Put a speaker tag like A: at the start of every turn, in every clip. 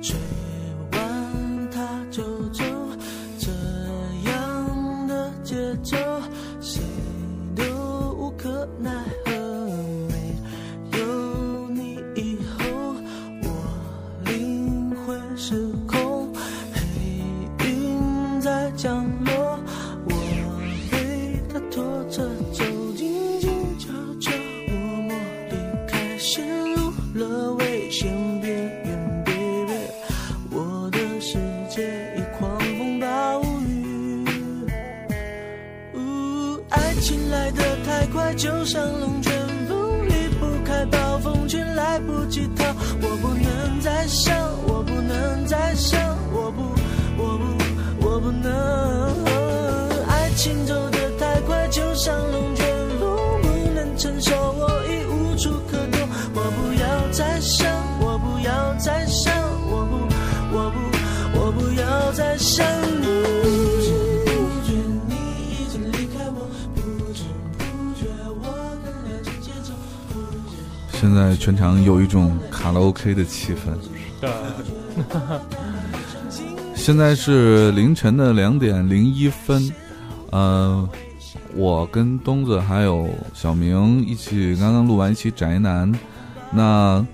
A: 吹完它就走，这样的节奏，谁都无可奈何。没有你以后，我灵魂失控，黑云在降落，我被它拖着走，静静悄悄，默默离开，陷入了危险边缘，baby，我的世界已狂风暴雨。呜，爱情来得太快，就像龙卷风，离不开暴风圈，来不及逃。我不能再想，我不能再想，我不，我不，我不能。爱情走得太快，就像龙卷风，不能承受，我已无处可躲。我不要再想，我不要再想，我不，我不，我不要再想你。不知不觉你已经离开我，不知不觉我跟爱情节奏。
B: 现在全场有一种卡拉 OK 的气氛。
C: 对，
B: 现在是凌晨的两点零一分，呃，我跟东子还有小明一起刚刚录完一期宅男，那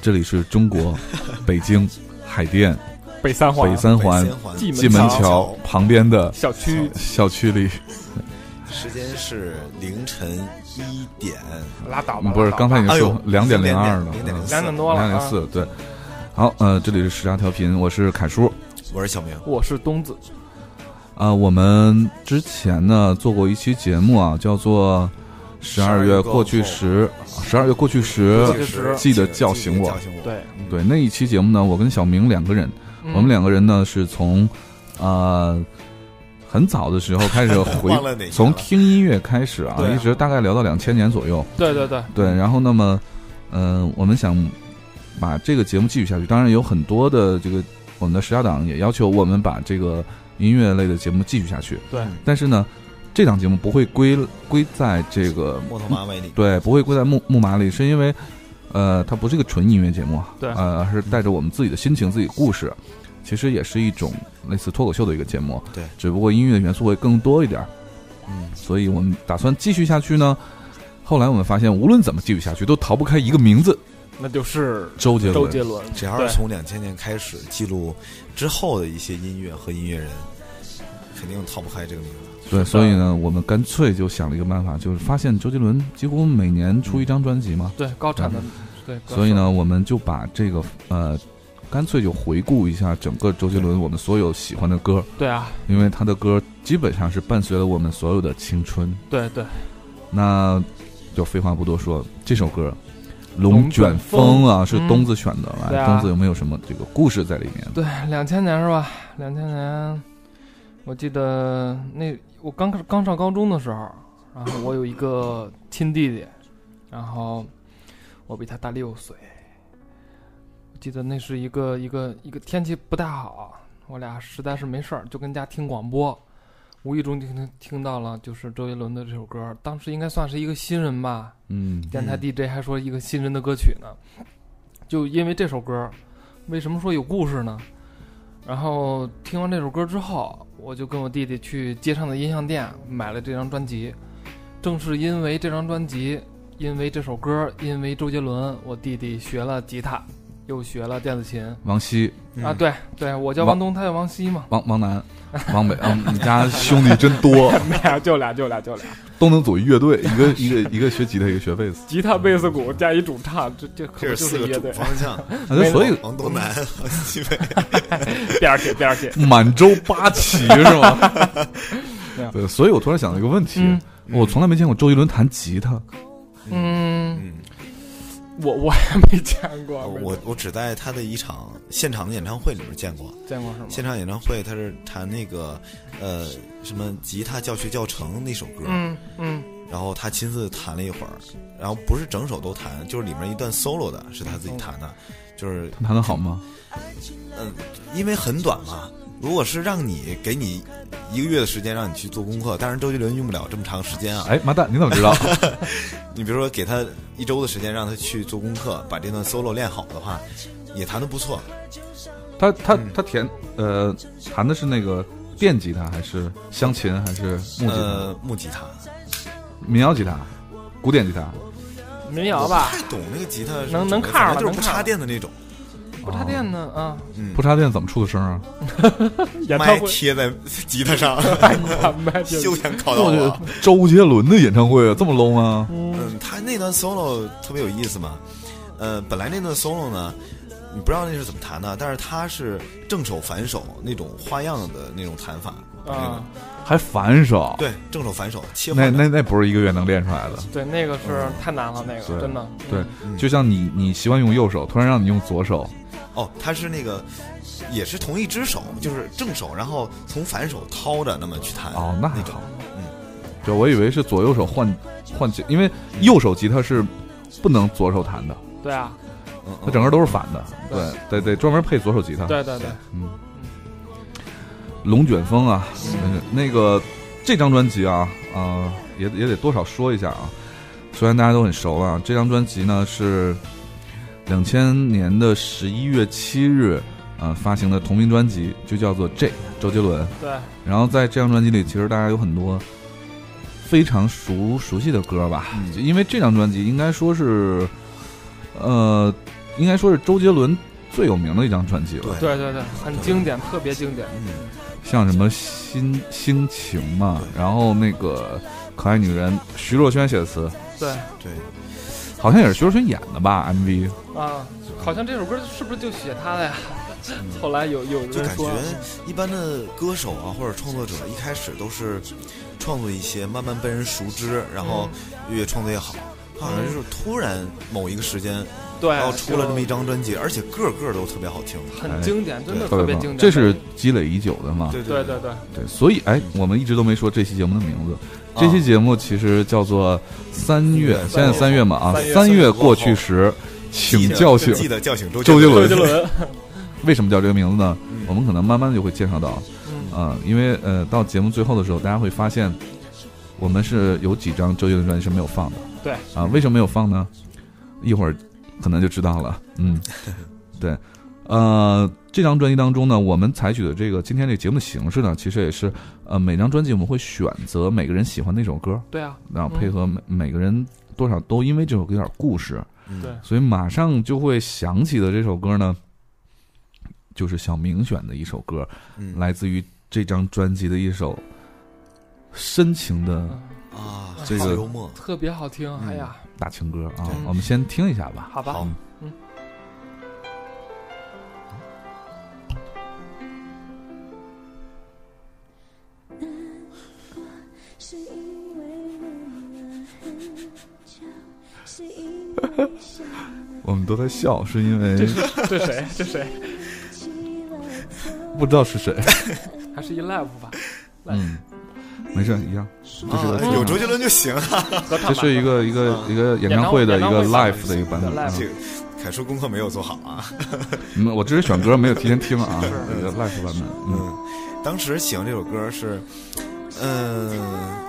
B: 这里是中国北京海 淀
C: 北三环
B: 北三环
D: 北三环
C: 蓟门
B: 蓟门桥
D: 桥
B: 旁边的
C: 小区
B: 小区里，
D: 时间是凌晨一点，
C: 拉倒吧，
B: 嗯不是
C: 拉倒吧
B: 刚才已经
D: 哎
B: 说
D: 呦
B: 两点零二了，嗯
D: 2.02了
C: 两点多了
B: 两点
C: 啊
B: 零。四对。好，呃，这里是时差调频，我是凯叔。
D: 我是小明。
C: 我是东子，
B: 啊，我们之前呢做过一期节目啊，叫做《十二月过去时》，十二月过去时
C: 过去时
B: 记得叫醒我
D: 记得叫醒我。
C: 对，
D: 嗯，
B: 对那一期节目呢，我跟小明两个人，
C: 嗯
B: 我们两个人呢是从啊、呃很早的时候开始回
D: 忘了哪，个
B: 从
D: 了
B: 听音乐开始啊，
C: 对啊
B: 一直大概聊到两千年左右。
C: 对对对，
B: 对，然后那么，嗯、我们想把这个节目继续下去。当然，有很多的这个我们的时下党也要求我们把这个音乐类的节目继续下去。
C: 对，
B: 但是呢，这档节目不会归归在这个
D: 木头马尾里，
B: 对，不会归在木木马里，是因为呃，它不是一个纯音乐节目啊，
C: 对
B: 呃，是带着我们自己的心情、自己故事，其实也是一种类似脱口秀的一个节目，
D: 对
B: 只不过音乐元素会更多一点儿，
D: 嗯，
B: 所以我们打算继续下去呢。后来我们发现，无论怎么继续下去，都逃不开一个名字
C: 那就是
B: ——周杰伦。
C: 周杰伦，
D: 只要
C: 对
D: 是从两千年开始记录之后的一些音乐和音乐人，肯定逃不开这个名字。
B: 对，所以
C: 啊
B: 呢，我们干脆就想了一个办法，就是发现周杰伦几乎每年出一张专辑嘛，
C: 对高产的，对，歌
B: 嗯
C: 手
B: 所以，呢，我们就把这个呃，干脆就回顾一下整个周杰伦我们所有喜欢的歌，
C: 对啊，
B: 因为他的歌基本上是伴随了我们所有的青春。
C: 对对，
B: 那就废话不多说，这首歌《
C: 龙
B: 龙卷风》啊，是
C: 嗯
B: 东子选的。
C: 对
B: 来，
C: 啊
B: 东子有没有什么这个故事在里面？
C: 对，两千年是吧？两千年，我记得那我刚刚上高中的时候，然后我有一个亲弟弟，然后我比他大六岁。我记得那是一个一个一个天气不太好，我俩实在是没事儿，就跟家听广播，无意中就听听到了就是周杰伦的这首歌，当时应该算是一个新人吧，
B: 嗯，
C: 电台 DJ 还说一个新人的歌曲呢，就因为这首歌，为什么说有故事呢？然后听完这首歌之后，我就跟我弟弟去街上的音像店买了这张专辑。正是因为这张专辑，因为这首歌，因为周杰伦，我弟弟学了吉他，又学了电子琴。
B: 王希、
C: 啊，对对，我叫
B: 王，
C: 王东，他叫王希嘛
B: 王王楠、 王北，啊，你家兄弟真多，
C: 没有，就俩就俩就俩，
B: 都能组一乐队，一个一个一个学吉他，一个学贝斯。
C: 吉他、贝斯、鼓加一主唱，这这可
D: 这
C: 不
D: 是
C: 就
D: 四
C: 是
D: 个
C: 乐队
D: 主？方向：
B: 啊就 所以
D: 王东南、王西 北。
C: 边儿去边儿去，
B: 满洲八旗是吗
C: 对啊？
B: 对，所以我突然想到一个问题，
C: 嗯
B: 我从来没见过周杰伦弹吉他，
C: 嗯。
D: 嗯，
C: 我我还没见过，
D: 哦我我只在他的一场现场演唱会里面见过。
C: 没见过是吗？
D: 现场演唱会他是弹那个呃什么吉他教学教程那首歌，
C: 嗯嗯，
D: 然后他亲自弹了一会儿，然后不是整首都弹，就是里面一段 solo 的是他自己弹的，
C: 嗯
D: 就是
B: 弹得好吗？
D: 嗯、因为很短嘛。如果是让你给你一个月的时间让你去做功课，当然周杰伦用不了这么长时间啊。
B: 哎，妈蛋，你怎么知道？
D: 你比如说给他一周的时间让他去做功课，把这段 solo 练好的话，也弹的不错，
B: 他他
D: 嗯
B: 他填呃弹的是那个电吉他还是湘琴还是木吉他？
D: 呃，木吉他。
B: 民谣吉他、古典吉他？
C: 民谣
D: 我
C: 吧
D: 不，太懂那个吉他
C: 能
D: 是什么
C: 能看
D: 反
C: 着吧
D: 正就是不
C: 能看
D: 插
C: 着
D: 电的那种，
C: 不插电呢啊，
D: 嗯
B: 不，插电怎么出的声啊？
C: 演
D: 麦贴在吉他上，
C: 麦
D: 休想考到
B: 我觉
D: 我
B: 得。周杰伦的演唱会啊这么 low 吗？
D: 嗯，他那段 solo 特别有意思嘛。呃，本来那段 solo 呢，你不知道那是怎么弹的，但是他是正手反手那种花样的那种弹法，
C: 啊，
B: 还反手？
D: 对，正手反手切
B: 那
D: 换的。
B: 那那不是一个月能练出来的。
C: 对，那个是太难了，那个
B: 对
C: 真的
B: 对，
D: 嗯
B: 就像你你习惯用右手，突然让你用左手，
D: 哦，他是那个也是同一只手，就是正手，然后从反手掏着那么去弹。
B: 哦，那
D: 那
B: 还
D: 种
B: 好。
D: 嗯，
B: 对，我以为是左右手换换吉，因为右手吉他是不能左手弹的，
C: 对啊，
D: 嗯，
B: 它整个都是反的。
C: 对
B: 对，得得专门配左手
D: 啊
B: 吉他。
C: 对对对，
B: 嗯，龙卷风啊，嗯那个这张专辑啊，啊，也也得多少说一下啊。虽然大家都很熟啊，这张专辑呢是两千年的十一月七日，呃，发行的同名专辑，就叫做《J》，周杰伦。
C: 对
B: 然后在这张专辑里，其实大家有很多非常熟熟悉的歌吧，
D: 嗯
B: 就因为这张专辑应该说是，呃，应该说是周杰伦最有名的一张专辑了。
D: 对
C: 对对对，很经典，特别经典。
D: 嗯
B: 像什么心心情嘛，然后那个可爱女人，徐若瑄写的词，
C: 对
D: 对，
B: 好像也是徐若瑄演的吧？MV
C: 啊，好像这首歌是不是就写他的呀？
D: 嗯
C: 后来有有
D: 就
C: 人
D: 感
C: 说
D: 觉，一般的歌手啊或者创作者一开始都是创作一些，慢慢被人熟知，然后越创作越好。他好像就是突然某一个时间，
C: 对
D: 然后，出了这么一哎
C: 张，
D: 张专辑，而且个个都特别好听。
C: 很经典，真的
B: 特
C: 特
B: 别
C: 别
B: 棒
C: 经典。
B: 这是积累已久的嘛？
D: 对
C: 对对
D: 对
C: 对，
B: 对，所以哎，我们一直都没说这期节目的名字。这期节目其实叫做三月，
D: 三月
B: 现在三月嘛啊，
C: 三月
B: 三月过去时，请叫醒。
D: 记得叫醒周
B: 周杰伦
C: 周杰伦，
B: 为什么叫这个名字呢？
D: 嗯
B: 我们可能慢慢就会介绍到，
C: 嗯，
B: 啊，因为呃，到节目最后的时候，大家会发现，我们是有几张周杰伦专辑是没有放的。
C: 对
B: 啊，为什么没有放呢？一会儿可能就知道了。 嗯，对，呃，这张专辑当中呢，我们采取的这个今天这节目的形式呢，其实也是呃，每张专辑我们会选择每个人喜欢的一首歌，
C: 对啊，
B: 然后
C: 嗯
B: 配合每每个人多少都因为这首歌有点故事，
D: 嗯
C: 对
B: 所以马上就会想起的这首歌呢，就是小明选的一首歌，
D: 嗯
B: 来自于这张专辑的一首深情的
C: 嗯
D: 啊，
B: 这个
D: 好幽默，
C: 特别好听。哎呀，
B: 大情歌啊
D: 对，
B: 我们先听一下吧。
C: 好吧，
D: 嗯好
E: 是因为忍了很久，是因为想
B: 我们都在笑，是因为
C: 这谁？这谁？
E: 起了头。
B: 不知道是 谁。
C: 还是一 live 吧，
B: 嗯，没事，一样。这是个
D: 啊有周杰伦就行啊。
C: 合
B: 这
C: 唱吧
B: 是一个一个一个嗯演唱会的一个 live 的一个版本。嗯
D: 这个 凯叔功课没有做好啊。
B: 嗯，我只是选歌，没有提前听啊，一个 live 版本。嗯，
D: 嗯，当时喜欢这首歌是，嗯、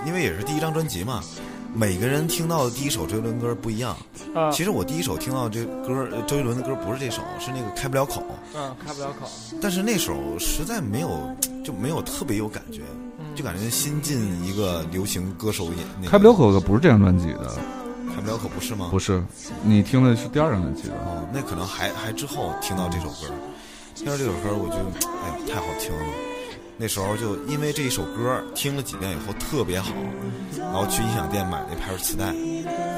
D: 因为也是第一张专辑嘛，每个人听到的第一首周杰伦歌不一样。
C: 啊，
D: 其实我第一首听到这歌，呃周杰伦的歌不是这首，是那个开不了口。
C: 嗯，开不了口，
D: 但是那首实在没有，就没有特别有感觉，就感觉新进一个流行歌手演。那个
B: 开不了，口的不是这张专辑的，
D: 开不了口不是吗？
B: 不是，你听的是第二张专辑的。
D: 哦，那可能还还之后听到这首歌，听到这首歌，我就哎太好听了。那时候就因为这一首歌听了几遍以后特别好，然后去音响店买那盘磁带，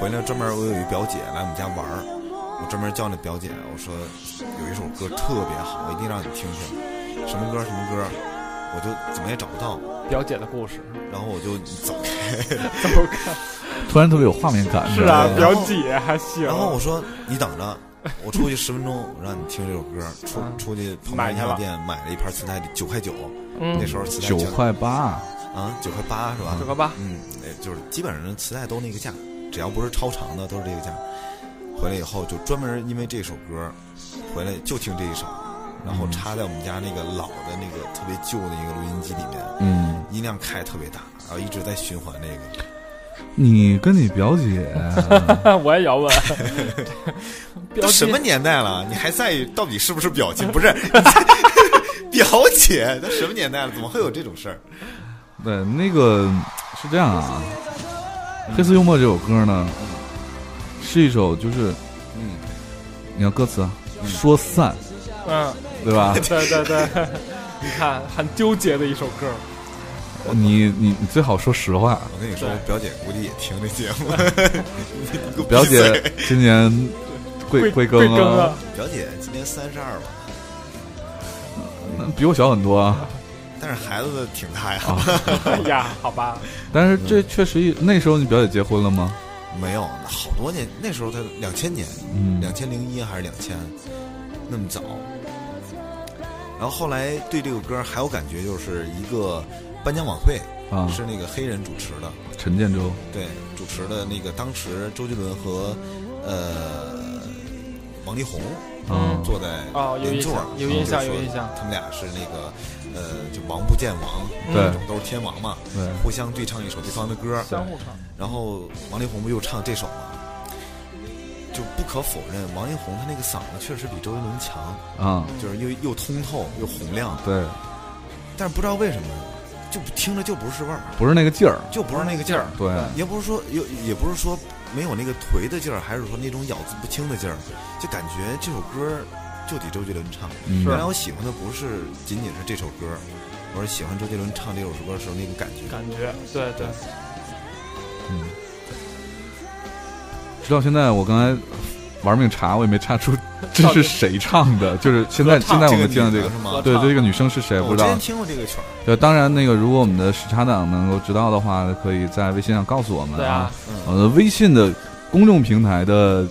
D: 回来专门我有一表姐来我们家玩儿，我专门叫那表姐我说有一首歌特别好，我一定让你听听，什么歌什么歌，我就怎么也找不到，
C: 表姐的故事，
D: 然后我就走开。
C: 都看
B: 突然特别有画面感。
C: 是啊，表姐还行。
D: 然后 我说你等着，我出去十分钟，我让你听这首歌。
C: 嗯
D: 出出去旁
C: 买
D: 边
C: 去
D: 音
C: 了
D: 响店买了一盘磁带，九块九，
C: 嗯
D: 那，时候磁带
B: 九
D: 全
B: 块八，
D: 啊，九块八是吧
C: 九？个 八，
D: 嗯，哎就是基本上磁带都那个价，只要不是超长的都是这个价。回来以后就专门因为这首歌，回来就听这一首，然
C: 嗯
D: 后插在我们家那个老的那个特别旧的一个录音机里面，
B: 嗯，
D: 音量开特别大，然后一直在循环那个。
B: 你跟你表姐
C: 我也要问，表姐
D: 都什么年代了，你还在意到底是不是表情？不是，你在 表姐，都什么年代了，怎么会有这种事儿？
B: 对，那个是这样啊，
C: 嗯
B: 《黑色幽默》这首歌呢，是一首就是
D: 嗯，
B: 你看歌词啊，说散，
C: 嗯，
B: 对 吧？
C: 对对对， 你看很纠结的一首歌。
B: 你你你最好说实话。
D: 我跟你说，我表姐估计也听这节目。你给 我
B: 表
D: 闭嘴
B: 姐今年贵
C: 贵
B: 庚
C: 贵庚啊，
D: 表姐今年三十二了，
B: 那比我小很多啊。
D: 但是孩子挺大呀。
C: 哎呀，好吧，
B: 但是
C: 嗯
B: 这确实一，那时候你表姐结婚了吗？
D: 没有，好多年，那时候他两千年，
B: 嗯
D: 两千零一还是两千，那么早。然后后来对这个歌还有感觉，就是一个颁奖晚会，
B: 啊，
D: 是那个黑人主持的，
B: 陈建州，
D: 对，主持的那个当时周杰伦和呃王力宏
C: 嗯
B: 啊
D: 坐在
C: 哦，有
D: 邻
C: 印
D: 座
C: 象
D: 儿，，
C: 有印象，
D: 就是
C: 有
D: 说
C: 印象。
D: 他们俩是那个呃，就王不见王，
C: 嗯
B: 对
D: 这种都是天王嘛，
B: 对，
D: 互相对唱一首对方的歌，
C: 相互唱，
D: 然后王力宏不又唱这首吗？就不可否认，王力宏他那个嗓子确实比周杰伦强，
B: 啊，
D: 就是又又通透又洪亮，
B: 对，
D: 但是不知道为什么，就听着就不是味儿，
B: 不是那个劲儿，
D: 就不是那个劲儿。
B: 对，
D: 也不是说也也不是说没有那个颓的劲儿，还是说那种咬字不清的劲儿，就感觉这首歌就得周杰伦唱。
B: 嗯
D: 原来我喜欢的不是仅仅是这首歌，我是喜欢周杰伦唱这首歌的时候那个感觉。
C: 感觉对对，
B: 嗯，直到现在，我刚才玩命查，我也没查出这是谁唱的。就是现在，
C: 合唱
B: 现在我
D: 个
B: 们 听到这
D: 女
B: 个
D: 的是，吗
C: 合？
B: 对，
C: 唱
B: 这个女生是谁不
D: 我
B: 知
D: 之
B: 道
D: 前。听过这个曲儿，
B: 对，当然那个，如果我们的时差党能够知道的话，可以在微信上告诉我们
C: 对啊，
B: 我们的微信的公众平台的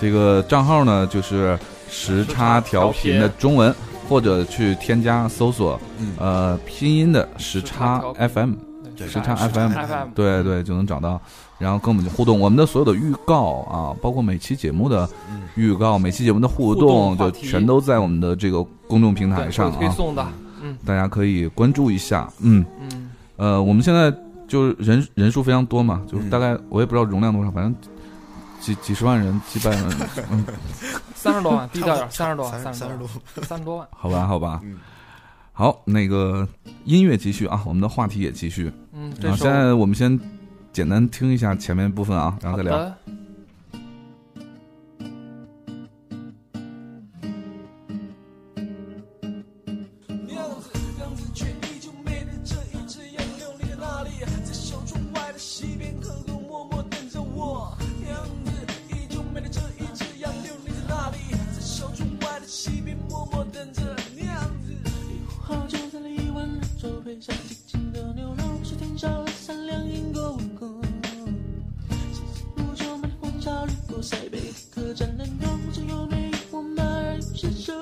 B: 这个账号呢，就是时差调频的中文，或者去添加搜索
D: 嗯，
B: 呃拼音的时差
C: 时差调频
B: FM。
D: 对，
B: 时
C: 时
B: 差
C: 差
B: FM
C: FM
B: 对对，就能找到，然后跟我们互动。我们的所有的预告啊，包括每期节目的
D: 嗯
B: 预告，每期节目的互
C: 互动
B: 就
C: 话题
B: 全都在我们的这个公众平台
C: 对
B: 上
C: 会推
B: 啊，
C: 送的，嗯
B: 大家可以关注一下。嗯，
C: 嗯，
B: 呃，我们现在就是人人数非常多嘛，就是
D: 嗯
B: 大概我也不知道容量多少，反正几几十万人、几百万人， 嗯，
C: 三十多万，低调点，三十多
D: 三
C: 万，
D: 三
C: 十
D: 十多，
C: 万，三十多万，
B: 好吧，好吧。
D: 嗯
B: 好，那个音乐继续啊，我们的话题也继续。
C: 嗯，这
B: 然后
C: 首
B: 啊现在我们先简单听一下前面部分啊，然后
C: 好
B: 再聊。
C: 的，
A: 样子，样子却依旧美得这一只杨柳立在那里，在小窗外的西边，哥哥默默等着我。样子依旧美得这一只杨柳立在那里，在小窗外的西边，默默等着样子。好久在了一碗兰州配上静静的牛肉，只停下了三两银狗狗。路上满天黄沙掠过塞北，客栈南头，只有你我马儿携手。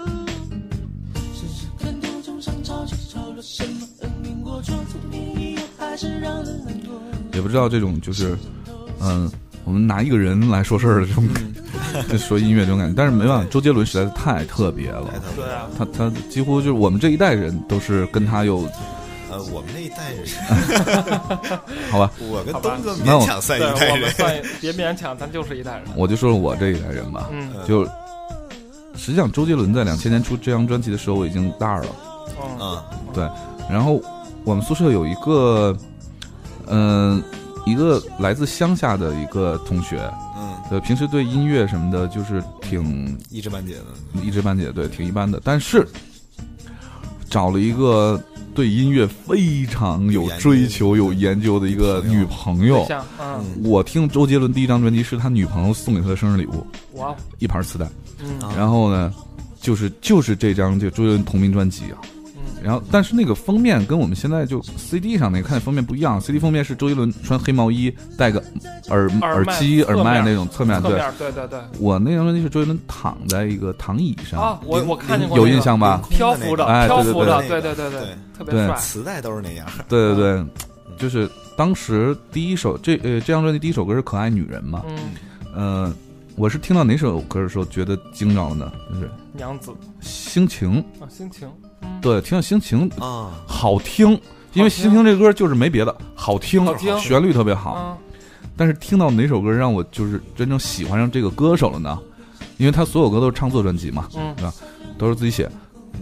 A: 试试看途中想吵就吵了什么恩怨过错，昨天一样还是让人难过。
B: 也不知道这种就是，嗯、我们拿一个人来说事儿的这种感觉，就说音乐这种感觉。但是没办法，周杰伦实在是太特别了
D: 来，他
C: 对啊，
B: 他他几乎就是我们这一代人都是跟他有
D: 呃，我们那一代人，
B: 好吧，
D: 我跟
C: 好吧
D: 东哥
B: 那我
D: 勉强算
C: 对，
D: 一代
C: 我们
D: 人。
C: 算别勉强，咱就是一代人，
B: 我就说我这一代人吧，
C: 嗯
B: 就实际上周杰伦在两千年出这张专辑的时候我已经大二了，
C: 嗯
D: 嗯，
B: 然后我们宿舍有一个，嗯、一个来自乡下的一个同学，
D: 嗯，
B: 呃，平时对音乐什么的，就是挺
D: 一知半解的。
B: 一知半解，对，挺一般的。但是找了一个对音乐非常有追求、有研究的一个女朋友
C: 对。象，嗯，
D: 嗯
B: 我听周杰伦第一张专辑是他女朋友送给他的生日礼物，
C: 哇哦，
B: 一盘磁带。
C: 嗯
D: 啊
B: 然后呢，就是就是这张就周杰伦同名专辑啊。
C: 嗯，
B: 然后，但是那个封面跟我们现在就 CD 上那个看的封面不一样，CD 封面是周杰伦穿黑毛衣，戴个耳
C: 耳麦
B: 机、耳
C: 侧面
B: 麦那种侧面。
C: 侧
B: 对，
C: 面，对对对，
B: 我那张专辑是周杰伦躺在一个躺椅上，
C: 啊，我
D: 零
C: 我看见过，
B: 有印，象吧？
C: 漂浮的
B: 哎，
C: 漂
B: 对对
C: 浮的，
D: 对
C: 对对
D: 对
C: 对，特别
B: 对
C: 帅，
D: 磁带都是那样。
B: 对对对，就是当时第一首这呃这张专辑第一首歌是《可爱女人》嘛，
C: 嗯，
B: 嗯、呃，我是听到哪首歌的时候觉得惊着了呢？就是《
C: 娘子
B: 心情》，
C: 啊，心情，
B: 对，听到《心情》
D: 啊，
B: 好听，因为《心情》这歌就是没别的好听，
C: 好听
B: 旋律特别好。
C: 嗯，
B: 但是听到哪首歌让我就是真正喜欢上这个歌手了呢？因为他所有歌都是唱作专辑嘛，
C: 嗯
B: 对吧？都是自己写，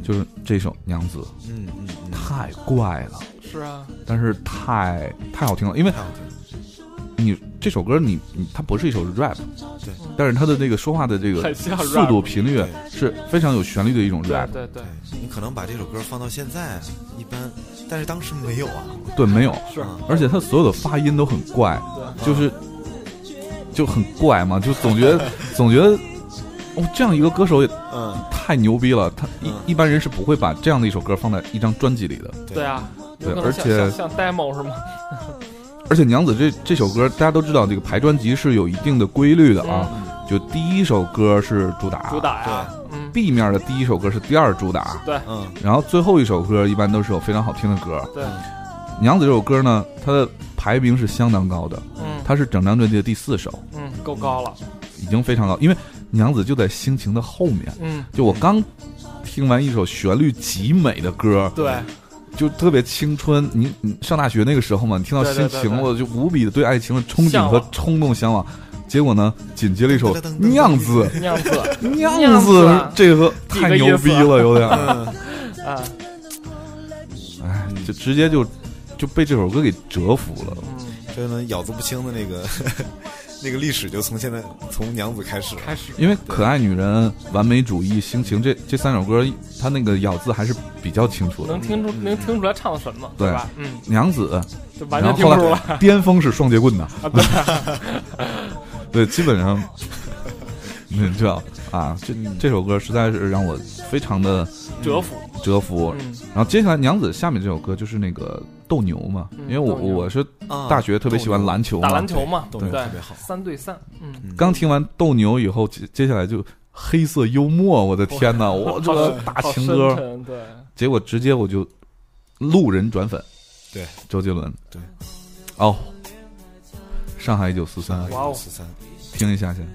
B: 就是这首《娘子
D: 嗯嗯》嗯，
B: 太怪了，
C: 是啊，
B: 但是太太好听了，因为
D: 太好听了，
B: 你这首歌你你它不是一首 rap，
D: 对，
B: 但是它的这个说话的这
C: 很
B: 个
C: 像
B: 速度
C: rap
B: 频率
D: 对
B: 是非常有旋律的一种
C: 对
B: rap，
C: 对对，
D: 对你可能把这首歌放到现在一般，但是当时没有啊，
B: 对，没有，
C: 是
D: 嗯
B: 而且它所有的发音都很怪，
C: 对
B: 就是就很怪嘛，就总觉得总觉得哦，这样一个歌手也
D: 嗯，
B: 太牛逼了，他
D: 嗯
B: 一一般人是不会把这样的一首歌放在一张专辑里的。
C: 对，啊，有
B: 对
C: 可能
B: 而
C: 像
B: 且
C: 像像 demo 是吗？
B: 而且《娘子这》这首歌，大家都知道，这个排专辑是有一定的规律的啊。就第一首歌是主打，
C: 主打
D: 啊
C: 呀，嗯，
B: B 面的第一首歌是第二主打，
D: 嗯
B: 然后最后一首歌一般都是有非常好听的歌。
C: 对，
B: 《娘子》这首歌呢，它的排名是相当高的，
C: 嗯
B: 它是整张专辑的第四首，
C: 嗯，够高了，
B: 已经非常高，因为《娘子》就在《心情》的后面。
C: 嗯，
B: 就我刚听完一首旋律极美的歌，
C: 对，
B: 就特别青春。你你上大学那个时候嘛，你听到
C: 对对
B: 心
C: 对
B: 情
C: 对
B: 了，就无比的对爱情的憧憬
C: 向
B: 和
C: 往
B: 冲动向往。结果呢，紧接了一首
D: 噔噔噔噔
B: 《
D: 噔
B: 酿子
C: 那样子，》，
B: 酿
C: 酿子
B: 这个
C: 几个
B: 太牛
C: 意思
B: 逼了，有 点，
C: 啊，
B: 哎，就直接就就被这首歌给折服了。
C: 嗯，
D: 这轮咬字不清的那个 那个历史就从现在从娘子开始了，
C: 开始，
B: 因为可爱女人、完美主义、心情这这三首歌，它那个咬字还是比较清楚的
C: 能。听出能听出来唱的什么，
B: 嗯对
C: 吧？嗯，
B: 娘子，
C: 就完
B: 然
C: 全
B: 后
C: 听
B: 后
C: 不出来，
B: 来巅峰是双截棍的，
C: 啊对啊，
B: 对，基本上， 你知道啊，这
C: 嗯
B: 这首歌实在是让我非常的
C: 折服，
B: 折服。
C: 嗯，
B: 然后接下来娘子下面这首歌就是那个斗牛嘛，
C: 嗯
B: 因为我
C: 斗牛嗯
B: 我是
D: 啊
B: 大学特别喜欢篮球
C: 打
B: 嘛
C: 篮，球嘛，
D: 动
C: 对
D: 力特
C: 不
D: 别
C: 对，
D: 好，
C: 三对三，嗯，
D: 嗯
B: 刚听完斗牛以后，接接下来就黑色幽默，我的天呐，我这个大情
C: 好深
B: 歌，
C: 沉，对，
B: 结果直接我就路人转粉，
D: 对，
B: 周杰伦，
D: 对，
B: 哦，上海一九四三，
C: 哇哦
D: 十三，
B: 听一下先。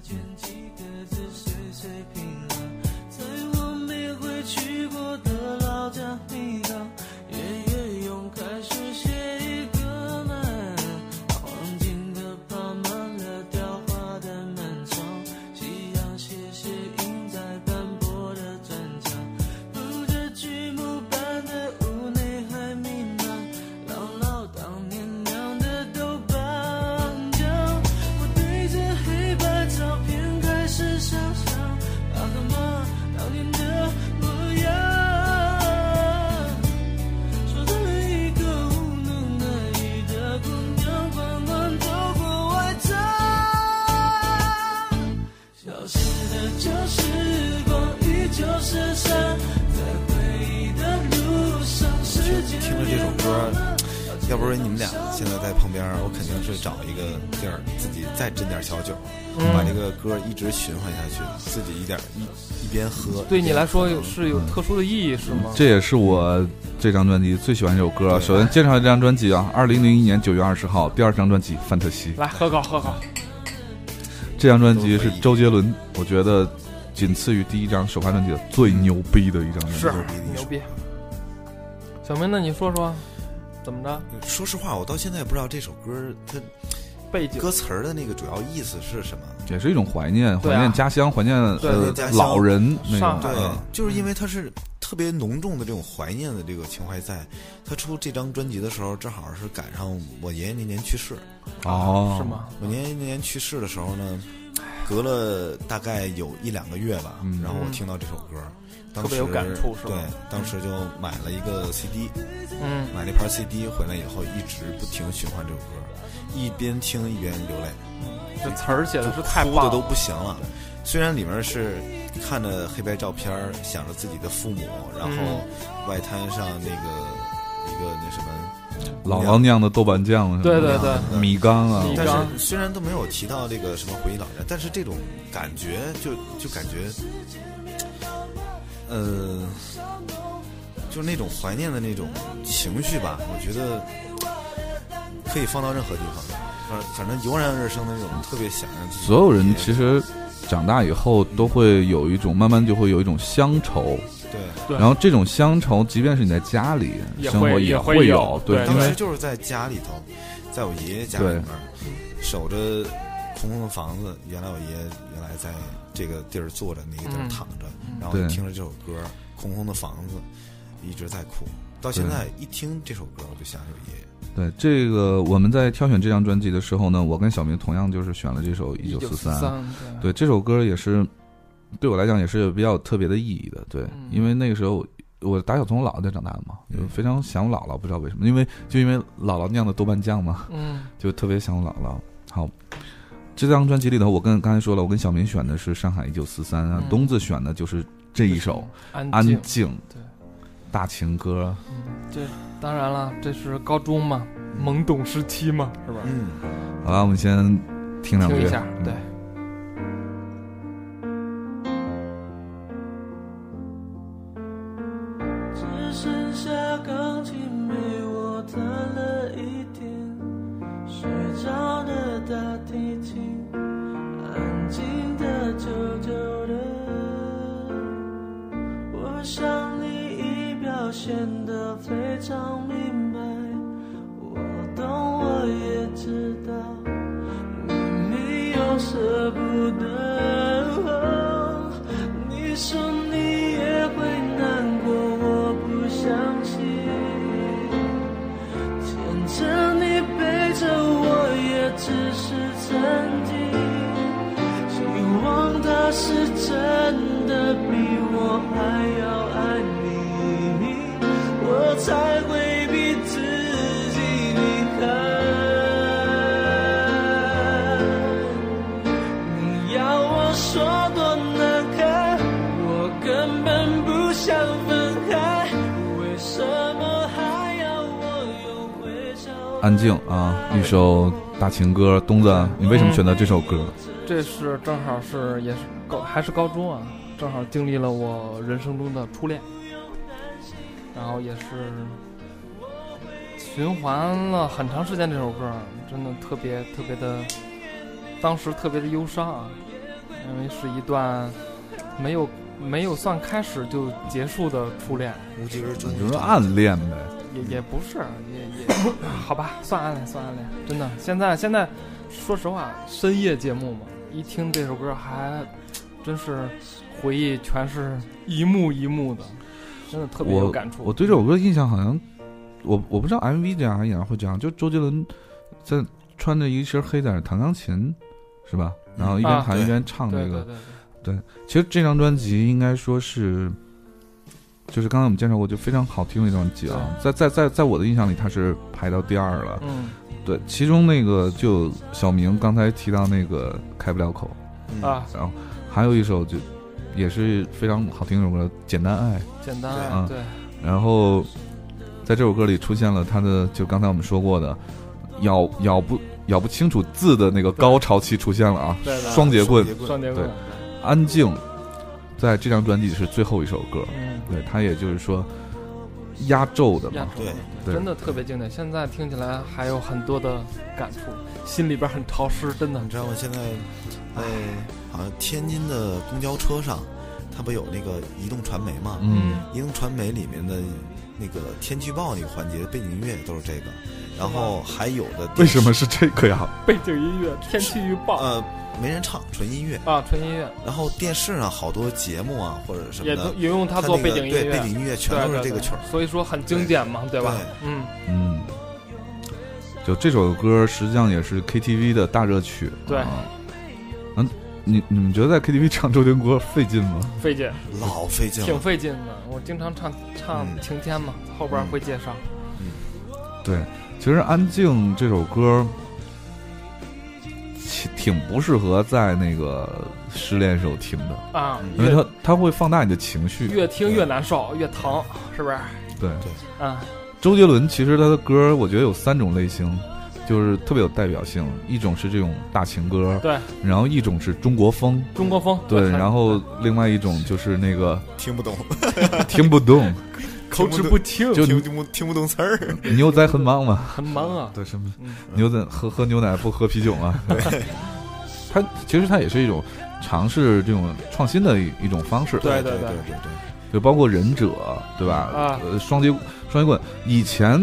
A: 在我没回去过的老家米港，夜夜用开始写一个满，黄金的爬满了雕花的门窗，夕阳斜斜映在斑驳的砖墙，不知剧目般的屋内还弥漫姥姥当年酿的豆瓣酱，我对着黑白照片开始想象爸和妈当年的模样。守着一个无能的雨的姑娘，缓缓走过外滩。消失的旧时光，依旧是伤，在回忆的路上，时间
D: 听着这首歌，要不是你们俩现在在旁边，我肯定是找一个地儿自己再斟点小酒，
C: 嗯
D: 把这个歌一直循环下去，自己一点一一边喝。
C: 对你来说有
D: 有
C: 是有特殊的意义是吗？
B: 这也是我这张专辑最喜欢这首歌啊。
D: 对
B: 首先介绍这张专辑啊，二零零一年九月二十号，第二张专辑《范特西》。
C: 来喝口喝口，
B: 这张专辑是周杰伦，我觉得仅次于第一张首发专辑的最牛逼的一张专辑。
C: 是牛逼。小明，那你说说怎么着？
D: 说实话，我到现在也不知道这首歌它
C: 背景
D: 歌词儿的那个主要意思是什么。
B: 也是一种怀念，
C: 对啊
B: 怀念家乡，怀念
C: 对
B: 呃
D: 家乡
B: 老人那
C: 上
B: 种。
C: 海
D: 对
B: 嗯，
D: 就是因为它是特别浓重的这种怀念的这个情怀在。他出这张专辑的时候，正好是赶上我爷爷那年去世。
B: 哦，
C: 是？吗？
D: 我爷爷那年去世的时候呢，隔了大概有一两个月吧，
B: 嗯
D: 然后我听到这首歌，当
C: 特
D: 时
C: 别有感触是吧
D: 对，当时就买了一个 CD，
C: 嗯，
D: 买了一盘 CD，回来以后一直不停循环这首歌，一边听一边流泪，
C: 这词儿写的是
D: 就
C: 太
D: 哭
C: 棒
D: 的都
C: 了，
D: 不行了。虽然里面是看着黑白照片儿，想着自己的父母，然后
C: 嗯
D: 外滩上那个一个那什么，
B: 姥姥酿的豆瓣酱啊，
C: 对对对，
D: 嗯
B: 米缸啊，
C: 米
D: 但
C: 缸
D: 是虽然都没有提到这个什么回忆老家，但是这种感觉就就感觉，呃，就是那种怀念的那种情绪吧，我觉得可以放到任何地方，反反正油然而生的那种特别想让自己
B: 所有人其实长大以后都会有一种，慢慢就会有一种乡愁。
D: 对。
C: 对
B: 然后这种乡愁，即便是你在家里
C: 也
B: 生活，
C: 会
B: 也
C: 也会
B: 会
C: 有
B: 对
C: 对，
B: 因
D: 当时
B: 为
D: 就是在家里头，在
B: 嗯
D: 我爷爷家里面，守着空空的房子。原来我爷爷原来在这个地儿坐着，那个地儿
C: 嗯
D: 躺着，
C: 嗯
D: 然后就
B: 对
D: 听着这首歌，空空的房子，一直在哭。到现
B: 对
D: 在一听这首歌，我就想起我爷爷。
B: 对这个，我们在挑选这张专辑的时候呢，我跟小明同样就是选了这首《一
C: 一
B: 九四
C: 四
B: 三》。
C: 三，
B: 对
C: 对，
B: 这首歌也是对我来讲也是有比较有特别的意义的，对，
C: 嗯
B: 因为那个时候我打小从我姥姥家长大的嘛，
D: 嗯
B: 就非常想我姥姥，不知道为什么，因为就因为姥姥酿的豆瓣酱嘛，
C: 嗯
B: 就特别想我姥姥。好，这张专辑里头，我跟刚才说了，我跟小明选的是《上海一九四三》，啊
C: 嗯，
B: 东子选的就是这一首
C: 安
B: 《
C: 静
B: 安静》，
C: 对，
B: 大情歌，
C: 嗯这当然了，这是高中嘛，懵懂时期嘛，是吧？
D: 嗯，
B: 好吧，我们先听两句，
C: 听一下，对。
A: 只剩下钢琴陪我弹了一天，睡着的大提琴，安静的久久的。我想你已表现得非常明白，我懂我也知道，明明又舍不得。你说你也会难过，我不相信。牵着你背着我，也只是曾经。希望他是真的比我还要爱你，我才会逼自己离开。你要我说多难堪，我根本不想分开，为什么还要我又回首？
B: 安静啊，一首大情歌。东子，你为什么选择这首歌？
C: 这是正好是也是高还是高中啊，正好经历了我人生中的初恋，然后也是循环了很长时间这首歌，真的特别特别的，当时特别的忧伤啊，因为是一段没有没有算开始就结束的初恋，
D: 无疾而终。
C: 嗯
B: 你就说暗恋呗。
C: 也也不是，啊也也好吧，算暗恋，算暗恋，真的。现在现在，说实话，深夜节目嘛，一听这首歌还真是回忆全是一幕一幕的，真的特别有感触。
B: 我对这首歌印象好像，我我不知道 MV 这样还是演唱会这样，就周杰伦在穿着一身黑在那儿弹钢琴，是吧？然后一边
C: 啊
B: 弹一边唱
C: 对
B: 这
C: 对
B: 个。
C: 对
B: 其实这张专辑应该说是，就是刚才我们介绍过，就非常好听的一张专辑啊。在在在在我的印象里，它是排到第二了
C: 对，。嗯
B: 对，其中那个就小明刚才提到那个开不了口。
D: 嗯，
C: 啊，
B: 然后还有一首就也是非常好听的一首歌《简单爱》，
C: 简单
D: 对
C: 啊
B: 啊
C: 对，
B: 然后在这首歌里出现了他的就刚才我们说过的咬咬不咬不清楚字的那个高潮期出现了啊，
C: 对的
B: 双截棍，
C: 双截棍，
B: 安静，在这张专辑是最后一首歌，
C: 嗯，
B: 对，它也就是说压轴的
C: 压
B: 嘛，
C: 轴
D: 对，
B: 对
C: 真的特别经典。现在听起来还有很多的感触，心里边很潮湿，真的
D: 你。知道吗？现在在好像天津的公交车上，它不有那个移动传媒吗？
B: 嗯，
D: 移动传媒里面的那个天气预报那个环节背景音乐都是这个，然后还有的电
B: 为
D: 视
B: 什么是这个呀？
C: 背景音乐、天气预报
D: 呃没人唱纯音乐？
C: 啊，纯音乐。
D: 然后电视上好多节目啊或者什么
C: 也都
D: 的，
C: 也用它做背景音
D: 那个、
C: 乐，
D: 对背景音乐全都是这个曲儿。
C: 所以说很经典嘛，对吧？嗯，
B: 嗯，就这首歌实际上也是 KTV 的大热曲。
C: 对
B: 啊，嗯，你你们觉得在 KTV 唱周杰伦歌费劲吗？
C: 费劲，
D: 老费劲
C: 挺
D: 了。
C: 费劲的。我经常唱唱
D: 嗯
C: 《晴天》嘛，后边会介绍。
B: 对，其实《安静》这首歌其挺不适合在那个失恋时候听的，
C: 啊，
D: 嗯
B: 因为
C: 越
B: 它它会放大你的情绪。
C: 越听越难受，越疼，是不是？
B: 对，
C: 嗯，
B: 周杰伦其实他的歌，我觉得有三种类型。就是特别有代表性，一种是这种大情歌，
C: 对，
B: 然后一种是中国风，
C: 中国风。
B: 对，
C: 我看
B: 然后另外一种就是那个
D: 听不 懂，
B: 听不懂，
C: 口齿不清，
B: 就
D: 听不听不懂词儿。
B: 牛仔很忙嘛。
C: 很忙啊。
B: 对，什么
C: 嗯
B: 牛仔喝喝牛奶不喝啤酒嘛？ 它其实它也是一种尝试这种创新的一一种方式，
C: 对
D: 对
C: 对
D: 对对，
B: 就包括忍者，对吧？
C: 啊
B: 呃，双截双截棍，以前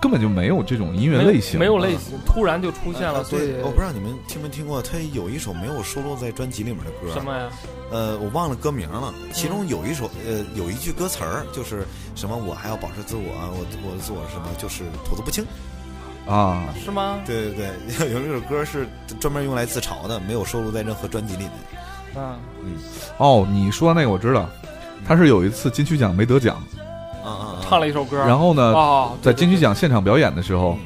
B: 根本就没有这种音乐类型，啊
C: 没有没有类型，突然就出现了，
D: 呃
C: 所以
D: 对，我不知道你们听没听过，他有一首没有收录在专辑里面的歌，啊
C: 什么呀？
D: 呃，我忘了歌名了。其中有一首，
B: 嗯
D: 呃，有一句歌词儿就是什么“我还要保持自我，啊，我我的自我是什么，就是吐字不清”。
B: 啊。
C: 是吗？
D: 对对对，有这首歌是专门用来自嘲的，没有收录在任何专辑里面。
C: 嗯，
B: 哦，你说那个我知道，他是有一次金曲奖没得奖，
D: 啊啊啊！
C: 唱了一首歌，
B: 然后呢，
C: 哦，
B: 在金曲奖现场表演的时候，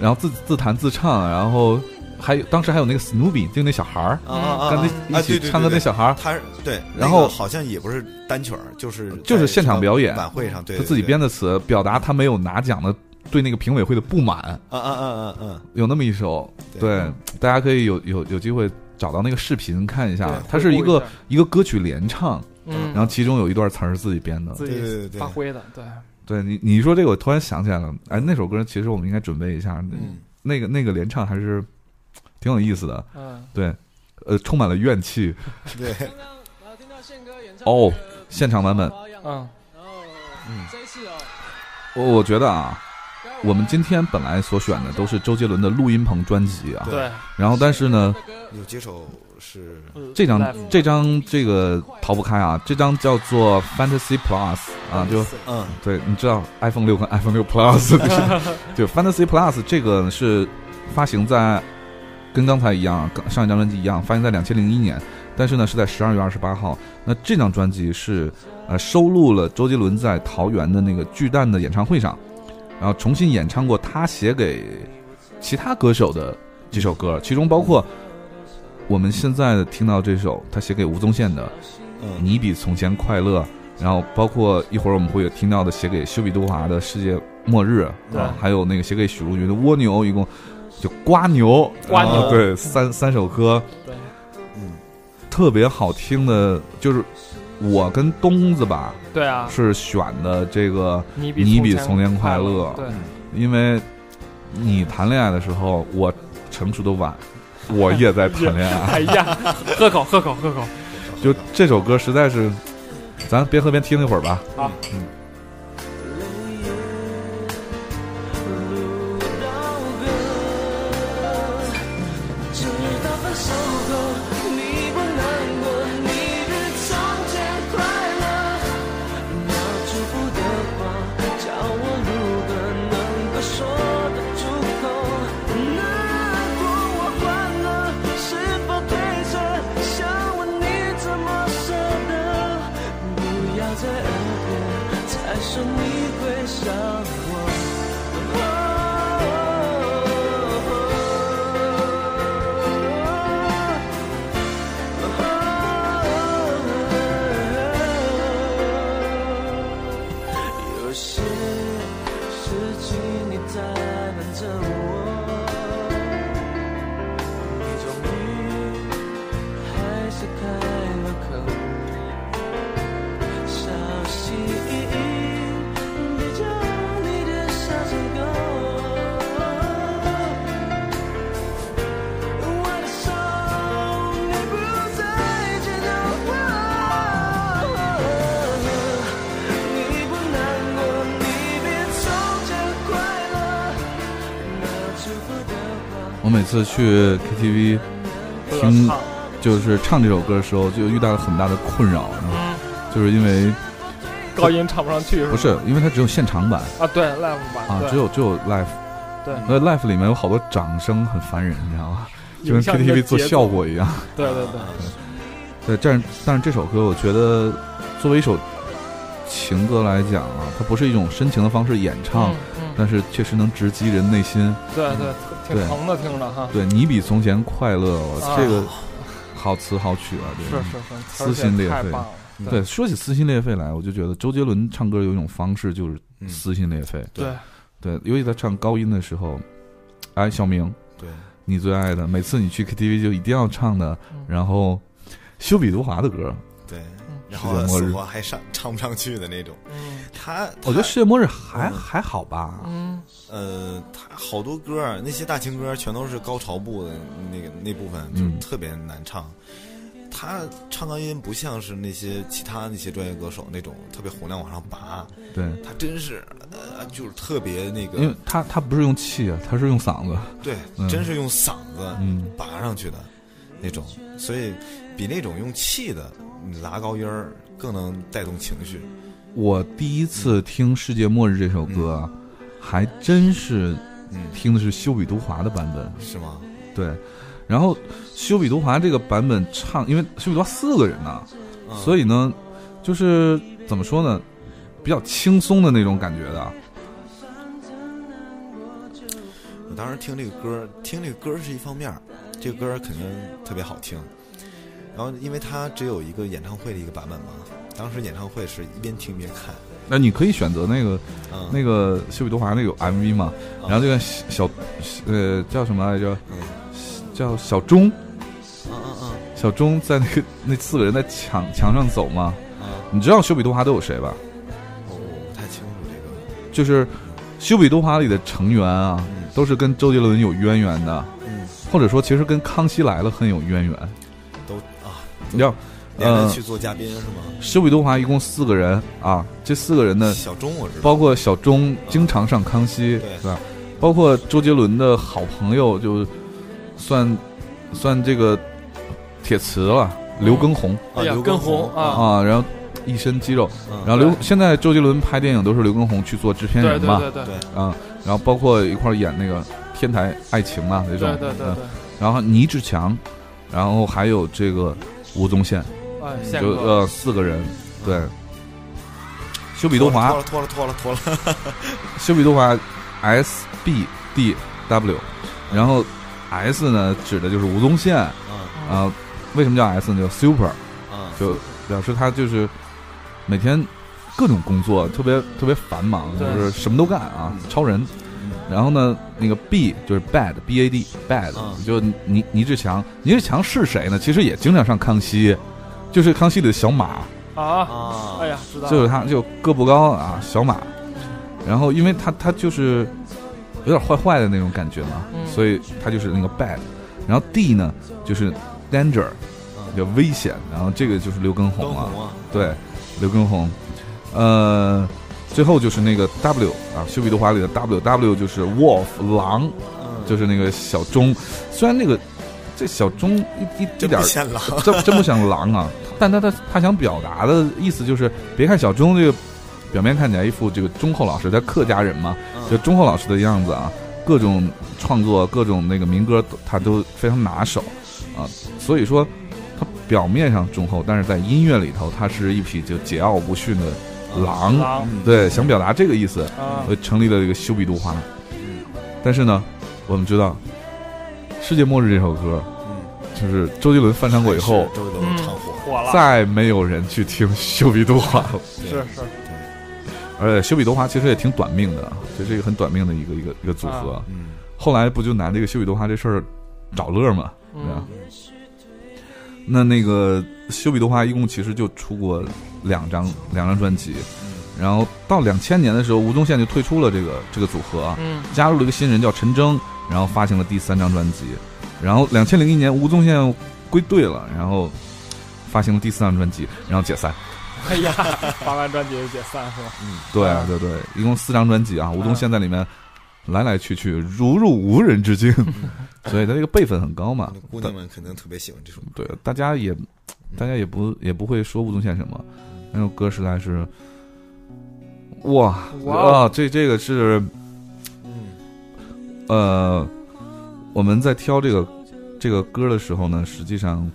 B: 然后自自弹自唱，然后还有当时还有那个 Snoopy，就那小孩儿，
D: 啊啊啊！
B: 嗯跟
D: 啊
B: 那一
D: 对
B: 起
D: 对
B: 唱歌
D: 对
B: 那小孩儿，
D: 他是对，
B: 然后
D: 那个好像也不是单曲儿，就是
B: 就是
D: 在
B: 现场表演
D: 晚会上，对，
B: 他自己
D: 对
B: 编的词，表达他没有拿奖的对那个评委会的不满，
D: 啊啊啊啊啊！
B: 有那么一首，
D: 对
B: 对，大家可以有有有机会找到那个视频看一
C: 对
B: 下，它是一，
C: 回顾
B: 个
C: 下
B: 一个歌曲连唱，
C: 嗯，
B: 然后其中有一段词儿是自己编的。
C: 自
D: 对对
C: 己
D: 对对
C: 发挥的，对，
B: 对你你一说这个，我突然想起来了，哎，那首歌其实我们应该准备一下，
C: 嗯
B: 那个那个连唱还是挺有意思的，
C: 嗯，
B: 对，呃，充满了怨气
D: 对，
B: 哦，现场版本，
C: 嗯，
B: 嗯我我觉得啊。我们今天本来所选的都是周杰伦的录音棚专辑啊，
C: 对，
B: 然后但是呢，
D: 有几首是
B: 这张
C: Live
B: 这张这个逃不开啊，这张叫做 Fantasy Plus 啊，就
D: 嗯
B: 对，你知道 iPhone 六跟 iPhone 六 Plus 就是就 Fantasy Plus 这个是发行在跟刚才一样，跟上一张专辑一样，发行在两千零一年，但是呢是在十二月二十八号。那这张专辑是呃收录了周杰伦在桃园的那个巨蛋的演唱会上，然后重新演唱过他写给其他歌手的几首歌，其中包括我们现在听到这首他写给吴宗宪的
D: 嗯
B: 你比从前快乐，然后包括一会儿我们会有听到的写给修比杜华的《世界末日》，
C: 对
B: 啊，还有那个写给许茹芸的《蜗牛》，一共就瓜牛，
C: 瓜牛
B: 然后对，三三首歌
C: 对，
D: 嗯
B: 特别好听的，就是我跟东子吧
C: 对啊，
B: 是选的这个，
C: 你比
B: 你比
C: 从
B: 从前快
C: 快
B: 乐
C: 对，
B: 因为你谈恋爱的时候我成熟的晚，我也在谈恋 爱，
C: 哎呀，喝口喝口喝口，
B: 就这首歌实在是，咱边喝边听一会儿吧。
A: 路到歌，直到分手后，你不难过，你比从前快乐。那祝福的话，叫我如何能够说得出口？难过我欢乐，是否对着？想问你怎么舍得？不要在耳边再说你会想我。有些事情你在瞒着我，你终于还是开了口，小心翼翼地将你的小情勾。我的手，你不再牵着我。你不难过，你比从前快乐。那祝福的话，
B: 我每次去 KTV
C: 不要
B: 听
C: 唱，
B: 就是唱这首歌的时候，就遇到了很大的困扰，然后就是因为
C: 嗯高音唱不上去
B: 不
C: 是
B: 是因为它只有现场版
C: 吧？啊，对，live 版
B: 啊，
C: 对
B: 只有只有 live，
C: 对
B: 那 live 里面有好多掌声，很烦人，你知道吗？就
C: 影
B: 跟
C: 响你的
B: KTV 做啊
C: 节奏
B: 效果一样。
C: 对对对，
B: 对，但是但是这首歌，我觉得作为一首情歌来讲啊，它不是一种深情的方式演唱，
C: 嗯，嗯
B: 但是确实能直击人内心。
C: 对对，挺
B: 对
C: 疼的，听着哈，
B: 对你比从前快乐，我
C: 啊
B: 这个好词好曲啊，这
C: 是
B: 个
C: 是是，
B: 撕心裂肺
C: 太棒了，
B: 对，说起撕心裂肺来，我就觉得周杰伦唱歌有一种方式就是
D: 嗯
B: 撕心裂肺。
C: 对，
B: 对，尤其他唱高音的时候，哎，小明，
D: 对，
B: 你最爱的，每次你去 KTV 就一定要唱的，
C: 嗯
B: 然后修比杜华的歌，
D: 对
C: 嗯，
D: 然
B: 世
D: 后
B: 界末日
D: 死活还上 唱不上去的那种。
C: 嗯
D: 他，他
B: 我觉得世界末日还、
D: 嗯
B: 还好吧，
C: 嗯，
D: 呃，他好多歌儿，那些大情歌儿全都是高潮部的那个那部分，就
B: 嗯
D: 特别难唱。他唱高音不像是那些其他那些专业歌手那种特别洪亮往上拔，
B: 对，
D: 他真是呃就是特别那
B: 因为
D: 个，
B: 他他不是用气啊，他是用嗓子，
D: 对
B: 嗯，
D: 真是用嗓子
B: 嗯，
D: 拔上去的那种，所以比那种用气的你拉高音儿更能带动情绪。
B: 我第一次听《世界末日》这首歌啊，还真是
D: 嗯，
B: 听的是修比独华的版本，
D: 是吗？嗯
B: 对。然后修比独华这个版本唱，因为修比独华四个人啊呢、
D: 嗯、
B: 所以呢，就是怎么说呢，比较轻松的那种感觉的。
D: 我当时听这个歌，听这个歌是一方面儿，这个歌肯定特别好听。然后，因为它只有一个演唱会的一个版本嘛，当时演唱会是一边听一边看，
B: 那你可以选择那个
D: 嗯，
B: 那个修比独华那个 MV 嘛，然后这个小小呃叫什么来着？
D: 嗯
B: 叫小钟，
D: 嗯嗯
B: 小钟在那个 那四个人在墙墙上走嘛。
D: 嗯嗯，
B: 你知道修比独华都有谁吧？
D: 我我不太清楚这个，
B: 就是修比独华里的成员啊，
D: 嗯
B: 都是跟周杰伦有渊源的，
D: 嗯，
B: 或者说其实跟《康熙来了》很有渊源。
D: 都啊，
B: 你知道，
D: 连着
B: 呃
D: 去，做嘉宾是吗？
B: 修比独华一共四个人啊，这四个人呢，
D: 小钟我知道，
B: 包括小钟经常上《康熙》，
D: 对
B: 吧？包括周杰伦的好朋友，就算算这个铁磁了，刘畊宏
C: 哎呀
D: 刘
C: 跟
D: 畊
C: 红啊
B: 啊，然后一身肌肉，
D: 嗯
B: 然后刘
C: 对
B: 现在周杰伦拍电影都是刘畊宏去做制片
C: 对
B: 人嘛，
C: 对对对
B: 啊，然后包括一块儿演那个《天台爱情》啊那
C: 对
B: 种，
C: 对对对
B: 嗯，然后倪志强，然后还有这个吴宗宪，
C: 对哎，宪
B: 就
C: 哥，
B: 呃四个人，对，修比
D: 李
B: 都华
D: 脱，了脱了脱了脱了，脱了
B: 修比都华 S B D W，然后 S 呢指的就是吴宗宪啊、
D: 嗯
B: 为什么叫 S 呢？叫 Super，
D: 嗯，
B: 就表示他就是每天各种工作特别特别繁忙，就
C: 对
B: 是什么都干啊，
D: 嗯
B: 超人。然后呢，那个 B 就是 bad B A D bad，、
D: 嗯
B: 就倪倪志强，倪志强是谁呢？其实也经常上康熙，就是康熙里的小马，
C: 啊，
D: 啊，
C: 哎呀，知道了，
B: 就是他，就个不高啊，小马。然后，因为他他就是有点坏坏的那种感觉嘛，
C: 嗯
B: 所以他就是那个 bad。然后 D 呢，就是 danger，
D: 嗯，
B: 叫危险。然后这个就是刘畊
D: 跟
B: 宏啊，
D: 红啊，
B: 对，刘畊宏。呃，最后就是那个 W 啊，《修比多华》里的 W，W 就是 wolf 狼，
D: 嗯，
B: 就是那个小钟。虽然那个这小钟一一一
D: 这
B: 点
D: 不
B: 儿
D: 显狼，
B: 真真不像狼啊，但他他他想表达的意思就是，别看小钟这个表面看起来一副这个忠厚老实，他客家人嘛，就
D: 嗯
B: 忠厚老实的样子啊，各种创作、各种那个民歌，他都非常拿手啊。所以说，他表面上忠厚，但是在音乐里头，他是一匹就桀骜不驯的狼。
C: 狼
D: 嗯
B: 对，想表达这个意思，
C: 啊
B: 所，以成立了这个修比都花。但是呢，我们知道，《世界末日》这首歌
D: 嗯，
B: 就是周杰伦翻唱过以后。
D: 周杰
C: 嗯
D: 伦唱火，
C: 火了，
B: 再没有人去听修比多华了。
C: 是是，
B: 而且修比多华其实也挺短命的啊，这是一个很短命的一个一个一个组合。
C: 啊
D: 嗯，
B: 后来不就拿这个修比多华这事儿找乐嘛？对啊
C: 嗯，
B: 那那个修比多华一共其实就出过两张两张专辑，然后到两千年的时候，吴宗宪就退出了这个这个组合啊，
C: 嗯，
B: 加入了一个新人叫陈征，然后发行了第三张专辑。然后两千零一年，吴宗宪归队了，然后发行了第四张专辑，然后解散。
C: 哎呀，发完专辑就解散是吧？
B: 对
C: 啊
B: 对对，一共四张专辑啊，吴宗宪在里面来来去去，如入无人之境，所以他这个辈分很高嘛
D: 那。姑娘们肯定特别喜欢这首歌，
B: 对，大家也大家也不也不会说吴宗宪什么，那首歌实在是，哇
C: 哇
B: 啊，这这个是
D: 嗯
B: 呃，我们在挑这个这个歌的时候呢，实际上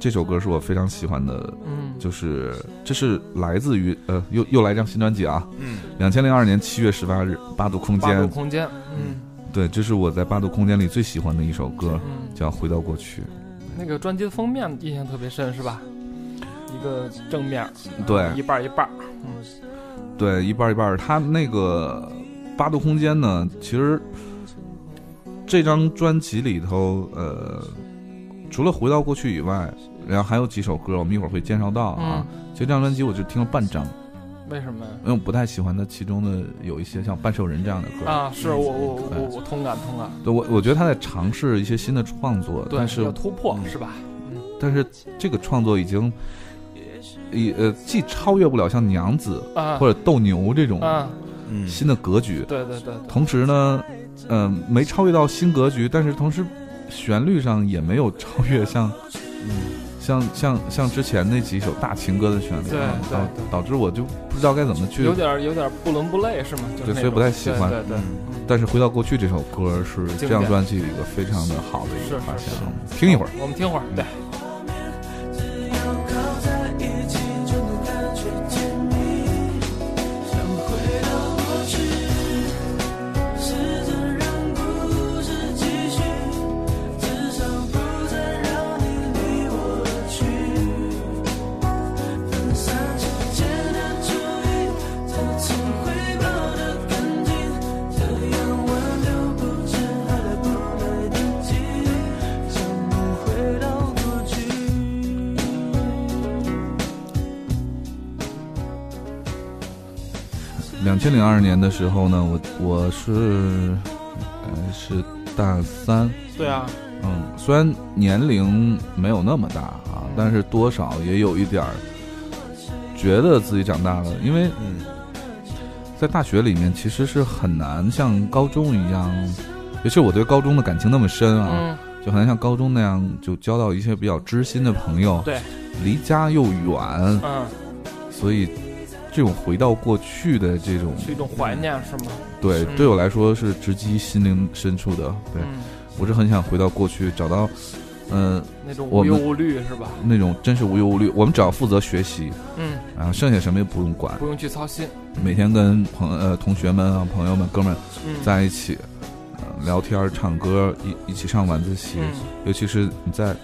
B: 这首歌是我非常喜欢的，
C: 嗯，
B: 就是这是来自于呃又又来一张新专辑啊，
D: 嗯
B: 两千零二年七月十八日，八度空
C: 八度
B: 间，
C: 空间，嗯
B: 对，这是我在八度空间里最喜欢的一首歌，
C: 嗯，
B: 叫《回到过去
C: 那个专辑的封面印象特别深是吧？一个正面，》。
B: 对
C: 一半儿一半儿，
B: 对，一半儿一半儿。它那个八度空间呢，其实这张专辑里头，呃，除了《回到过去》以外，然后还有几首歌，我们一会儿会介绍到啊。
C: 嗯，
B: 其实这张专辑我就听了半张，
C: 为什么呀？
B: 因为我不太喜欢它其中的有一些像《半兽人》这样的歌。
C: 啊，是我我
B: 对
C: 我我通感通感，
B: 对我我觉得他在尝试一些新的创作，
C: 对，
B: 但是
C: 要突破
D: 嗯
C: 是吧？
B: 但是这个创作已经，也呃，既超越不了像娘子
C: 啊
B: 或者斗牛这种
C: 啊，
D: 嗯，
B: 新的格局，
C: 对对对，对
B: 同时呢，嗯、没超越到新格局，但是同时旋律上也没有超越像
D: 嗯
B: 像像像之前那几首大情歌的旋律
C: 对
B: 啊，
C: 对对
B: 导导致我就不知道该怎么去
C: 有。点有点不伦不类是吗？就是
B: 对
C: 那
B: 所以不
C: 种
B: 太喜欢
C: 对对对，
D: 嗯
B: 但是回到过去，这首歌是这
C: 经
B: 张
C: 典
B: 专辑里一个非常的好的一个
C: 是
B: 发现
C: 是
B: 啊。听一会儿，嗯
C: 我们听会儿，对。
A: 要靠在一起就能感觉甜蜜，想回到过去，试着让故事继续，至少不再让你离我而去。分散时间的注意，这次回报的更紧，这样挽留不知还来不来得及，想不回到过去。
B: 两千零二年的时候呢，我我是呃是大三，
C: 对啊，
B: 嗯，虽然年龄没有那么大啊，
C: 嗯
B: 但是多少也有一点儿觉得自己长大了，因为
D: 嗯
B: 在大学里面其实是很难像高中一样，尤其我对高中的感情那么深啊，
C: 嗯，
B: 就很难像高中那样就交到一些比较知心的朋友，
C: 对，
B: 离家又远，
C: 嗯，
B: 所以这种回到过去的这种，
C: 是一种怀念是吗？
B: 对
C: 嗯
B: 对我来说是直击心灵深处的，对
C: 嗯，
B: 我是很想回到过去，找到，嗯、
C: 那种
B: 我
C: 无
B: 们
C: 忧无虑是吧？
B: 那种真是无忧无虑，我们只要负责学习，
C: 嗯，
B: 然后剩下什么也不用管，
C: 不用去操心。
B: 每天跟朋呃同学们啊、朋友们、哥们儿
C: 嗯，
B: 在一起，呃、聊天儿、唱歌，一一起上晚自习，
C: 嗯，
B: 尤其是你在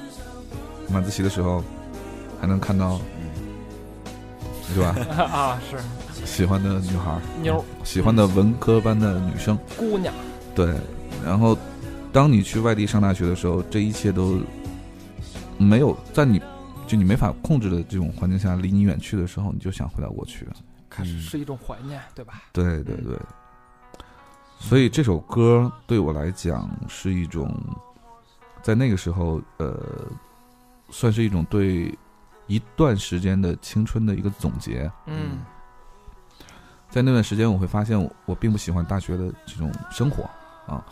B: 晚自习的时候，还能看到，
D: 嗯，
B: 对吧？
C: 啊，是
B: 喜欢的女孩儿，
C: 妞儿
B: 喜欢的文科班的女生，
C: 姑娘，
B: 对。然后，当你去外地上大学的时候，这一切都没有在你就你没法控制的这种环境下离你远去的时候，你就想回到过去。
C: 开始
D: 嗯
C: 是一种怀念，对吧？
B: 对对对，所以这首歌对我来讲是一种，在那个时候，呃，算是一种对一段时间的青春的一个总结。
C: 嗯，
B: 在那段时间，我会发现我我并不喜欢大学的这种生活。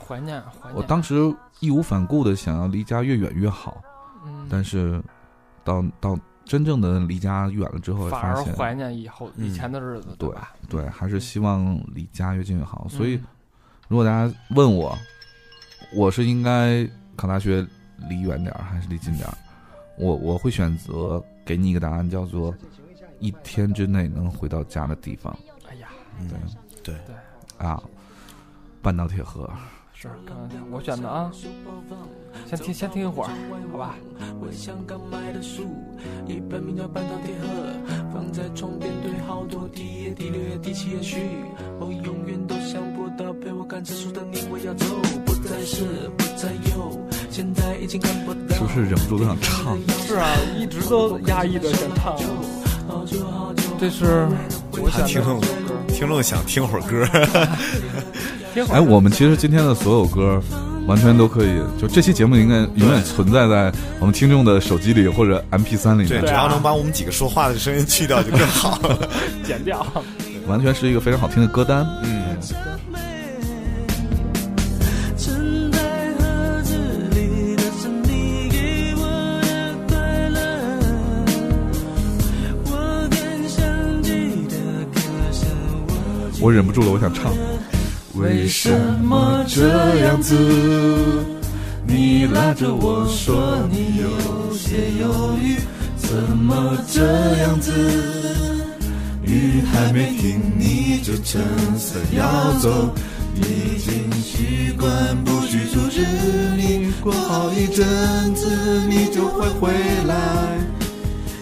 C: 怀念，怀念。
B: 我当时义无反顾的想要离家越远越好，
C: 嗯，
B: 但是到到真正的离家远了之后，
C: 反
B: 发
C: 而
B: 现
C: 怀念以后以
D: 嗯
C: 前的日子，
B: 对
C: 吧？
B: 对，还是希望离家越近越好。所以
C: 嗯，
B: 如果大家问我，我是应该考大学离远点儿还是离近点儿，我我会选择给你一个答案，叫做一天之内能回到家的地方
C: 哎呀，
D: 嗯
B: 啊，半岛铁盒。
C: 是开玩笑，我选的啊，先听先听一会儿，好吧？
A: 为香港买的书，一本名叫《半糖铁盒》，放在床边堆好多，第一页、第六页、第七页序。我永远都想不到陪我看这书的你，我要走，不再是，不再有，现在已经看不到。
C: 嗯
B: 是不是忍不住都想唱？
C: 是啊，一直都压抑着想唱。
A: 好久好久，
C: 这是我
D: 怕
C: 选
D: 听
C: 的
D: 众听众想听会儿歌，
C: 听会
B: 哎，
C: 儿，
B: 我们其实今天的所有歌，完全都可以。就这期节目应该永远存在在我们听众的手机里 或者 MP 3里
D: 对，
B: 面
D: 只
C: 对，
D: 要能把我们几个说话的声音去掉就更好了。
C: 剪掉。
B: 完全是一个非常好听的歌单。
D: 嗯，
A: 存在盒子里的是你给我的快乐，我更想记得，可是我
B: 我忍不住了，我想唱。为什么这样子？你拉着我说你有些犹豫，怎么这样子？雨还没停，你就撑伞要走，已经习惯不去阻止你。过好一阵子，你就会回来。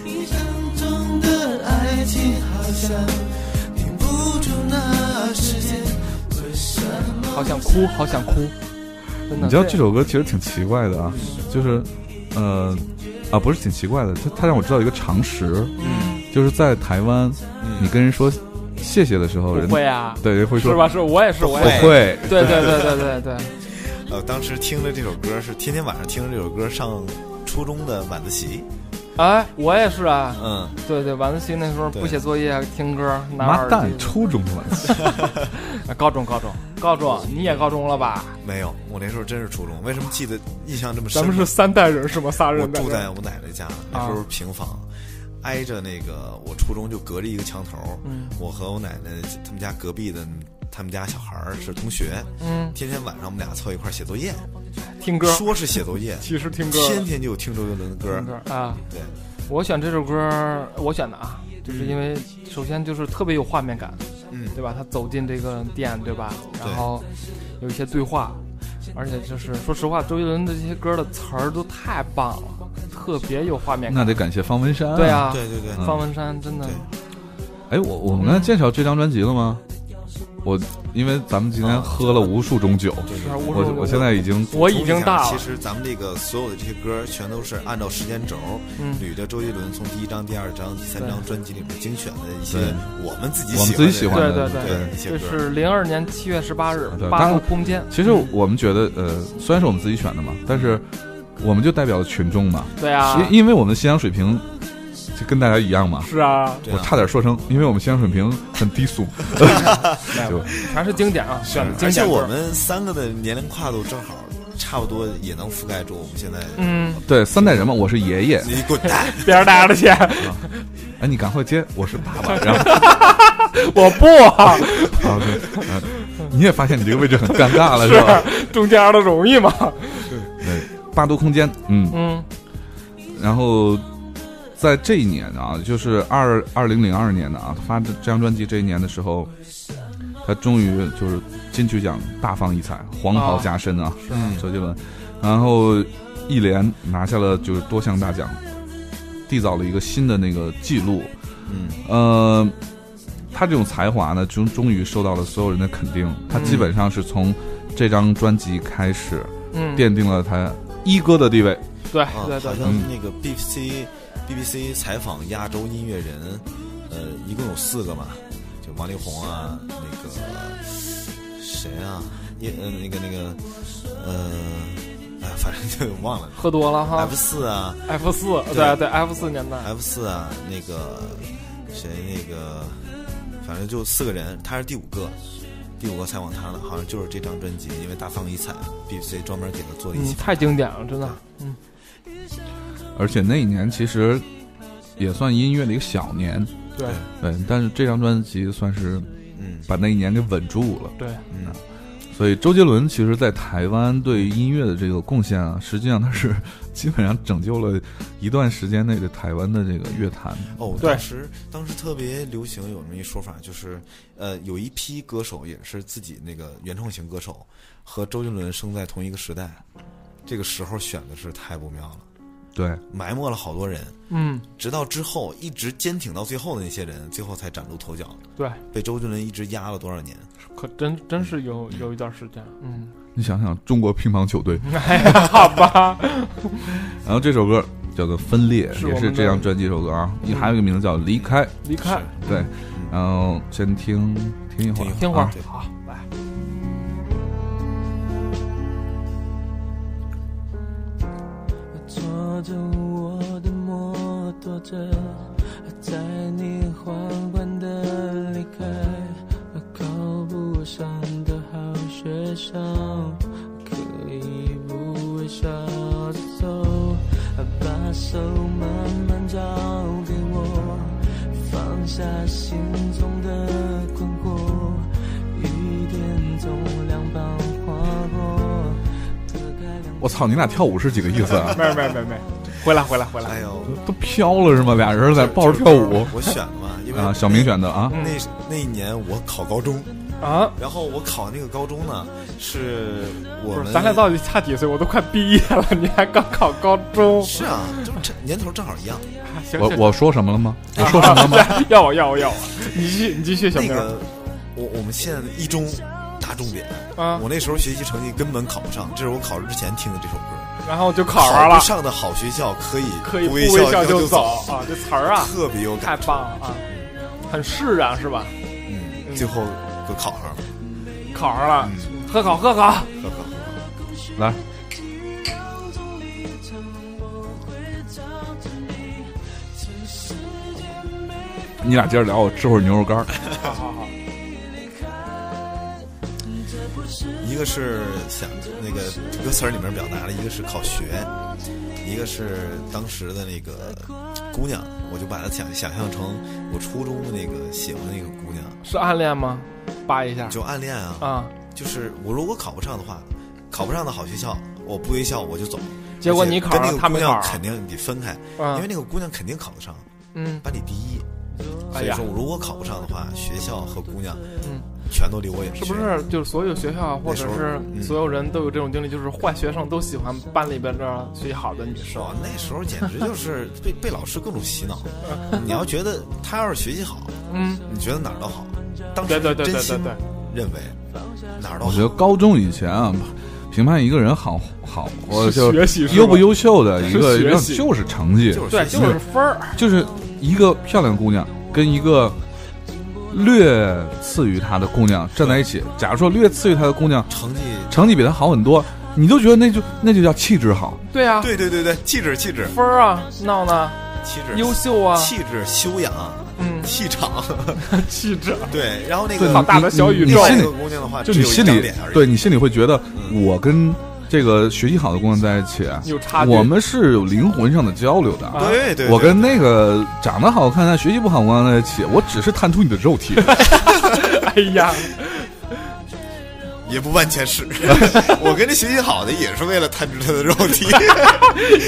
A: 印象中的爱情好像停不住那时间，为什么？
C: 好想哭，好想哭。真的，
B: 你知道这首歌其实挺奇怪的啊，就是，呃，啊，不是挺奇怪的，它它让我知道一个常识，
C: 嗯
B: 就是在台湾，你跟人说谢谢的时候，人
C: 不会啊，
B: 对人会说
C: 是吧？是我也是，我
B: 不
C: 也是。
B: 会，
C: 对对对对对对，
D: 呃，当时听着这首歌是天天晚上听着这首歌上初初中的晚自习，
C: 哎，我也是啊，
D: 嗯，
C: 对对，晚自习那时候不
D: 对
C: 写作业，听歌，拿
B: 妈
C: 耳
B: 蛋，
C: 机，
B: 初中 了，
C: 啊高中高中高中，你也高中了吧？
D: 没有，我那时候真是初中。为什么记得印象这么深
C: 咱
D: 呢？
C: 们是三代人是吗？仨
D: 我
C: 人啊
D: 住在我奶奶家，那时候平房，挨着那个我初中就隔着一个墙头，
C: 嗯
D: 我和我奶奶他们家隔壁的他们家小孩儿是同学，
C: 嗯，
D: 天天晚上我们俩凑一块儿写作业，
C: 听歌，
D: 说是写作业，
C: 其实听歌，
D: 天天就有听周杰伦的
C: 听
D: 歌，
C: 歌啊。
D: 对，
C: 我选这首歌，我选的啊，就是因为首先就是特别有画面感，
D: 嗯，
C: 对吧？他走进这个店，对吧？
D: 对
C: 然后有一些对话，而且就是说实话，周杰伦的这些歌的词儿都太棒了，特别有画面
B: 那
C: 感。
B: 得感谢方文山、
C: 对，啊，
D: 对对对，
C: 方文山真的
D: 对
B: 哎，我我
C: 嗯
B: 们刚才介绍这张专辑了吗？我因为咱们今天喝了无数种酒，
D: 对
C: 是
D: 对。
C: 无
B: 我
C: 数。
B: 我现在已经
C: 我已经大
D: 其
C: 了，
D: 实咱们这个所有的这些歌全都是按照时间轴
C: 嗯，
D: 捋着周杰伦从第一张、第二张、第三张专辑里面精选的一些
B: 对
D: 我们自己
B: 我们自己喜
D: 喜
B: 欢
D: 欢的
B: 的
C: 对对
D: 对一
C: 这
D: 些歌，
C: 是零二年七月十八日
B: 啊对
C: 八
B: 当
C: 度
B: 然
C: 空间。
B: 其实我们觉得，呃，虽然是我们自己选的嘛，但是我们就代表了群众嘛，
C: 对啊，
B: 因因为我们的欣赏水平就跟大家一样嘛。
C: 是啊，
D: 对
B: 我
D: 啊
B: 差点说成，因为我们欣赏水平很低俗，就
C: 全是经典啊，选的经
D: 而且
C: 典歌
D: 我们三个的年龄跨度正好，差不多也能覆盖住我们现在。
C: 嗯，
B: 对三代人嘛，我是爷爷，
D: 你滚蛋！
C: 别人大家的钱，
B: 哎，你赶快接，我是爸爸，然后
C: 我不，
B: 啊对、啊你也发现你这个位置很尴尬了，是吧？
C: 中间的容易吗？
B: 八度空间，嗯，
C: 嗯，
B: 然后在这一年啊，就是二二零零二年的啊，发这张专辑这一年的时候，他终于就是金曲奖大放异彩，黄袍加身啊，
C: 是
D: 嗯
C: 啊
B: 周杰伦，然后一连拿下了就是多项大奖，缔造了一个新的那个记录。
D: 嗯，
B: 呃，他这种才华呢，终终于受到了所有人的肯定。他基本上是从这张专辑开始，
C: 嗯，
B: 奠定了他一哥的地位。
C: 对
D: 啊，
C: 对对
D: 好
C: 对，
D: 像那个 BBC BBC 采访亚洲音乐人，呃，一共有四个嘛，就王力宏啊，那个谁啊，也呃那个那个呃，哎，反正就忘了
C: 喝多了哈
D: F 四啊
C: F 四，对
D: 对
C: 对 F 四年代，
D: ，F 四啊，那个谁那个，反正就四个人，他是第五个。第五个采访他的，好像就是这张专辑，因为大放异彩，BBC 专门给他做了一
C: 嗯
D: 期，。
C: 太经典了，真的，嗯
B: 而且那一年其实也算音乐的一个小年，
C: 对
B: 对，但是这张专辑算是
D: 嗯
B: 把那一年给稳住了。
C: 对，
D: 嗯，
B: 所以周杰伦其实，在台湾对音乐的这个贡献啊，实际上他是基本上拯救了一段时间内的台湾的这个乐坛。
D: 哦，
C: 对
D: 当时当时特别流行有这么一说法，就是呃，有一批歌手也是自己那个原创型歌手，和周杰伦生在同一个时代，这个时候选的是太不妙了，
B: 对，
D: 埋没了好多人，
C: 嗯
D: 直到之后一直坚挺到最后的那些人，最后才崭露头角，
C: 对，
D: 被周杰伦一直压了多少年？
C: 可真真是有有一段时间，嗯，
B: 你想想中国乒乓球队，
C: 哎呀，好吧，
B: 然后这首歌叫做《分裂》，
C: 是
B: 也
C: 我们
B: 是
C: 的
B: 这张专辑一首歌啊，
C: 嗯
B: 还有一个名字叫《离开》。
C: 离开，
B: 对，然后先听听一会儿，
D: 听
C: 听会儿
B: 啊，
C: 好，来，
A: 坐着我的摩托车，在你缓缓的离开，考不上的好学校，可以不微笑着走，把手慢慢交给我，放下心中的困惑，雨点从两旁划过，隔开两。
B: 我操，你俩跳舞是几个意思啊？
C: 没没没没，回来回来回来，
D: 哎呦，
B: 都飘了是吗？俩人在抱着跳舞
D: 我选的嘛，因为
B: 啊，小明选的啊，
D: 那那一年我考高中，
C: 啊，
D: 然后我考那个高中呢，是我
C: 不是，
D: 们
C: 咱俩到底差几岁？我都快毕业了，你还刚考高中，
D: 是啊，就这年头正好一样。
C: 啊行
B: 我
C: 行
B: 我说什么了吗？我说什么了吗？
C: 行 要我要我要我，你继续你继续，小
D: 那
C: 明
D: 个，我我们县一中大重点，
C: 啊
D: 我，那时候学习成绩根本考不上，这是我考试之前听的这首歌。
C: 然后就考
D: 考
C: 上了
D: 不，上的好学校可以
C: 可以不
D: 微
C: 微笑
D: 就
C: 就走，啊，这词儿啊，
D: 特别有
C: 太
D: 感触。
C: 棒了啊，很释然是吧？
D: 嗯，最后就考上了，
C: 考上了，
D: 嗯
C: 喝考喝考，
D: 高考。
B: 来，你俩接着聊，我吃会儿牛肉干儿。
C: 好好好，
D: 一个是想那个歌词儿里面表达的，一个是考学，一个是当时的那个姑娘，我就把它想想象成我初中的那个喜欢那个姑娘，
C: 是暗恋吗？扒一下
D: 就暗恋啊，
C: 啊，
D: 就是我如果考不上的话，考不上的好学校，我不回校我就走。
C: 结果你考
D: 而
C: 上，
D: 且跟那
C: 他
D: 个姑
C: 没考
D: 娘
C: 上
D: 肯，定得分开，因
C: 嗯
D: 为那个姑娘肯定考得上，
C: 嗯，
D: 班里第一。所
C: 哎
D: 以
C: 呀
D: 说，，如果考不上的话，学校和姑娘
C: 嗯，
D: 全都离我远去。
C: 是不是就是所有学校或者
D: 那时候
C: 是
D: 嗯
C: 所有人都有这种经历，就是坏学生都喜欢班里边的学习好的女
D: 是
C: 生？
D: 吧？那时候简直就是被被老师各种洗脑。你要觉得他要是学习好，
C: 嗯，
D: 你觉得哪儿都好。当时
C: 对对对
D: 真
C: 对
D: 心
C: 对对，
D: 认为哪儿都
B: 我觉得
D: 好。
B: 高中以前啊，评判一个人好好或者
C: 是
B: 就
C: 学习是
B: 优不
C: 吗？
B: 优秀的一个
C: 是学
B: 要
C: 习
B: 就是成绩，
D: 就是
C: 对，
D: 学习
C: 就是分儿，
B: 就是一个漂亮姑娘跟一个略次于她的姑娘站在一起，假如说略次于她的姑娘
D: 成绩，
B: 成绩比她好很多，你都觉得那就那就叫气质好。
C: 对啊，
D: 对对对对，气质气质
C: 分儿啊，闹闹，
D: 气质，
C: 优秀啊，
D: 气质修养
C: 嗯，
D: 气场，
C: 气质，
D: 对。然后那
B: 对，
D: 个
C: 好大的
B: 你
C: 小宇
B: 你
C: 宙
B: 你心
D: 另外一
B: 里
D: 个姑娘
C: 啊
D: 的话，
B: 就
D: 只
B: 你
D: 有一
B: 心
D: 张
B: 里
D: 脸而已。
B: 对你心里会觉得
D: 嗯
B: 我跟这个学习好的姑娘在一起，啊
C: 有差距。
B: 我们是有灵魂上的交流的。
C: 啊
D: 对对对，
B: 我跟那个长得好看但学习不好的姑娘在一起，我只是探出你的肉体。
C: 哎呀，
D: 也不办 前事。我跟那学习好的也是为了探知他的肉 体。
B: 啊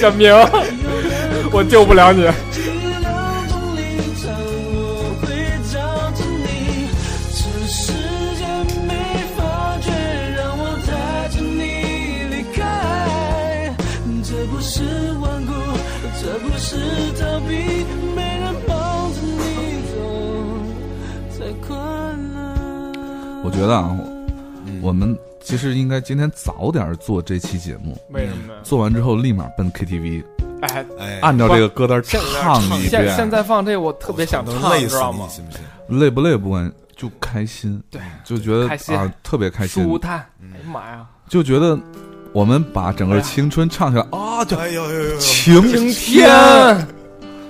C: 小明，我救不了你。
A: 一流动里头，我会找着你，只时间没发觉，让我带着你离开。这不是顽固，这不是逃避，没人抱着你走，才快乐。
B: 我觉得啊， 我我们其实应该今天早点做这期节目，
C: 为什么呢？
B: 做完之后立马奔 KTV，
C: 哎，
D: 哎，
B: 按照这个歌单唱一
C: 现
B: 遍。
C: 现在放这个我特别想
D: 能
C: 唱，
D: 累
C: 你
D: 死
C: 知道
D: 你
C: 吗？
D: 信不信？
B: 累不累不管，就开心，
C: 对，
B: 就觉得
C: 开心
B: 啊特别开心
C: 舒，坦，
D: 嗯
C: 哎呀妈呀，
B: 就觉得我们把整
C: 哎
B: 个青春唱下来啊，叫
D: 哎呦呦 呦呦！
B: 晴
C: 天
B: 天。！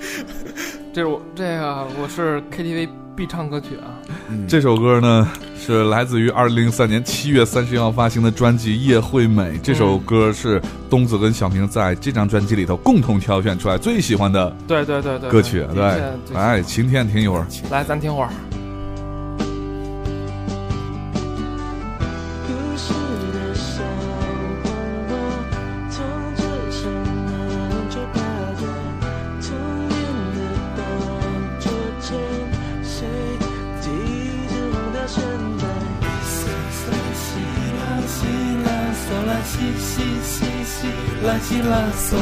C: 这是我这个我是 KTV 必唱歌曲啊，
D: 嗯
B: 这首歌呢是来自于二零零三年七月三十号发行的专辑《夜惠美》。这首歌是东子跟小明在这张专辑里头共同挑选出来最喜欢的
C: 对对对对，
B: 歌曲。
C: 的确
B: 对，哎，晴天听一会儿。
C: 来咱听会儿，
A: 故事的小黄瓜，从最深的嘴巴角，童年的棒球场，谁提着红的圣诞？西西啦西啦嗦啦西西西西啦西啦嗦，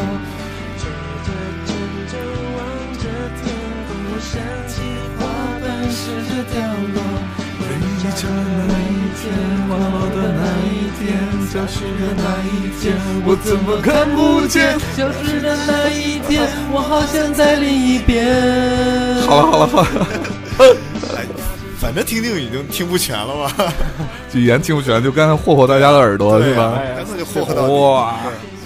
A: 垂着枕头望着天空，我想起花瓣试着掉落。回家那一天，忘我的那一天，教室的那一天，我怎么看不见？教室的那一天，我好像在另一边。
B: 好了好了好了，
D: 哎，反正听听已经听不全了吧？
B: 就言听不全，就刚才霍霍大家的耳 朵哦是
D: 啊
B: 吧？
C: 哎呀
D: 干脆就霍霍到底。
B: 哇，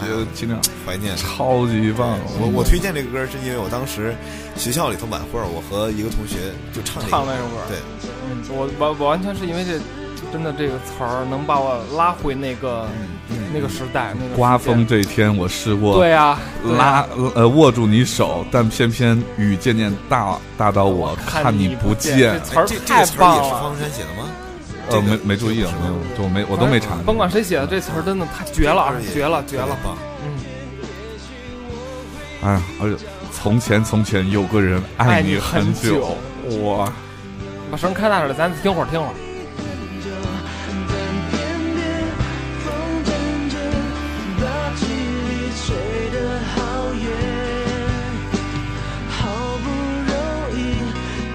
B: 哎这秦亮
D: 怀念。
B: 超级棒！
D: 我我
A: 嗯
D: 推荐这个歌是因为我当时学校里头晚会儿，我和一个同学就唱这
C: 唱
D: 个，哎
C: 那首歌。嗯
D: 对，
C: 我我我完全是因为这真的这个词儿能把我拉回那个那个时代，那个
B: 刮
C: 时间
B: 风。这天我试过
C: 对呀，对啊呀
B: 拉呃握住你手，但偏偏雨渐渐大大到我看你不见
C: 这。词儿
D: 这这
C: 太
D: 个词儿
C: 棒
D: 也是
C: 了
D: 方。山写的吗？
B: 呃，
D: 这
B: 没
D: 个
B: 没注意啊，没有，就我没我都没查。
C: 甭管谁写的，这词儿真的太绝了，啊
D: 这个
C: 绝了，绝
D: 特别
C: 了！
D: 棒！
C: 嗯，
B: 哎呀，而且从前从前有个人爱你很久，哇！
C: 把声开大点，咱听会儿，听会儿。
A: 但偏偏风筝着，把距离吹得好远，好不容易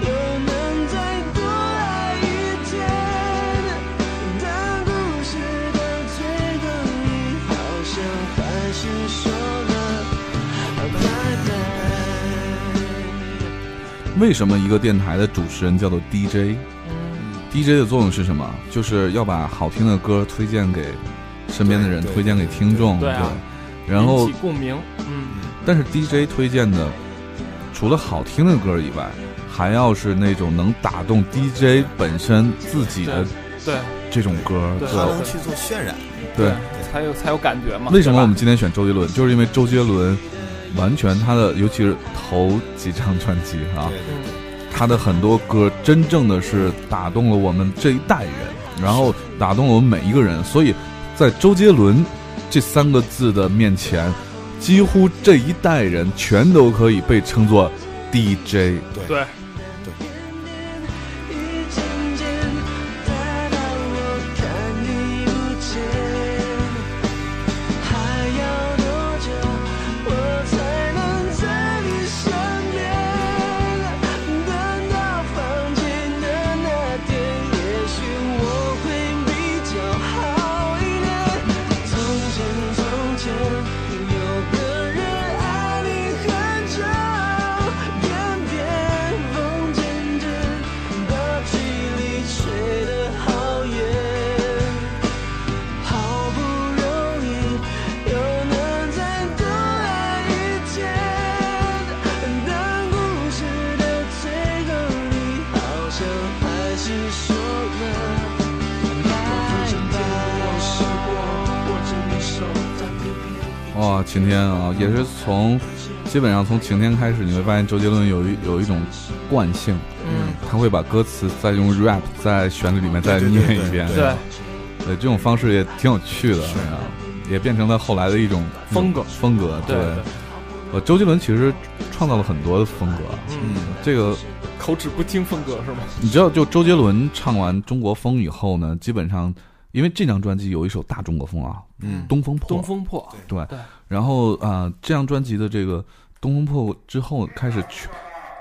A: 又能再多爱一天，但故事到最后你好像还是说了拜拜。
B: 为什么一个电台的主持人叫做 DJ？DJ
C: 嗯，
B: 的作用是什么？就是要把好听的歌推荐给身边的人，
D: 对对
B: 推荐给听众，
C: 对
B: 对
C: 啊。
B: 然后
C: 引起共鸣，嗯，
B: 但是 DJ 推荐的除了好听的歌以外，还要是那种能打动 DJ 本身自己的
C: 对
B: 这种歌儿。
C: 对
D: 他
B: 对
D: 能去做渲染，
B: 对，
C: 才有才有感觉嘛。
B: 为什么我们
C: 对吧
B: 今天选周杰伦？就是因为周杰伦完全他的，尤其是头几张专辑啊，
D: 对
C: 嗯
B: 他的很多歌真正的是打动了我们这一代人，然后打动了我们每一个人。所以在周杰伦这三个字的面前，几乎这一代人全都可以被称作 DJ。
D: 对
C: 对嗯
A: 一瞬间，再让我看你不见，还要多久我才能在你身边？等到放晴的那天，也许我会比较好一点。从前从前，有个人爱你很久，偏偏风渐渐。把距离吹得好远，好不容易又能再多爱一天，但故事的最后，你好像还是说了拜拜。
B: 哇，晴天啊，也是从基本上从晴天开始，你会发现周杰伦有一有一种惯性，
C: 嗯
B: 他会把歌词再用 rap 在旋律里面再
D: 对对
B: 念
D: 对
B: 一遍。
C: 对
B: 对，这种方式也挺有趣的，啊也变成了后来的一种
C: 风格
B: 嗯风格，
C: 对
B: 对，呃，周杰伦其实创造了很多的风格。啊
C: 嗯，
B: 这个
C: 口齿不清风格是吗？
B: 你知道，就周杰伦唱完《中国风》以后呢，基本上因为这张专辑有一首大中国风啊，
D: 嗯
B: 《东风破》
C: 东风破
B: 对
C: 对
B: 然后啊、这张专辑的这个《东风破》之后开始去，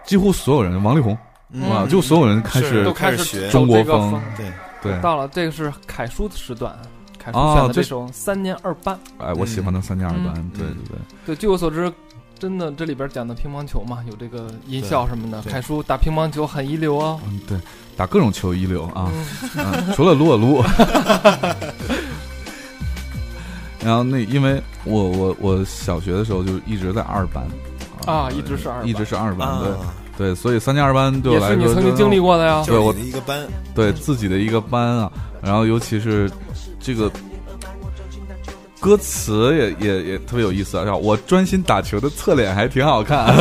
B: 几乎所有人，王力宏
D: 嗯
B: 啊，就所有人开
D: 是
B: 始
C: 都开
D: 开
C: 始
D: 始学
C: 走
B: 中国
C: 这个
B: 风
D: 对，
B: 对，
C: 到了，这个是凯叔的时段，凯叔
B: 哦
C: 选的
B: 这
C: 这
B: 是
C: 首《三年二班》。
B: 哎，我喜欢的三加二
C: 嗯
B: 班，对对对。
C: 对，据我所知，真的这里边讲的乒乓球嘛，有这个音效什么的。
D: 对
C: 凯叔打乒乓球很一流哦。
B: 嗯，对，打各种球一流 啊，嗯除了撸啊撸。 然后那因为我我我小学的时候就一直在二班
C: 啊一直是二班
B: 一直是二班，
D: 啊，
B: 对对，所以三加二班对
C: 也
B: 我来
C: 是
B: 说
C: 你曾经
B: 就
C: 经历过的呀。
D: 就
B: 对我
D: 是你的一个班，
B: 对自己的一个班啊，然后尤其是这个。歌词也也也特别有意思啊！叫我专心打球的侧脸还挺好看，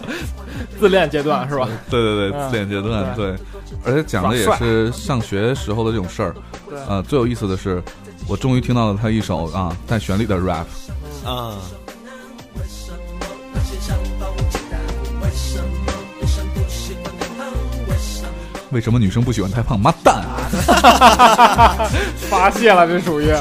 C: 自恋阶段是吧？
B: 对对对，
C: 嗯
B: 自恋阶段，对，
C: 对
B: 而且讲的也
C: 耍帅
B: 是上学时候的这种事儿。
C: 对，
B: 呃，最有意思的是，我终于听到了他一首啊带旋律的 rap，
D: 啊，
B: 为什么女生不喜欢太胖？妈蛋！啊
C: 发泄了，这属于。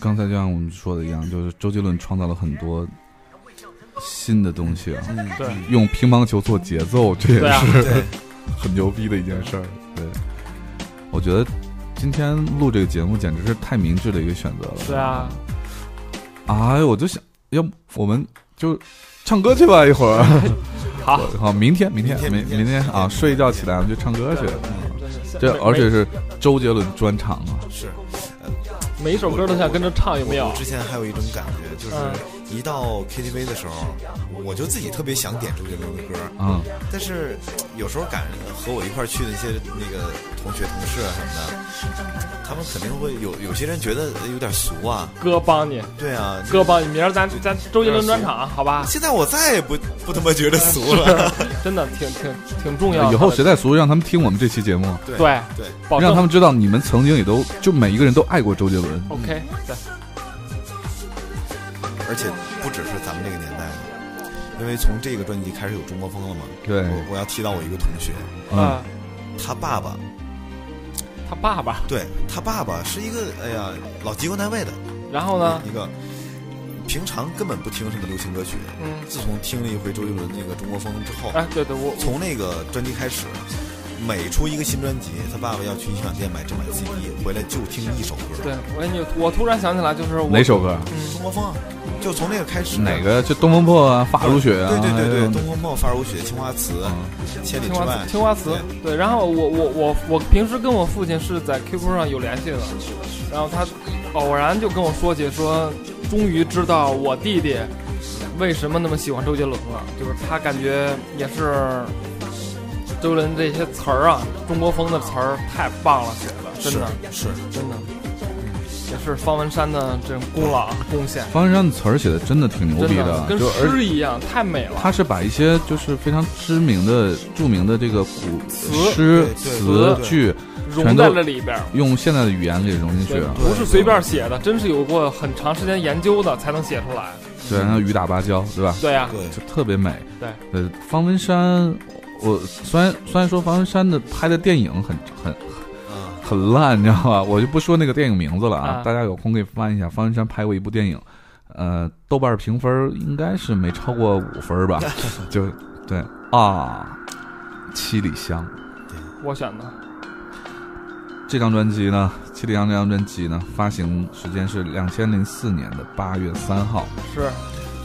B: 刚才就像我们说的一样，就是周杰伦创造了很多新的东西啊，
C: 对
B: 用乒乓球做节奏，这也
C: 对啊
B: 是很牛逼的一件事儿。对，我觉得今天录这个节目简直是太明智的一个选择了。
C: 对啊，
B: 哎，我就想要不我们就唱歌去吧，一会儿。
C: 好，
B: 好，明天，明天，
D: 明天
B: 明
D: 明天
B: 天啊，
D: 明天
B: 睡一觉起来我们就唱歌去。
C: 真是
B: 这
C: 每
B: 而且是周杰伦专场啊，
D: 是。
C: 啊每每一首歌都想跟着唱，有没有
D: 我？之前还有一种感觉，就是
C: 嗯
D: 一到 KTV 的时候，我就自己特别想点周杰伦的歌，
B: 嗯，
D: 但是有时候赶上和我一块儿去的一些那个同学、同事啊什么的，他们肯定会有有些人觉得有点俗啊，
C: 哥帮你，
D: 对啊，
C: 哥帮你，明儿咱咱周杰伦专场，好 吧？
D: 现在我再也不不他妈觉得 俗了，
C: 真的挺挺挺重要的。
B: 以后谁再俗，让他们听我们这期节目，啊
D: 对
C: 对
D: 对，
C: 保证
B: 让他们知道你们曾经也都就每一个人都爱过周杰伦。
C: OK，对，
D: 而且不只是咱们这个年代的，因为从这个专辑开始有中国风了嘛。
B: 对，
D: 我我要提到我一个同学，
B: 嗯
C: 啊，
D: 他爸爸，
C: 他爸爸，
D: 对他爸爸是一个哎呀老机关单位的
C: 然后呢，
D: 一个，平常根本不听什么流行歌曲，
C: 嗯，
D: 自从听了一回周杰伦那个《中国风》之后，
C: 哎，对对，我
D: 从那个专辑开始，每出一个新专辑，他爸爸要去音响店买正版 CD，回来就听一首歌，
C: 对我你我突然想起来，就是我
B: 哪？首歌？
D: 《
C: 嗯，
D: 中国风》，啊就从那个开始，啊
B: 哪个？就《东风破》啊，《发如雪》啊，
D: 对对对
B: 还有
D: 对，《东风破》《发如雪》《青花瓷》
B: 嗯
D: 千里
C: 青
D: 之
C: 花
D: 外
C: 瓷，》青花瓷，对。然后我我我我平时跟我父亲是在 QQ 上有联系的，然后他偶然就跟我说起，说终于知道我弟弟为什么那么喜欢周杰伦了，就是他感觉也是周杰伦这些词儿啊，中国风的词儿太棒了，写的真的。
D: 是是，
C: 真的，也是方文山的这种功劳贡献，
B: 方文山的词儿写的真的挺牛逼
C: 真的跟
B: 就而
C: 诗一样，太美了。
B: 他是把一些就是非常知名的、著名的这个古
C: 词
B: 诗
D: 对对
B: 词
D: 对
B: 句，
C: 融在了里边儿，
B: 用现在的语言给融进去啊
C: 对，。
D: 对
C: 不是随便写的，真是有过很长时间研究的才能写出来。
B: 对，然后雨打芭蕉，对吧？
C: 对呀、
D: 对，
B: 就特别美。
C: 对，
B: 呃，方文山，我虽然虽然说方文山的拍的电影很很
D: 嗯，
B: 很烂，你知道吧？我就不说那个电影名字了啊，
C: 啊
B: 大家有空可以翻一下。方文山拍过一部电影，呃，豆瓣评分应该是没超过五分吧，就对啊，《七里香》。
C: 我选的，
B: 这张专辑呢，《七里香》这张专辑呢，发行时间是两千零四年的八月三号。
C: 是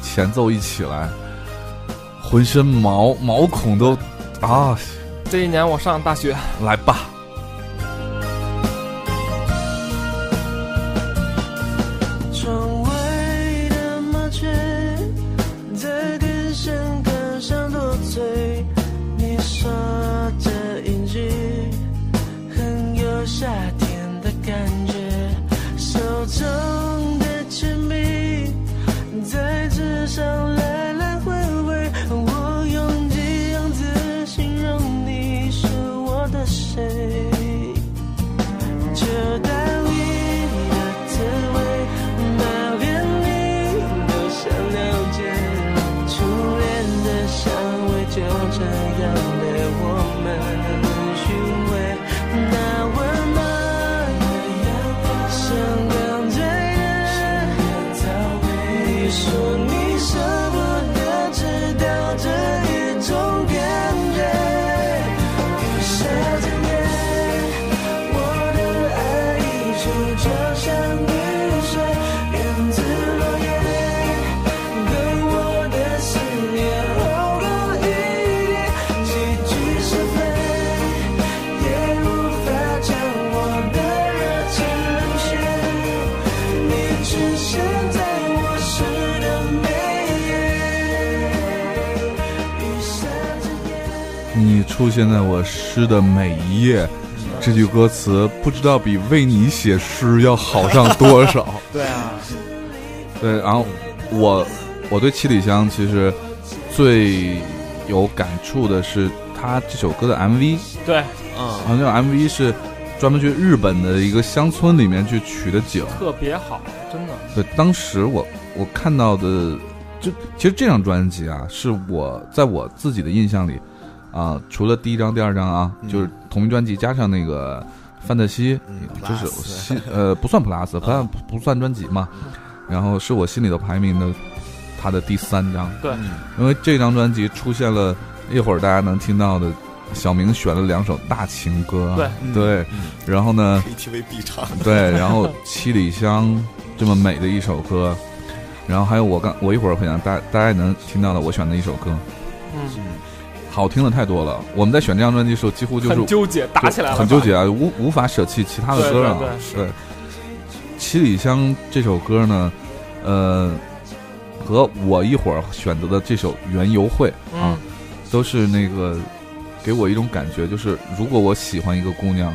B: 前奏一起来，浑身毛毛孔都啊，
C: 这一年我上大学，
B: 来吧。
A: 窗外的麻雀在电线杆上多嘴，你说这一句很有夏天的感觉，手中的铅笔在纸上来来回回，我用几样字形容你是我的谁。就当你的滋味，那连你都想了解。初恋的香味就这样被我们寻味，那温暖的阳光像灌醉人的草莓。你说你舍不得知道这一种感觉，雨下整夜。我的爱一直就像雨水，源自落叶，对我的思念厚厚一叠，几句是非也无法将我的热情冷却。你出现在我诗的每一页，雨下着夜。
B: 你出现在我诗的每一页，这句歌词不知道比为你写诗要好上多少。
C: 对啊，
B: 对，然后我我对《七里香》其实最有感触的是他这首歌的 MV，
C: 对，
D: 嗯，
B: 好像 MV 是专门去日本的一个乡村里面去取的景。
C: 特别好，真的。
B: 对，当时我我看到的，就其实这张专辑啊，是我在我自己的印象里，啊、除了第一张、第二张啊，
D: 嗯
B: 就是同名专辑加上那个范特西，
D: 嗯
B: 就是我
D: Plus 嗯
B: 心呃不算 plus，不算不算专辑嘛，然后是我心里头排名的他的第三张，
C: 对
D: 嗯
B: 因为这张专辑出现了一会儿大家能听到的，小明选了两首大情歌啊，
C: 对
D: 嗯
B: 对，
D: 嗯
B: 然后呢。
D: ，KTV 必唱，
B: 对，然后《七里香》这么美的一首歌，然后还有我刚我一会儿会想大大家也能听到的我选的一首歌，
C: 嗯，
B: 好听的太多了。我们在选这张专辑的时候，几乎就是
C: 很纠结，打起来了，
B: 很纠结，啊，无无法舍弃其他的歌啊。
C: 对
B: 对，《七里香》这首歌呢，呃，和我一会儿选择的这首《缘由会》啊
C: 嗯，
B: 都是那个给我一种感觉，就是如果我喜欢一个姑娘，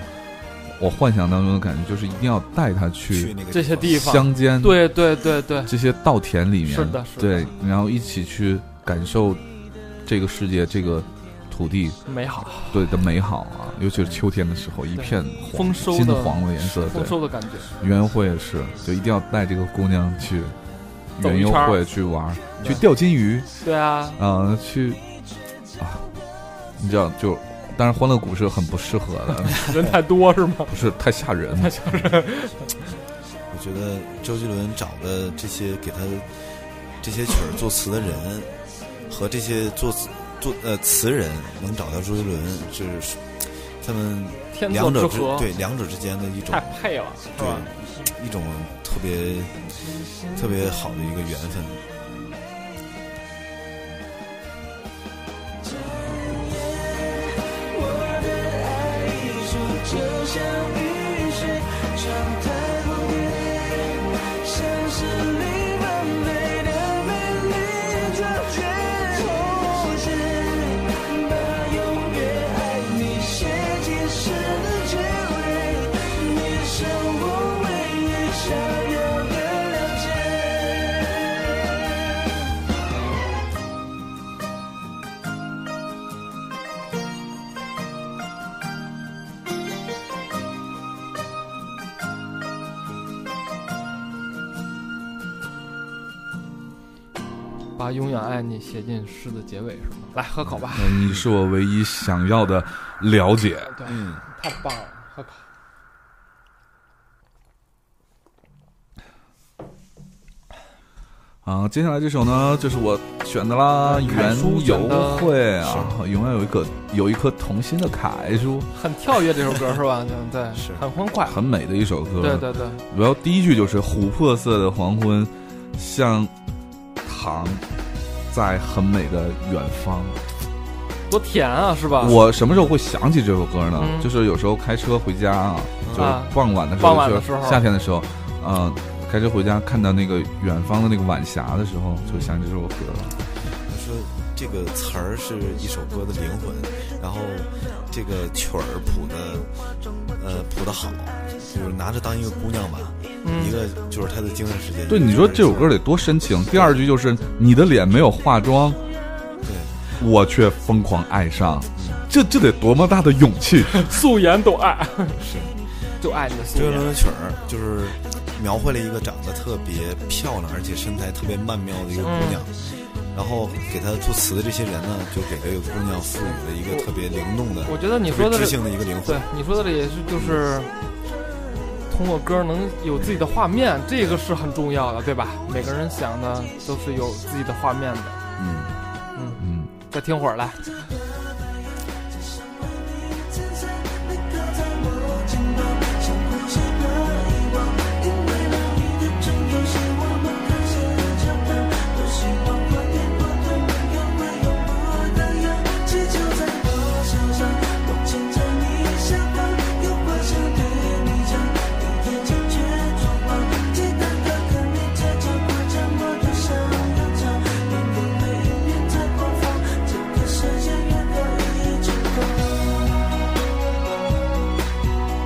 B: 我幻想当中的感觉就是一定要带她
D: 去
B: 去
D: 那个
C: 这些地方，
B: 乡间，，
C: 嗯对对对对，
B: 这些稻田里面，
C: 是的是的
B: 对，然后一起去感受这个世界，这个土地
C: 美好
B: 对的美好啊，尤其是秋天的时候，一片黄
C: 丰收
B: 金
C: 的
B: 黄的颜色，对
C: 丰，收的感觉。
B: 园游会也是，就一定要带这个姑娘去
C: 走
B: 园
C: 一
B: 游
C: 圈儿
B: 会去玩儿，去
C: 对
B: 钓金鱼
C: 对啊，
B: 啊、去啊，你知道就，当然欢乐谷是很不适合的，
C: 人太多是吗？
B: 不是太吓人，
D: 我觉得周杰伦找的这些给他这些曲儿作词的人和这些作词作呃词人能找到周杰伦，就是他们
C: 天作
D: 两
C: 之
D: 者之
C: 合，
D: 对两者之间的一种
C: 太配了，是吧？
D: 对一种特别特别好的一个缘分。
C: 把永远爱你写进诗的结尾是吗？来喝口吧，
B: 嗯你是我唯一想要的了解。
C: 对，
D: 嗯，
C: 太棒了，喝口。
B: 啊，接下来这首呢，就是我选的啦，
C: 凯
B: 园
C: 叔
B: 游
C: 选的
B: 会啊，永远有一个有一颗童心的凯叔，
C: 很跳跃这首歌是吧？对对，
D: 是
C: 很欢快。
B: 很美的一首歌。
C: 对对对，
B: 然后第一句就是琥珀色的黄昏，像糖，在很美的远方。
C: 多甜啊，是吧？
B: 我什么时候会想起这首歌呢？
C: 嗯
B: 就是有时候开车回家啊，就是
C: 啊
B: 傍晚的时候，
C: 傍晚的时候
B: 就是夏天的时候，嗯、开车回家看到那个远方的那个晚霞的时候，就想起这首歌了。
D: 他说这个词儿是一首歌的灵魂，然后这个曲儿谱的呃谱的好，就是拿着当一个姑娘吧，一
C: 嗯，
D: 个就是他的精神世界。
B: 对，
D: 一个
B: 你说
D: 就是
B: 这首歌得多深情。第二句就是你的脸没有化妆，
D: 对。嗯
B: 我却疯狂爱上，这这得多么大的勇气！
C: 素颜都爱，
D: 是
C: 就爱你的素
D: 周杰
C: 颜
D: 伦。的曲儿就是描绘了一个长得特别漂亮，而且身材特别曼妙的一个姑娘。
C: 嗯
D: 然后给她作词的这些人呢，就给这个姑娘赋予了一个特别灵动的、
C: 我觉得你
D: 特
C: 说
D: 别
C: 的
D: 知
C: 这，
D: 性的一个灵魂
C: 对。你说的这也是就是通过歌能有自己的画面，这个是很重要的，对吧？每个人想的都是有自己的画面的。
D: 嗯，
C: 嗯，
B: 嗯。
C: 再听会儿来，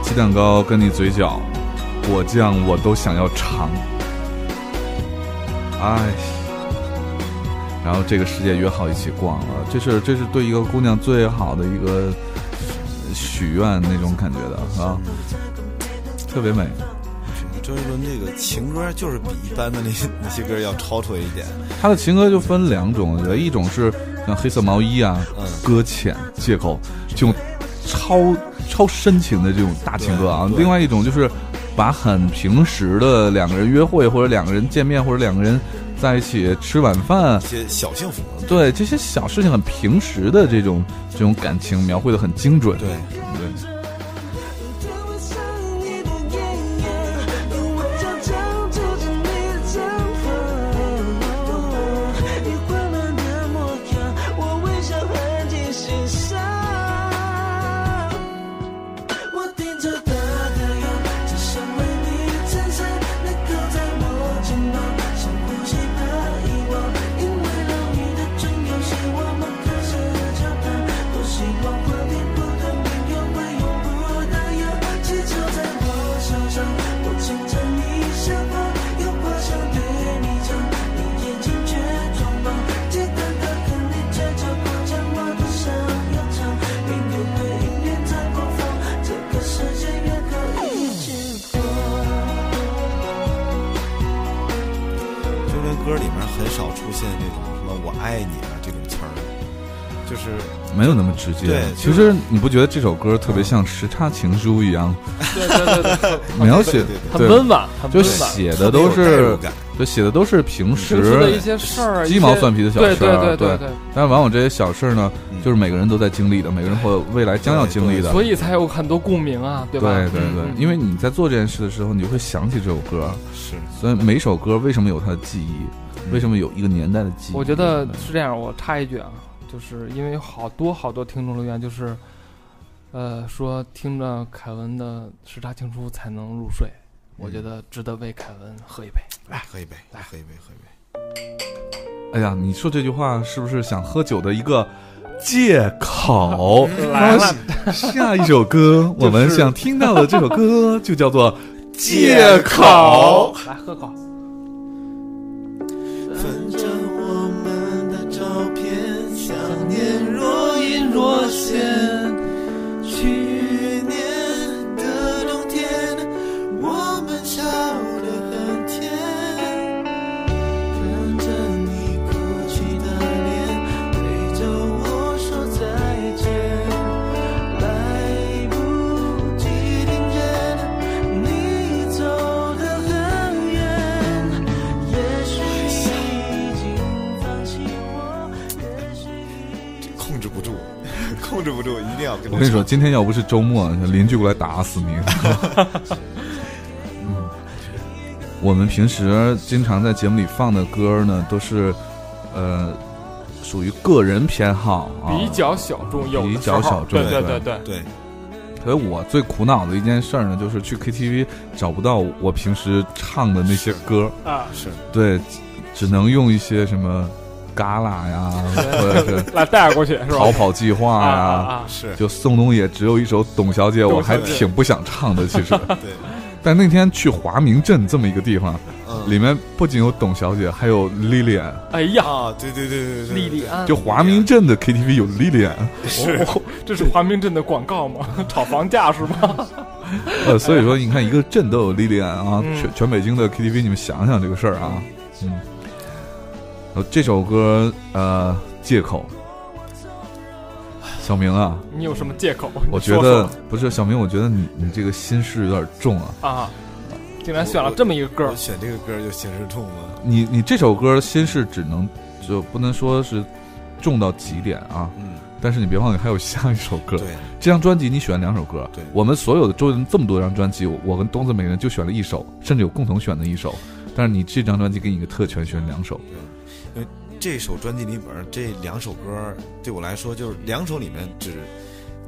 B: 鸡蛋糕跟你嘴角，果酱我都想要尝。哎，然后这个世界约好一起逛了，这是这是对一个姑娘最好的一个呃许愿那种感觉的啊，特别美。
D: 周杰伦这个情歌就是比一般的那些那些歌要超脱一点。
B: 他的情歌就分两种，我觉得一种是像黑色毛衣啊、
D: 嗯
B: 搁浅、借口这种超超深情的这种大情歌啊
D: 对；对
B: 另外一种就是把很平时的两个人约会或者两个人见面或者两个人在一起吃晚饭
D: 一，些小幸福。
B: 对这些小事情很平时的这种这种感情描绘的很精准。
D: 对，
B: 对，
F: 对我上你的眼眼，用我假装住着你的城府，你混乱的模样，我微笑痕迹欣赏。我盯着他的眼，只想为你衬衫能够在我肩膀，深呼吸和遗忘，
D: 少出现这种什么“我爱你”啊这种词儿，就是
B: 没有那么直接。
D: 对
B: 其实你不觉得这首歌特别像时差情书一样，
C: 对对对对，
B: 描
D: 啊
B: 写
D: 对对
C: 很
D: 对
C: 温婉，很
B: 就
C: 温婉，
B: 写
D: 特
B: 的
D: 别有
B: 都
D: 代入
B: 是
D: 感
B: 就写的都是平
C: 平时的一
B: 时
C: 些事儿，一
B: 鸡
C: 些
B: 毛蒜皮的小
C: 对
B: 事
C: 对
B: 儿，啊
C: 对对对。
B: 但是往往这些小事儿呢，
D: 嗯
B: 就是每个人都在经历的，每个人或未来将要经历的。
C: 所以才有很多共鸣啊，对
B: 对
C: 吧？
B: 对对
D: 嗯
B: 对
C: 嗯，
B: 因为你在做这件事的时候，你就会想起这首歌，
D: 是
B: 所以每首歌为什么有它的记忆，
D: 嗯
B: 为什么有一个年代的记忆？
C: 我觉得
B: 对
C: 是这样，我插一句啊，就是因为有好多好多听众留言，就是，呃，说听着凯文的《时差情书》才能入睡，
B: 嗯
C: 我觉得值得为凯文喝一杯。
D: 来哎喝一杯，来喝一杯，喝一杯。
B: 哎呀，你说这句话是不是想喝酒的一个借口？
C: 来了
B: 那下一首 歌，我们想听到的这首歌就叫做《借口》。
C: 来喝口。
A: 翻着我们的照片，想念若隐若现。去年的冬天，我们笑得很甜。看着你哭泣的脸，陪着我说再见。来不及听见，你走得很远。也许你已经放弃我，也许你已
D: 控制不住，控制不住，一定要跟
B: 我跟你说，今天要不是周末，邻居过来打死 你。嗯，我们平时经常在节目里放的歌呢，都是呃属于个人偏好啊，
C: 比较小众，有的
B: 比较
C: 时候
B: 小众
C: 对
B: 对
C: 对对，
D: 对
B: 所以我最苦恼的一件事儿呢，就是去 KTV 找不到我平时唱的那些歌，
C: 啊，
D: 是
B: 对，只能用一些什么旮旯 呀，或者是
C: 来带过去是吧
B: 逃？跑计划
C: 啊啊
B: 呀。
C: 啊！
D: 是，
B: 就宋冬野只有一首《董小姐》，我还挺不想唱的，其实。
D: 对，
B: 但那天去华明镇这么一个地方，
D: 嗯
B: 里面不仅有董小姐，还有 Lilian。
C: 哎呀，
D: 啊，对对对对对，
C: 莉莉安，
B: 就华明镇的 KTV 有 Lilian，
D: 是
C: 哦 这是华明镇的广 告吗？炒房价是吗？
B: 呃，所以说你看一个镇都有 Lilian 啊，
C: 嗯
B: 全全北京的 KTV，你们想想这个事儿啊，嗯。呃，这首歌呃，借口，小明啊，
C: 你有什么借口？
B: 我
C: 你
B: 觉
C: 说
B: 得
C: 说
B: 不是小明，我觉得你你这个心事有点重啊。
C: 啊，竟然选了这么一个歌
D: 我，选这个歌就显示重了，
B: 你你这首歌心事只能就不能说是重到极点啊，
D: 嗯，
B: 但是你别忘了还有下一首歌。
D: 对，
B: 这张专辑你选两首歌，
D: 对
B: 我们所有的周人这么多张专辑，我跟东子每人就选了一首，甚至有共同选的一首。但是你这张专辑给你一个特权，选两首。
D: 这首专辑里边儿这两首歌对我来说就是两首里面只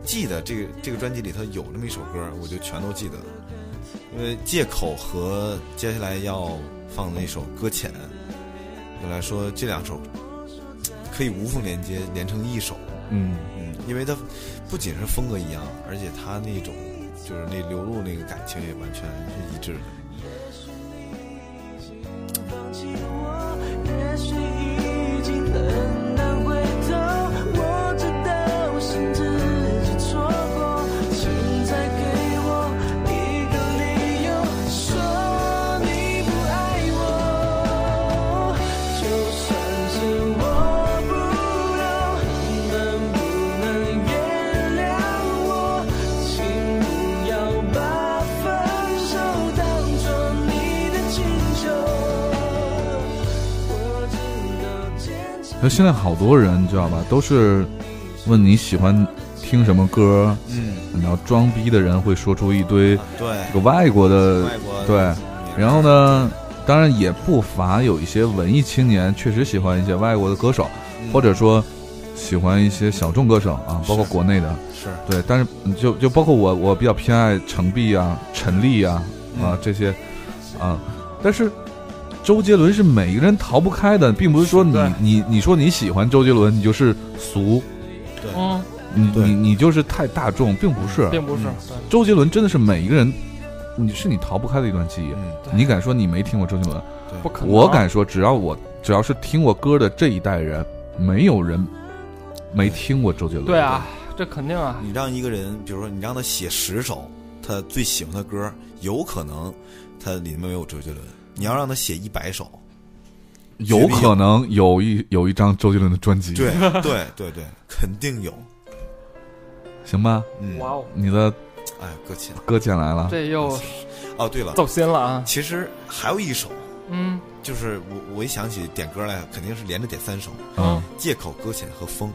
D: 记得这个这个专辑里头有那么一首歌，我就全都记得，因为借口和接下来要放的那首搁浅，对我来说这两首可以无缝连接，连成一首。
B: 嗯，
D: 嗯，因为它不仅是风格一样，而且它那种就是那流露那个感情也完全是一致的。
A: 经放弃我，也许已经很难回头。我知道是自己错过，请再给我一个理由，说你不爱我。就算是我不懂，能不能原谅我？请不要把分手当作你的请求。我知道坚持。
B: 那现在好多人你知道吧，都是问你喜欢听什么歌，
D: 嗯，
B: 然后装逼的人会说出一堆
D: 啊对
B: 这，个外国的
D: 外国
B: 呃对
D: 的，
B: 然后呢，当然也不乏有一些文艺青年确实喜欢一些外国的歌手，
D: 嗯
B: 或者说喜欢一些小众歌手啊，包括
D: 是
B: 国内的。
D: 是
B: 对，但是嗯就就包括我，我比较偏爱程璧啊、陈粒啊啊
D: 嗯
B: 这些啊，但是。周杰伦是每个人逃不开的，并不是说你
C: 对
B: 你你说你喜欢周杰伦，你就是俗，
D: 对，
C: 嗯，
B: 你
D: 对
B: 你你就是太大众，并不是。
C: 并不是
D: 嗯
C: 对
B: 周杰伦真的是每一个人，你是你逃不开的一段记忆。
D: 嗯，
C: 对
B: 你敢说你没听过周杰伦？
C: 不可能。
B: 我敢说，只要我只要是听过歌的这一代人，没有人没听过周杰伦。
C: 对啊，这肯定啊，
D: 你让一个人，比如说你让他写十首他最喜欢的歌，有可能他里面没有周杰伦；你要让他写一百首，
B: 有可能有一有一张周杰伦的专辑，
D: 对，对对对，肯定有。
B: 行吧？
D: 嗯，
C: 哇哦，
B: 你的
D: 哎，搁浅
B: 搁浅来了，
C: 这又
D: 哦。对了，
C: 走心了啊！
D: 其实还有一首，
C: 嗯
D: 就是我我一想起点歌来，肯定是连着点三首，
B: 嗯
C: 嗯
D: 《借口搁浅》和《风》。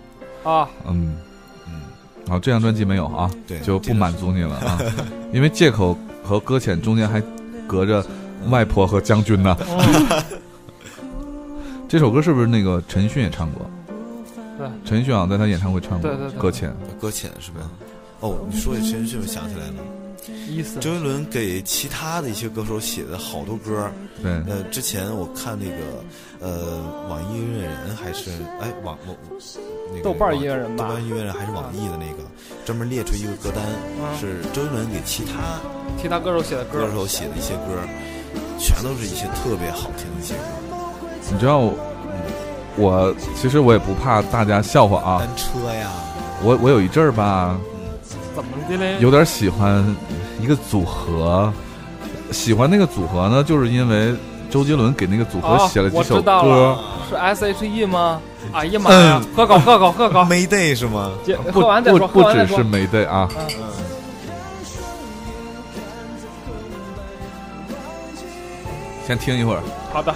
C: 啊，
B: 嗯，
D: 嗯，
B: 好，这张专辑没有啊，
D: 对，
B: 就不满足你了啊，因为借口和搁浅中间还隔着外婆和将军呢。
C: 嗯
B: 这首歌是不是那个陈迅也唱过？
C: 对，
B: 陈迅好啊像在他演唱会唱过
C: 对对对
B: 搁浅，
D: 搁浅是吧？哦，你说起陈奕迅，我想起来了，
C: 意思
D: 周杰伦给其他的一些歌手写的好多歌，
B: 对，
D: 呃，之前我看那个呃，网易音乐人还是哎网我那个
C: 豆瓣儿音乐人
D: 网
C: 吧
D: 豆瓣音乐人还是网易的那个，专门列出一个歌单，
C: 嗯
D: 是周杰伦给其他
C: 其他歌手写的歌
D: 歌，手写的一些歌，全都是一些特别好听的一些歌，
B: 你知道我我其实我也不怕大家笑话啊，
D: 单车呀，
B: 我我有一阵儿吧，
C: 怎么的嘞？
B: 有点喜欢一个组合，喜欢那个组合呢，就是因为周杰伦给那个组合
C: 啊
B: 写了几首
C: 我知道
B: 歌嗯
C: 了，是 S H E 吗？哎呀妈呀！喝口喝口喝口，
D: 嗯没 day 是吗？
C: 姐
B: 不
C: 喝完再
B: 不
C: 说，喝
B: 不
C: 完再
B: 只
C: 说
B: 是。梅队啊，先听一会儿。
C: 好的，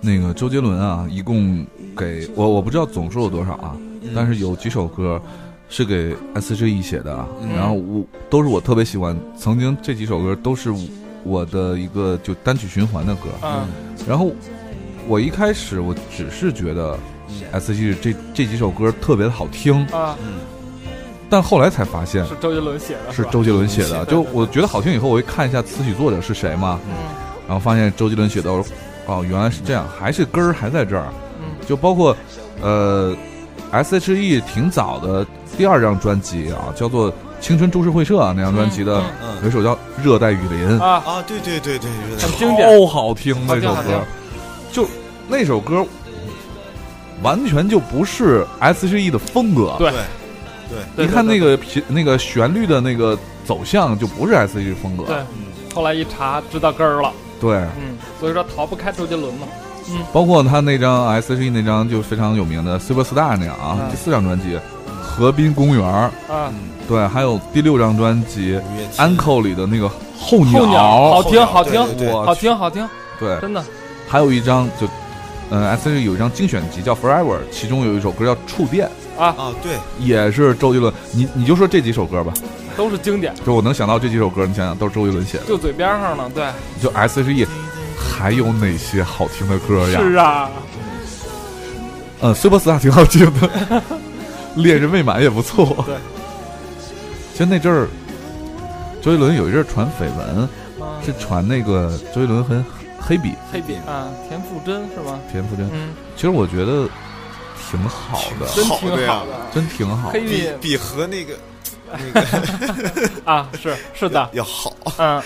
B: 那个周杰伦啊，一共给我我不知道总数有多少啊，但是有几首歌是给 S.H.E 写的啊，
D: 嗯
B: 然后我都是我特别喜欢，曾经这几首歌都是我的一个就单曲循环的歌，
C: 嗯，
B: 然后我一开始我只是觉得嗯 S.H.E 这这几首歌特别的好听，
C: 啊，
D: 嗯
B: 但后来才发现
C: 是周杰伦写的，
B: 是
C: 吧
B: 周杰伦写的，
C: 对
B: 就
C: 对
B: 我觉得好听以后，我会看一下词曲作者是谁嘛，
C: 嗯
B: 然后发现周杰伦写的，我说哦，原来是这样，还是根儿还在这儿。
C: 嗯
B: 就包括呃，S.H.E 挺早的第二张专辑啊，叫做《青春株式会社》那张专辑的
C: 嗯
B: 有
D: 嗯
B: 一首叫《热带雨林》，
C: 啊，
D: 啊，对对对对，有点
C: 很经典
B: 超好听那首
C: 好听
B: 歌
C: 好，
B: 就那首歌完全就不是 S.H.E 的风格。
C: 对
B: 你
C: 对
B: 看
C: 对
B: 那个频那个旋律的那个走向，就不是 S.H.E 风格。
C: 对，
D: 嗯
C: 后来一查知道根儿了，
B: 对
C: 嗯，所以说逃不开周杰伦嘛，
B: 包括他那张 S.H.E 那张就非常有名的《Super Star》那样啊，
C: 嗯
B: 第四张专辑《河滨公园》，
C: 啊，
B: 对，还有第六张专辑《
D: 五月天
B: Uncle》里的那个候
C: 候鸟好听好
D: 对
C: 听
D: 对对
B: 我
C: 好听好听，
B: 对，
C: 真的，
B: 还有一张就，嗯、呃、，S.H.E 有一张精选集叫《Forever》，其中有一首歌叫《触电
D: 啊，对，》，
B: 也是周杰伦。你你就说这几首歌吧，
C: 都是经典，
B: 就我能想到这几首歌，你想想都是周杰伦写的。
C: 就嘴边上呢，对，
B: 就 S.H.E 还有哪些好听的歌呀？
C: 是啊，
B: 嗯，Superstar 挺好听的， 恋人未满也不错。
C: 对，
B: 其实那阵儿，周杰伦有一阵儿传绯闻，
C: 嗯
B: 是传那个周杰伦和黑笔
C: 黑笔啊，田馥甄是吗？
B: 田馥甄。
C: 嗯，
B: 其实我觉得挺好的，
C: 真
D: 好
C: 挺
D: 的呀
C: 好的，
B: 真挺好。
C: 黑
D: 比
C: 笔
D: 比和那个那个
C: 啊，是是的，
D: 要好。
C: 嗯，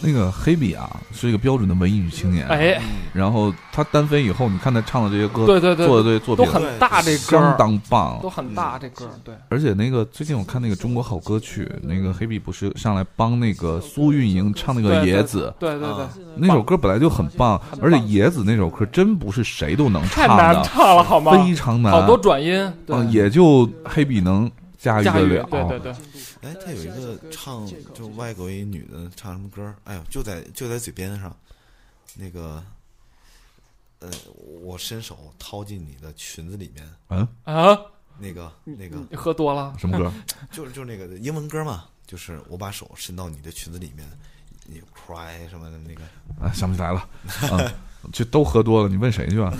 B: 那个黑笔啊，是一个标准的文艺女青年。，
C: 哎，
D: 嗯
B: 然后她单飞以后，你看她唱的这些歌，
C: 对对对
B: 做的这些作
C: 都
B: 品
C: 很大这歌
B: 相
C: 儿，
B: 当棒
C: 都。很大这歌儿，对，
B: 而且那个最近我看那个《中国好歌曲》，那个黑笔不是上来帮那个苏运莹唱那个《
C: 对
B: 野子》，
C: 对对对
D: 啊，
B: 那首歌本来就很棒，
C: 很棒
B: 而且野子那首歌真不是谁都能
C: 太
B: 唱
C: 难
B: 的，
C: 唱了好吗？
B: 非常难，
C: 好多转音，对
B: 啊，也就黑笔能驾驭
C: 驾
B: 得
C: 驭，
B: 了。
C: 对对对，
D: 哎，他有一个唱就外国一女的唱什么歌儿？哎呦，就在就在嘴边上，那个，呃，我伸手掏进你的裙子里面，
B: 嗯，
C: 啊，
D: 那个那个
C: 你喝多了，
B: 什么歌？
D: 就是就是那个英文歌嘛，就是我把手伸到你的裙子里面，你 cry 什么的那个，
B: 啊，想不起来了。嗯，就都喝多了，你问谁去啊？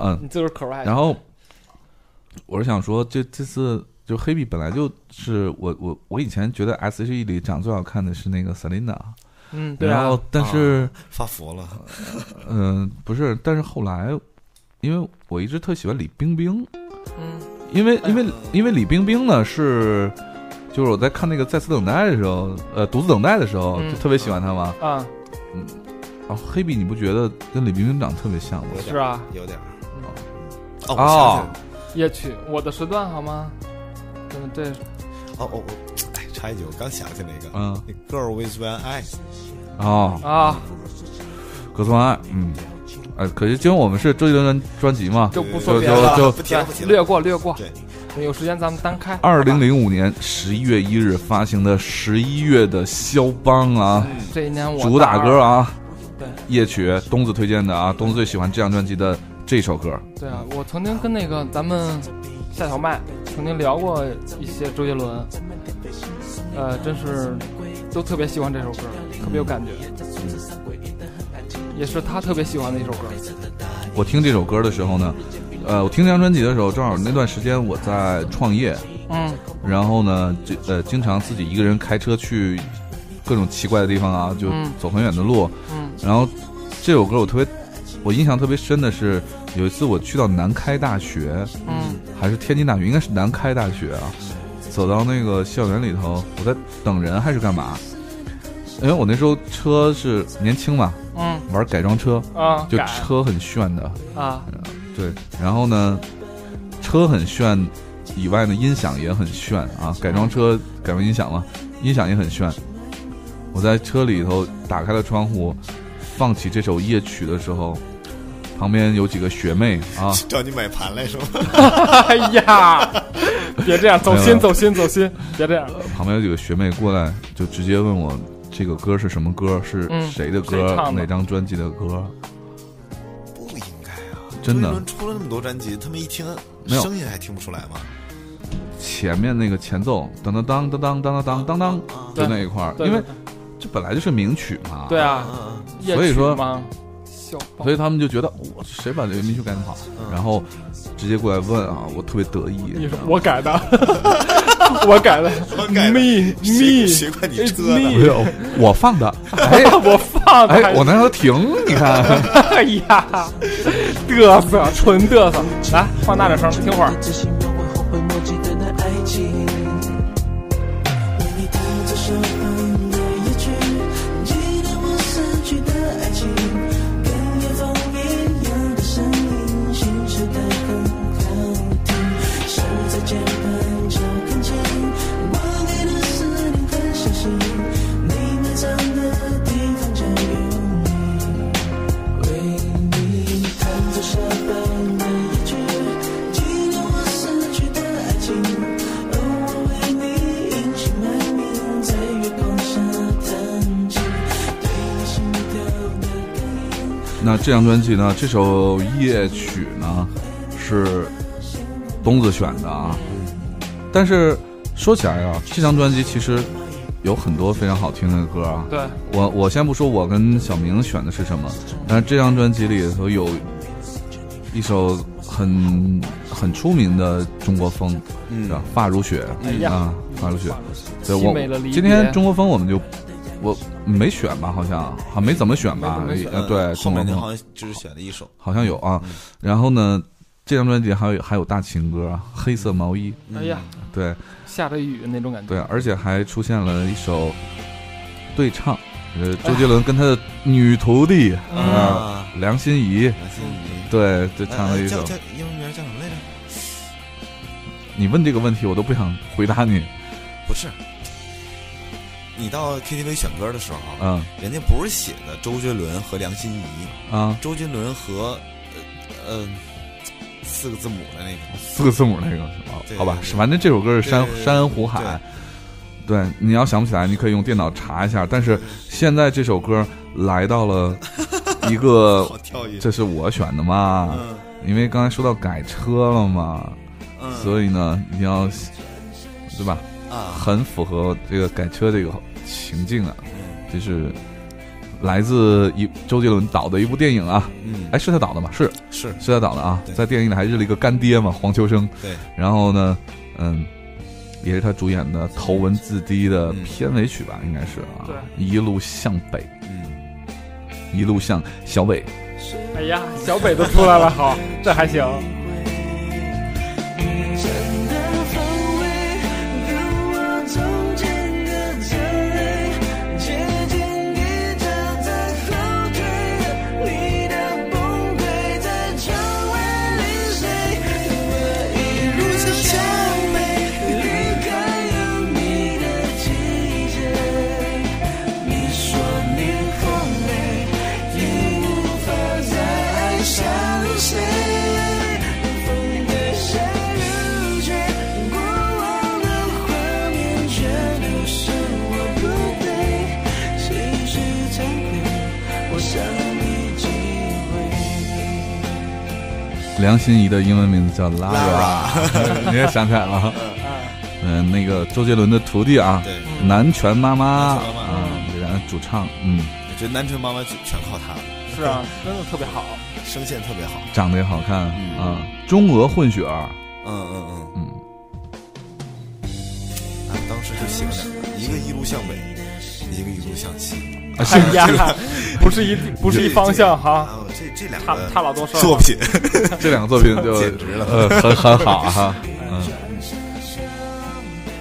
B: 嗯，
C: 你就是 correct，
B: 然后我是想说，这这次就黑 E 笔本来就是我我我以前觉得 S.H.E 里长最好看的是那个 Selina，
C: 嗯，对
B: 然
C: 啊
B: 后，但是
D: 发福了，
B: 嗯、不是，但是后来，因为我一直特喜欢李冰冰，
C: 嗯
B: 因为
C: 哎
B: 因为因为李冰冰呢是，就是我在看那个在此等待的时候，呃，独自等待的时候，
C: 嗯
B: 就特别喜欢她嘛。
C: 啊，
B: 啊，黑比你不觉得跟李冰冰长得特别像吗？
D: 有点
C: 是啊，
D: 有点儿
C: 嗯。
D: 哦，
B: 哦
D: 我想起来了
C: 夜曲，我的时段好吗？嗯，这
D: 哦哦，我哎，插一句，我刚想起来一个，
B: 嗯，
D: 那 Girl with One Eye，
B: 哦，
C: 啊，
B: 葛颂安，嗯，哎，可惜，因为我们是周杰伦专辑嘛，
C: 就不说
B: 就
C: 别的了，
B: 就
D: 不提了，不提了。
C: 略过啊略过，
D: 对，
C: 有时间咱们单开。
B: 二零零五年十一月一日发行的十一月的肖邦啊，
D: 嗯
C: 这一年我
B: 主打歌，啊，
C: 对
B: 夜曲，东子推荐的啊，东子最喜欢这张专辑的这首歌，
C: 对啊，我曾经跟那个咱们夏小麦曾经聊过一些周杰伦，呃，真是都特别喜欢这首歌，特别有感觉，
B: 嗯
C: 也是他特别喜欢的一首歌。
B: 我听这首歌的时候呢，呃，我听这张专辑的时候，正好那段时间我在创业，
C: 嗯
B: 然后呢，这呃，经常自己一个人开车去各种奇怪的地方啊，就
C: 嗯
B: 走很远的路。
C: 嗯
B: 然后这首歌我特别，我印象特别深的是，有一次我去到南开大学，
C: 嗯
B: 还是天津大学，应该是南开大学啊，走到那个校园里头，我在等人还是干嘛？因为我那时候车是年轻嘛，
C: 嗯
B: 玩改装车，
C: 啊，
B: 就
C: 改
B: 车很炫的，
C: 啊，
B: 对，然后呢，车很炫，以外呢，音响也很炫啊。改装车改装音响了，音响也很炫。我在车里头打开了窗户，放起这首夜曲的时候，旁边有几个学妹啊，
D: 找你买盘来是吗？
C: 哎呀，别这样，走
B: 没
C: 心
B: 有
C: 走心走心，别这样。
B: 旁边有几个学妹过来，就直接问我这个歌是什么歌，是
C: 嗯
B: 谁的
C: 谁
B: 歌，
C: 唱的
B: 哪张专辑的歌。
D: 不应该啊，
B: 真的
D: 周杰伦出了那么多专辑，他们一听
B: 没有
D: 声音还听不出来吗？
B: 前面那个前奏，当当当当当当当当当，就
C: 对
B: 那一块儿，
C: 啊对
B: 因为这本来就是名曲嘛。
C: 对啊，
D: 嗯
C: 夜
B: 所以
C: 曲
B: 说
C: 吗？小宝
B: 所以他们就觉得我谁把这个民曲改得好，然后直接过来问啊，我特别得意。
C: 嗯你说我改的， 我改的
D: 我改的
C: ，me
D: 谁
C: me，
D: 谁管你
C: it's
D: 车呢
C: me
B: 没有， 我放 的。哎
C: 我放的，
B: 哎，我 能让他停？你看，
C: 哎呀，嘚瑟，纯嘚瑟，来放大点声，听会儿。
F: 真心描绘后悔莫及的那爱情。为你弹这首恨的夜曲，纪念我逝去的爱情。跟夜风一样的声音，心事的很好听。手在键盘敲钢琴，我给的思念很小心，你埋藏的地方占有你。为你弹奏下班的夜曲，纪念我逝去的爱情。而我为你隐姓埋名，在月光下弹琴，对你心跳的感应。
B: 那这张专辑呢？这首夜曲呢，是东子选的啊。但是说起来啊，这张专辑其实有很多非常好听的歌啊。
C: 对，
B: 我我先不说我跟小明选的是什么，但是这张专辑里头有一首很很出名的中国风，
D: 嗯
B: 是吧？发如雪，
C: 哎呀
B: 啊，发如雪。对
C: 凄
B: 我
C: 美的离别
B: 今天中国风我们就我没选吧，好像好像没怎么选吧，
C: 没怎么选嗯
B: 呃对，
D: 后
B: 中国
D: 面你
B: 风
D: 好像只是选了一首，
B: 好像有啊。然后呢，这张专辑还有还有大情歌啊，《黑色毛衣》，
C: 哎呀，
B: 对
C: 下着雨那种感觉。
B: 对，而且还出现了一首对唱。呃，周杰伦跟他的女徒弟啊，
D: 啊，
B: 梁心颐，
D: 梁心颐
B: 对，就
D: 哎
B: 唱了一
D: 叫
B: 首。
D: 叫英文名叫什么来着？
B: 你问这个问题，我都不想回答你。
D: 不是，你到 KTV 选歌的时候，
B: 嗯
D: 人家不是写的周杰伦和梁心颐，
B: 啊，
D: 周杰伦和呃呃四个字母的那个，
B: 四个字母那个是吧
D: 对
B: 好吧
D: 对，对
B: 是反正这首歌是山
D: 对对对
B: 山湖海。对，你要想不起来，你可以用电脑查一下。但是现在这首歌来到 了一个，
D: 好跳一
B: 这是我选的嘛？
D: 嗯
B: 因为刚才说到改车了嘛，
D: 嗯
B: 所以呢，一定要，对吧？
D: 啊，
B: 很符合这个改车这个情境啊，
D: 嗯
B: 就是来自一周杰伦导的一部电影啊，
D: 嗯，
B: 哎，是他导的吗？是
D: 是
B: 是他导的啊，
D: 对
B: 在电影里还认了一个干爹嘛，黄秋生。
D: 对，
B: 然后呢，嗯，也是他主演的《头文字 D》的
D: 嗯
B: 片尾曲吧，应该是啊，
C: 对
B: 一路向北，
D: 嗯，
B: 一路向小北，
C: 哎呀，小北都出来了， 好，这还行。
A: 真的防卫，跟我中间隔着泪，接近你夹在后退，你的崩溃在窗外淋水，我一路向向北，离开有你的季节。你说你后悔，已无法再爱上谁。风的下入却过往的画面全都是我不对，心事惭愧，我想你几回。
B: 梁心颐的英文名字叫 Lara，你也 想起来了。啊嗯，那个周杰伦的徒弟啊，
D: 对，
B: 南拳妈妈
D: 南拳妈妈
B: 啊，然后主唱，嗯，
D: 我觉得南拳妈妈就全靠她了，
C: 是啊，真的特别好。
D: 声线特别好。
B: 长得也好看
D: 嗯
B: 啊，中俄混血儿，
D: 嗯嗯嗯，
B: 嗯，
D: 啊，当时就喜欢两个，一个一路向北，一个一路向西。
B: 啊，
C: 哎
B: 是
C: 呀，不是一不是一方向哈，
D: 啊，这这两
C: 差
D: 个
C: 差老多事儿
D: 作
C: 了。
D: 品，
B: 这两个作品就
D: 简直了
B: 呃，很很好啊哈，嗯。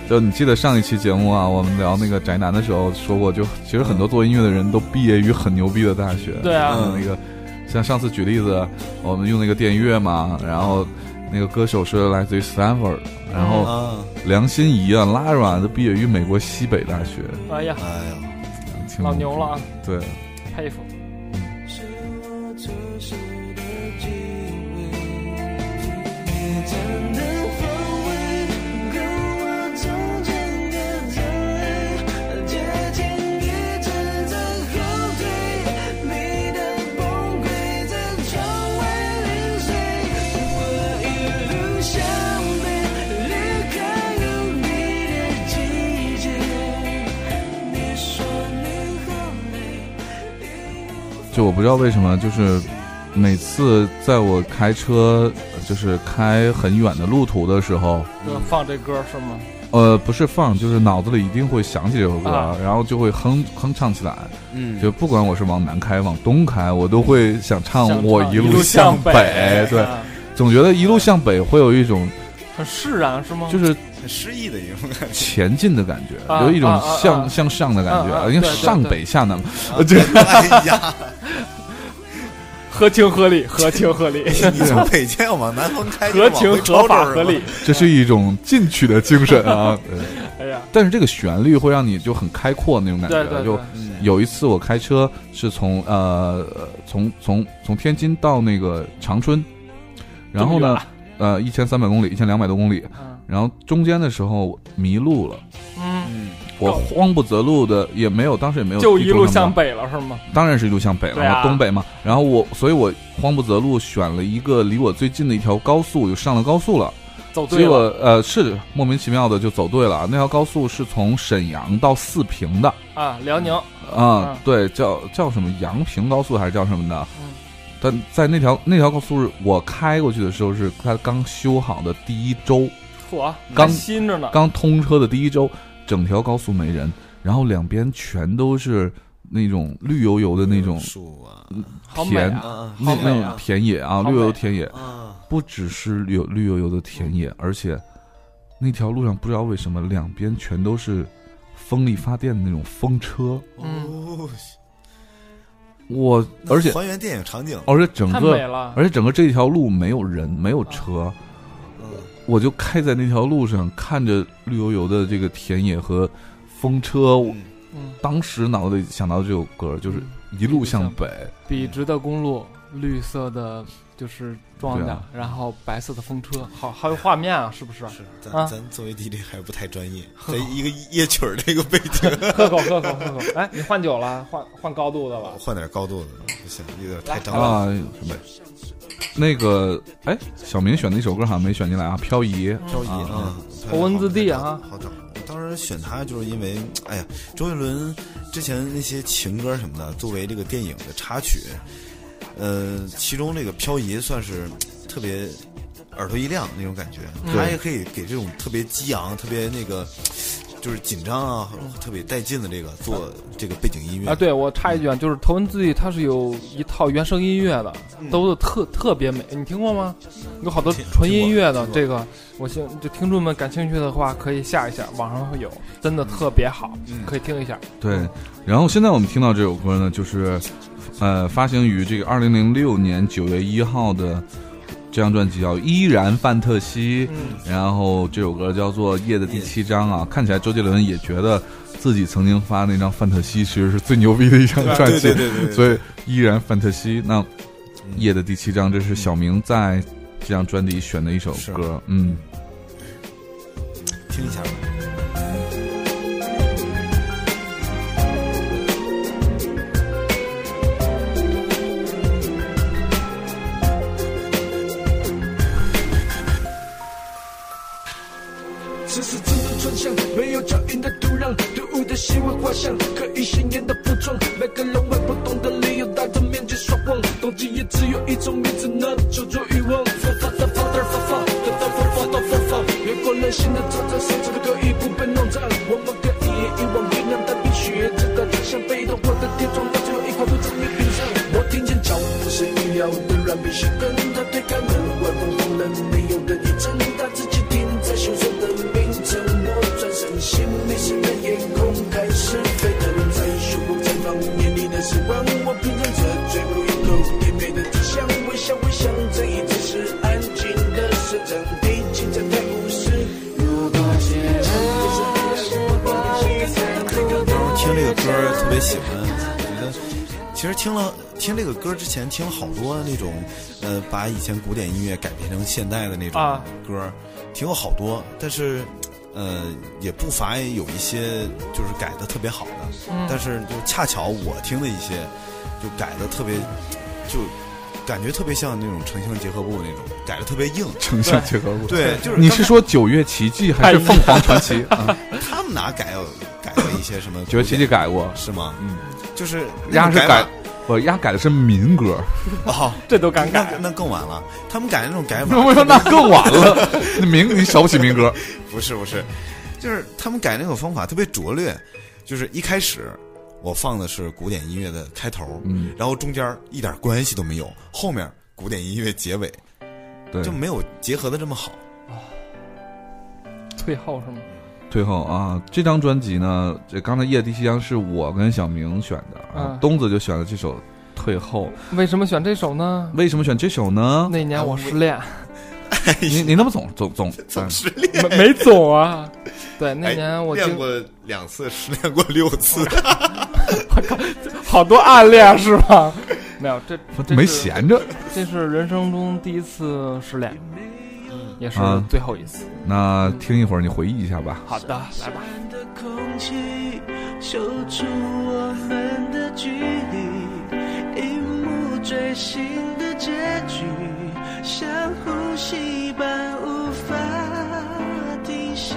B: 就你记得上一期节目啊，我们聊那个宅男的时候说过，就其实很多做音乐的人都毕业于很牛逼的大学。
C: 对啊
B: 嗯那个像上次举例子，我们用那个电乐嘛，然后那个歌手是来自于 Stanford，然后
D: 啊，
B: 梁心颐啊、Lara 都毕业于美国西北大学，
C: 哎呀，
D: 哎呀，
B: 挺
C: 老牛了，啊，
B: 对，
C: 佩服。
A: 是我错失的机会，你站的方位跟我中间隔着泪，接近你站在后退，你的崩溃在窗外淋水，我一路向北，离开有你的季节。你说你好累。
B: 就我不知道为什么，就是每次在我开车，就是开很远的路途的时候，
C: 就放这歌是吗？
B: 呃，不是放，就是脑子里一定会想起这首歌，
C: 啊
B: 然后就会哼哼唱起来。
D: 嗯
B: 就不管我是往南开、往东开，我都会想唱“
C: 想
B: 我
C: 唱
B: 一
C: 嗯一
B: 路向
C: 北，
B: 对，
C: 啊
B: 总觉得一路向北会有一种
C: 很释然是吗？
B: 就是
D: 很诗意的一种感觉。
B: 前进的感觉，
C: 啊
B: 有一种
C: 啊啊
B: 向、
C: 啊
B: 向上的感觉，
C: 啊啊
B: 因为
C: 对对啊
B: 上北下南嘛。呃这
D: 哎呀，
C: 合情合理，合情合 理，
D: 你从北京要往南方开，
C: 合情合法合理。。
B: 这是一种进取的精神 啊！对
C: 哎呀，
B: 但是这个旋律会让你就很开阔那种感觉。
C: 对对
B: 就
C: 对，
D: 嗯
B: 有一次我开车是从呃从从从天津到那个长春，然后呢呃一千三百公里，一千两百多公里，
C: 嗯
B: 然后中间的时候迷路了。
C: 嗯，
D: 嗯，
B: 我
C: 哦
B: 慌不择路的，也没有，当时也没有
C: 就
B: 地
C: 一
B: 图
C: 路
B: 什么
C: 向
B: 的，
C: 北了是吗？
B: 当然是一路向北了，
C: 对啊
B: 东北嘛。然后我，所以我慌不择路，选了一个离我最近的一条高速，我就上了高速了。
C: 走对
B: 结果
C: 了，
B: 呃，是莫名其妙的就走对了。那条高速是从沈阳到四平的，
C: 啊，辽宁
B: 啊
C: 嗯，
B: 对，叫叫什么阳平高速还是叫什么的？
C: 嗯
B: 但在那条那条高速是我开过去的时候，是它刚修好的第一周，
C: 嚯，
B: 刚
C: 还新着呢，
B: 刚通车的第一周，整条高速没人，然后两边全都是那种绿油油的那种
D: 树啊，
C: 好美
B: 甜
C: 啊！
D: 啊
B: 那
C: 好美
B: 那
C: 啊
B: 种田野啊，
C: 好美啊
B: 绿油油田野，
D: 啊，
B: 不只是有绿油油的田野，而且那条路上不知道为什么两边全都是风力发电的那种风车，
D: 嗯，
B: 我而且
D: 还原电影场景，
B: 而且整
C: 太
B: 个
C: 美了，
B: 而且整个这条路没有人，没有车，
D: 嗯，
B: 我就开在那条路上，看着绿油油的这个田野和风车。我
C: 嗯，
B: 当时脑子里想到这首歌，就是一路向北，
C: 笔直的公路，绿色的，就是庄
B: 对
C: 稼
B: 啊，
C: 然后白色的风车，好好有画面啊，是不 是？
D: 是，
C: 啊
D: 咱咱作为 DJ 还不太专 业，在一个夜曲儿这个背景，
C: 喝口喝口喝口，哎，你换酒了，换换高度的了，
D: 换点高度的，不行，有点太张
B: 啊
D: 了。
B: 什么？那个，哎，小明选的一首歌好像没选进来啊，《漂移》。
D: 漂移啊，
C: 头文字 D 啊
D: 好找。当时选他就是因为，哎呀，周杰伦之前那些情歌什么的，作为这个电影的插曲，呃，其中这个《漂移》算是特别耳朵一亮那种感觉，
C: 嗯
D: 它也可以给这种特别激昂、特别那个就是紧张啊、特别带劲的这个做这个背景音乐嗯
C: 啊，，对，我插一句啊，就是头文字 D 它是有一套原声音乐的，都是特特别美，你听过吗？有好多
D: 嗯听
C: 纯音乐的
D: 听过
C: 这个，我希就听众们感兴趣的话可以下一下，网上会有，真的特别好，
D: 嗯
C: 可以听一下。
B: 对，然后现在我们听到这首歌呢，就是呃发行于这个二零零六年九月一号的这张专辑叫《依然范特西》，
C: 嗯，
B: 然后这首歌叫做《夜》的第七章啊，看起来周杰伦也觉得自己曾经发那张《范特西》其实是最牛逼的一张专
D: 对
B: 辑，
D: 对对对对，
B: 所以依然《范特西》那《
D: 嗯
B: 夜》的第七章，这是小明在这张专辑选的一首
D: 是啊
B: 歌，嗯。
D: 听一下吧。
G: 此时此处转向，没有脚印的土壤，突兀的细微画像，可以显眼的碰撞。每个人为不同的理由戴着面具耍逛，动机也只有一种名字，那叫做欲望。发发的发的发发的的发发的发发，越过人性的挑战，谁做的可以不被弄脏。我们可以一往无前，但必须知道真相。被动我的跌撞到最后一块不曾被品尝。我听见脚步声，预料的软皮鞋跟他推开门，外风红了，没有人一睁，他自己停在羞涩的冰城。我转身，心里是的夜空开始沸腾，在胸口绽放眼里的失望。我品尝着最后一口甜美的甜香，微笑微笑，这一次是安静的生长，平静在太无视。如果是爱，是我的
D: 听这个歌儿特别喜欢，我觉得其实听了听这个歌儿之前听了好多那种，呃，把以前古典音乐改编成现代的那种
C: 啊
D: 歌儿，听过好多，但是。呃，也不乏有一些就是改的特别好的，但是就恰巧我听的一些，就改的特别，就感觉特别像那种城乡结合部那种，改的特别硬。
B: 城乡结合部。
D: 对，就是
B: 你
D: 刚才
B: 是说九月奇迹还是凤凰传 奇？啊，
D: 他们哪改有改了一些什么古典？
B: 九月奇迹改过，
D: 是吗？
B: 嗯，
D: 就是那
B: 丫
D: 种
B: 是
D: 改
B: 改
D: 法，
B: 不，丫改的是民歌，
D: 哦，
C: 这都敢
D: 那
C: 改，
D: 那更晚了。他们改那种改法，
B: 我说那更晚了，那民你瞧不起民歌，
D: 不是不是，就是他们改那种方法特别拙劣，就是一开始我放的是古典音乐的开头，
B: 嗯，
D: 然后中间一点关系都没有，后面古典音乐结尾
B: 对
D: 就，没有结合的这么好。
C: 嗯退后是吗？
B: 最后啊，这张专辑呢，这刚才《夜第七章》是我跟小明选的，啊
C: 啊，
B: 东子就选了这首《退后》。
C: 为什么选这首呢？
B: 为什么选这首呢？
C: 那年
D: 嗯
C: 我失恋，
B: 你你那么总总总嗯总
D: 失恋，
C: 没没走啊。对，那
D: 哎
C: 年我
D: 练
C: 经
D: 过两次，失恋过六 次，
C: 好多暗恋是吧？ 没有，这这
B: 没
C: 是
B: 闲着。
C: 这是人生中第一次失恋，
D: 嗯
C: 也是
B: 啊
C: 最后一次。
B: 那听一会儿，你回忆一下吧。
C: 好的，来吧。
A: 的空气，嗅出我们的距离，一幕锥心的结局，像呼吸般无法停息。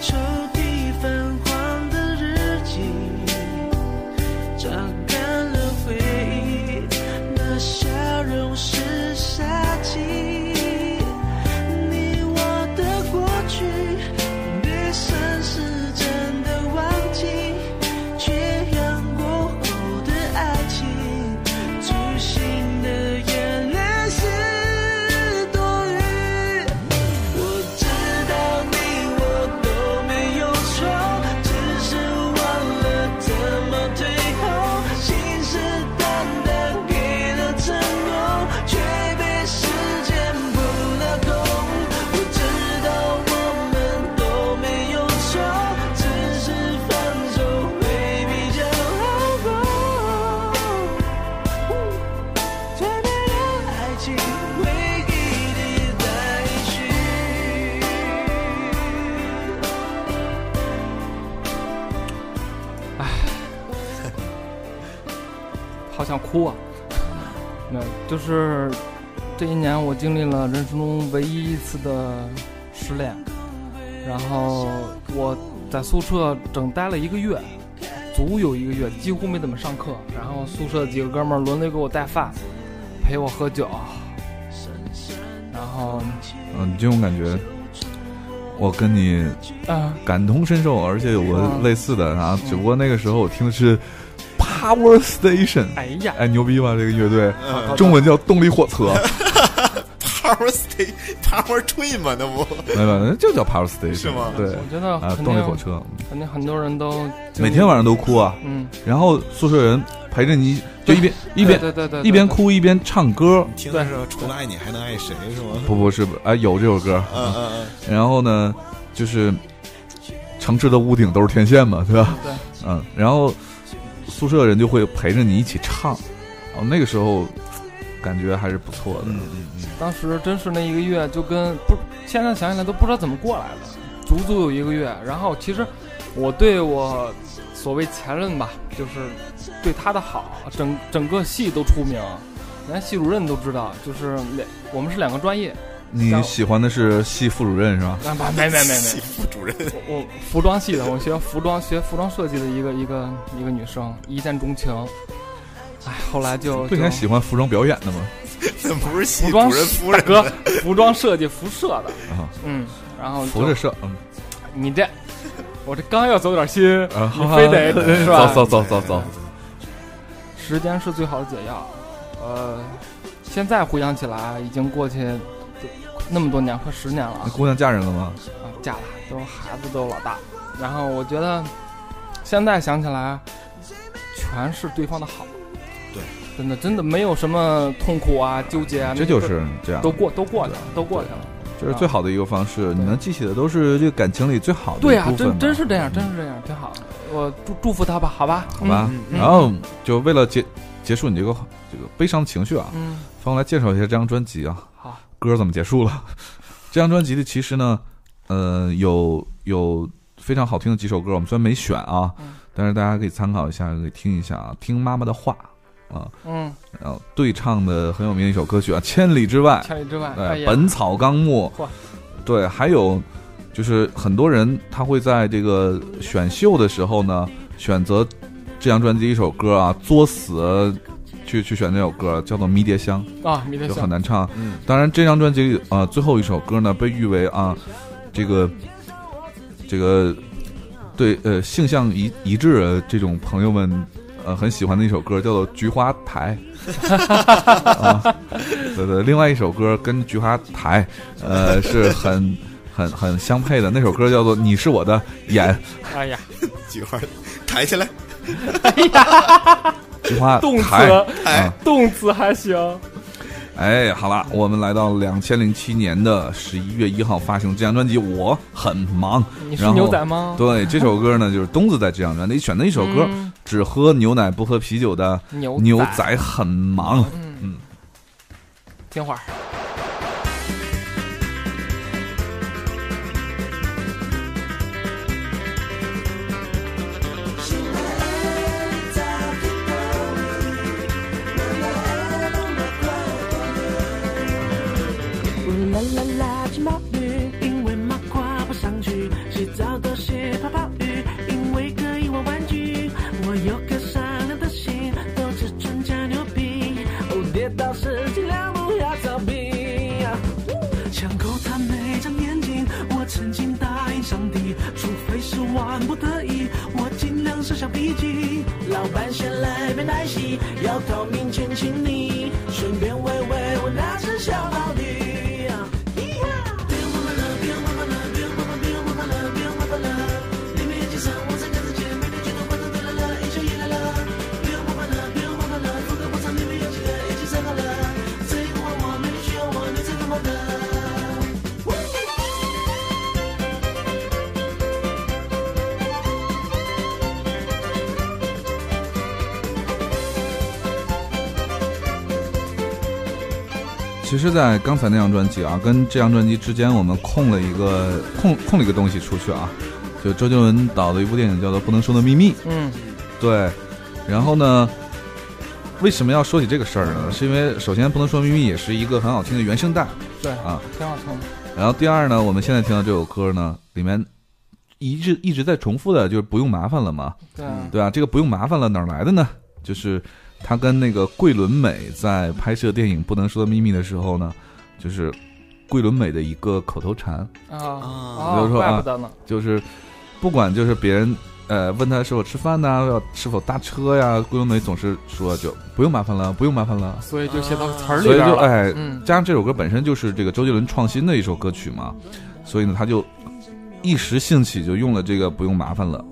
A: 抽屉泛黄的日记，榨干了回忆，那笑容是杀气。你我的过去，被算是真的忘记，缺氧过后的爱情，粗心的原谅是多余。我知道你我都没有错，只是忘了怎么退后，信誓旦旦给了承诺，却被时间不拉钩。我知道我们都没有错，只是放手会比较好。最美的爱情会一直在一起。
C: 好想哭啊！ 那就是这一年我经历了人生中唯一一次的失恋，然后我在宿舍整待了一个月，足有一个月，几乎没怎么上课。然后宿舍几个哥们儿轮流给我带饭，陪我喝酒，然后
B: 嗯，你这种感觉，我跟你
C: 啊，
B: 感同身受，而且有过
C: 嗯
B: 类似的啊，只不过那个时候我听的是 Power Station，
C: 哎呀，
B: 哎，牛逼吧这个乐队，中文叫动力火 车，
D: Power Stay Power Train 嘛，那不
B: 没有，没有就叫 Power Station，
D: 是吗
B: 对，
C: 我觉得
B: 啊，
C: 肯
B: 动力
C: 定
B: 火车，
C: 肯定很多人都
B: 每天晚上都哭啊，
C: 嗯，
B: 然后宿舍人陪着你，就一边一边
C: 对对对，对
B: 一边，哭一边唱歌，
D: 听的是除了爱你还能爱谁是吗？
B: 不不是不啊，有这首歌，
D: 嗯嗯
B: 然后呢，就是城市的屋顶都是天线嘛，对吧？
C: 对，
B: 嗯，然后宿舍人就会陪着你一起唱，哦，那个时候感觉还是不错的，
D: 嗯嗯
C: 对
D: 嗯
C: 当时真是那一个月就跟不，现在想起来都不知道怎么过来的，足足有一个月。然后其实我对我所谓前任吧，就是对他的好，整 整个系都出名，连系主任都知道，就是两我们是两个专业，
B: 你喜欢的是系副主任是吧？
C: 啊，没没没没
D: 嗯，
C: 没
D: 系。副主任
C: 我我服装系的，我学服装学服装设计的一个一个一个女生，一见钟情，哎，后来就
B: 不应该喜欢服装表演的吗？
D: 那不是系
C: 服
D: 主
C: 装
D: 任夫
C: 大
D: 人，
C: 哥，服装设计辐射的，
B: 啊，
C: 嗯，然后就
B: 扶着上，嗯
C: 你这，我这刚要走点心，
B: 啊，
C: 你 非得是吧？
B: 走走走走走，
C: 时间是最好的解药，呃，现在回想起来，已经过去那么多年，快十年了啊
B: 那。姑娘嫁人了吗？
C: 啊，嫁了，都孩子都老大。然后我觉得，现在想起来，全是对方的好。
D: 对，
C: 真的真的没有什么痛苦啊、纠结啊，
B: 这就是这样
C: 那都都，啊过都过去了，都过去了。
B: 这是最好的一个方式。你能记起的都是这个感情里最好的
C: 对
B: 一
C: 啊
B: 部，分
C: 真
B: 嘛
C: 真是这样，真是这样，挺好。我祝祝福他吧，好吧，
B: 好吧
C: 嗯，嗯
B: 然后就为了结结束你这个这个悲伤的情绪啊，
C: 嗯，
B: 方来介绍一下这张专辑啊，
C: 好，
B: 歌怎么结束了？ 这张专辑里其实呢，呃，有有非常好听的几首歌，我们虽然没选啊
C: 嗯，
B: 但是大家可以参考一下，可以听一下啊，听妈妈的话啊，
C: 嗯，
B: 然后对唱的很有名的一首歌曲啊，《千里之外》，
C: 千里之外，哎
B: 对，《
C: 呀，
B: 本草纲目
C: 嚯》，
B: 对，还有就是很多人他会在这个选秀的时候呢，选择这张专辑一首歌啊，作死去去选这首歌，叫做《迷迭香
C: 啊，迷》，迭
B: 就很
C: 香，
B: 难唱。
D: 嗯，
B: 当然，这张专辑里啊、呃最后一首歌呢，被誉为啊，这个这个对呃性向一一致的这种朋友们呃很喜欢的一首歌，叫做《菊花 台》啊，对对，另外一首歌跟《菊花台》呃是很。很很相配的那首歌叫做《你是我的眼
C: 哎 呀，哎
D: 菊花抬起来，》，
B: 菊花
C: 动
B: 台
C: 词
B: 啊，
C: 动词还行，
B: 哎，好了，我们来到两千零七年的十一月一号发行这张专辑，我很忙。
C: 你是
B: 然后
C: 牛仔吗？
B: 对，这首歌呢，就是东子在这张专辑里选的一首歌，
C: 嗯
B: 只喝牛奶不喝啤酒的
C: 牛
B: 牛仔很忙。
C: 嗯，听会儿。
A: 呜啦啦啦，浸泡浴，因为麻瓜不上去。洗澡都是泡泡浴，因为可以玩玩具。我有颗善良的心，都只专家牛逼。哦，跌倒时尽量不要逃避。啊想扣他每张眼睛，我曾经答应上帝，除非是万不得已，我尽量少小脾气。老板先来杯奶昔，摇头明前请你，顺便喂喂我那只小老弟。别忘了，别忘了，别忘了，别忘了，别忘了，黎明前三，我在看着姐妹的举头，欢腾的啦啦，一起来了。别忘了，别忘了，风格广场黎明有几个一起上好了，这一晚我没你需要我，你最干嘛的？
B: 其实，在刚才那张专辑啊，跟这张专辑之间，我们空了一个空空了一个东西出去啊，就周杰伦导的一部电影叫做《不能说的秘密》。
C: 嗯，
B: 对，然后呢，为什么要说起这个事儿呢？是因为首先，《不能说的秘密》也是一个很好听的原声带
C: 对，
B: 啊，
C: 挺好听的。
B: 然后第二呢，我们现在听到这首歌呢，里面一直一直在重复的，就是不用麻烦了嘛，
C: 对，
B: 对啊，这个不用麻烦了哪儿来的呢？就是他跟那个桂纶镁在拍摄电影《不能说的秘密》的时候呢，就是桂纶镁的一个口头禅，
C: 啊
D: 啊
B: 嗯比
C: 啊
B: 如，说
C: 怪
B: 啊
C: 不得呢，
B: 就是不管就是别人呃问他是否吃饭呐、要是否搭车呀，桂纶镁总是说就不用麻烦了，不用麻烦了。
C: 所以就写到词儿里
B: 所以
C: 边
B: 就
C: 了。
B: 哎，
C: 嗯，
B: 加上这首歌本身就是这个周杰伦创新的一首歌曲嘛，所以呢，他就一时兴起就用了这个“不用麻烦了”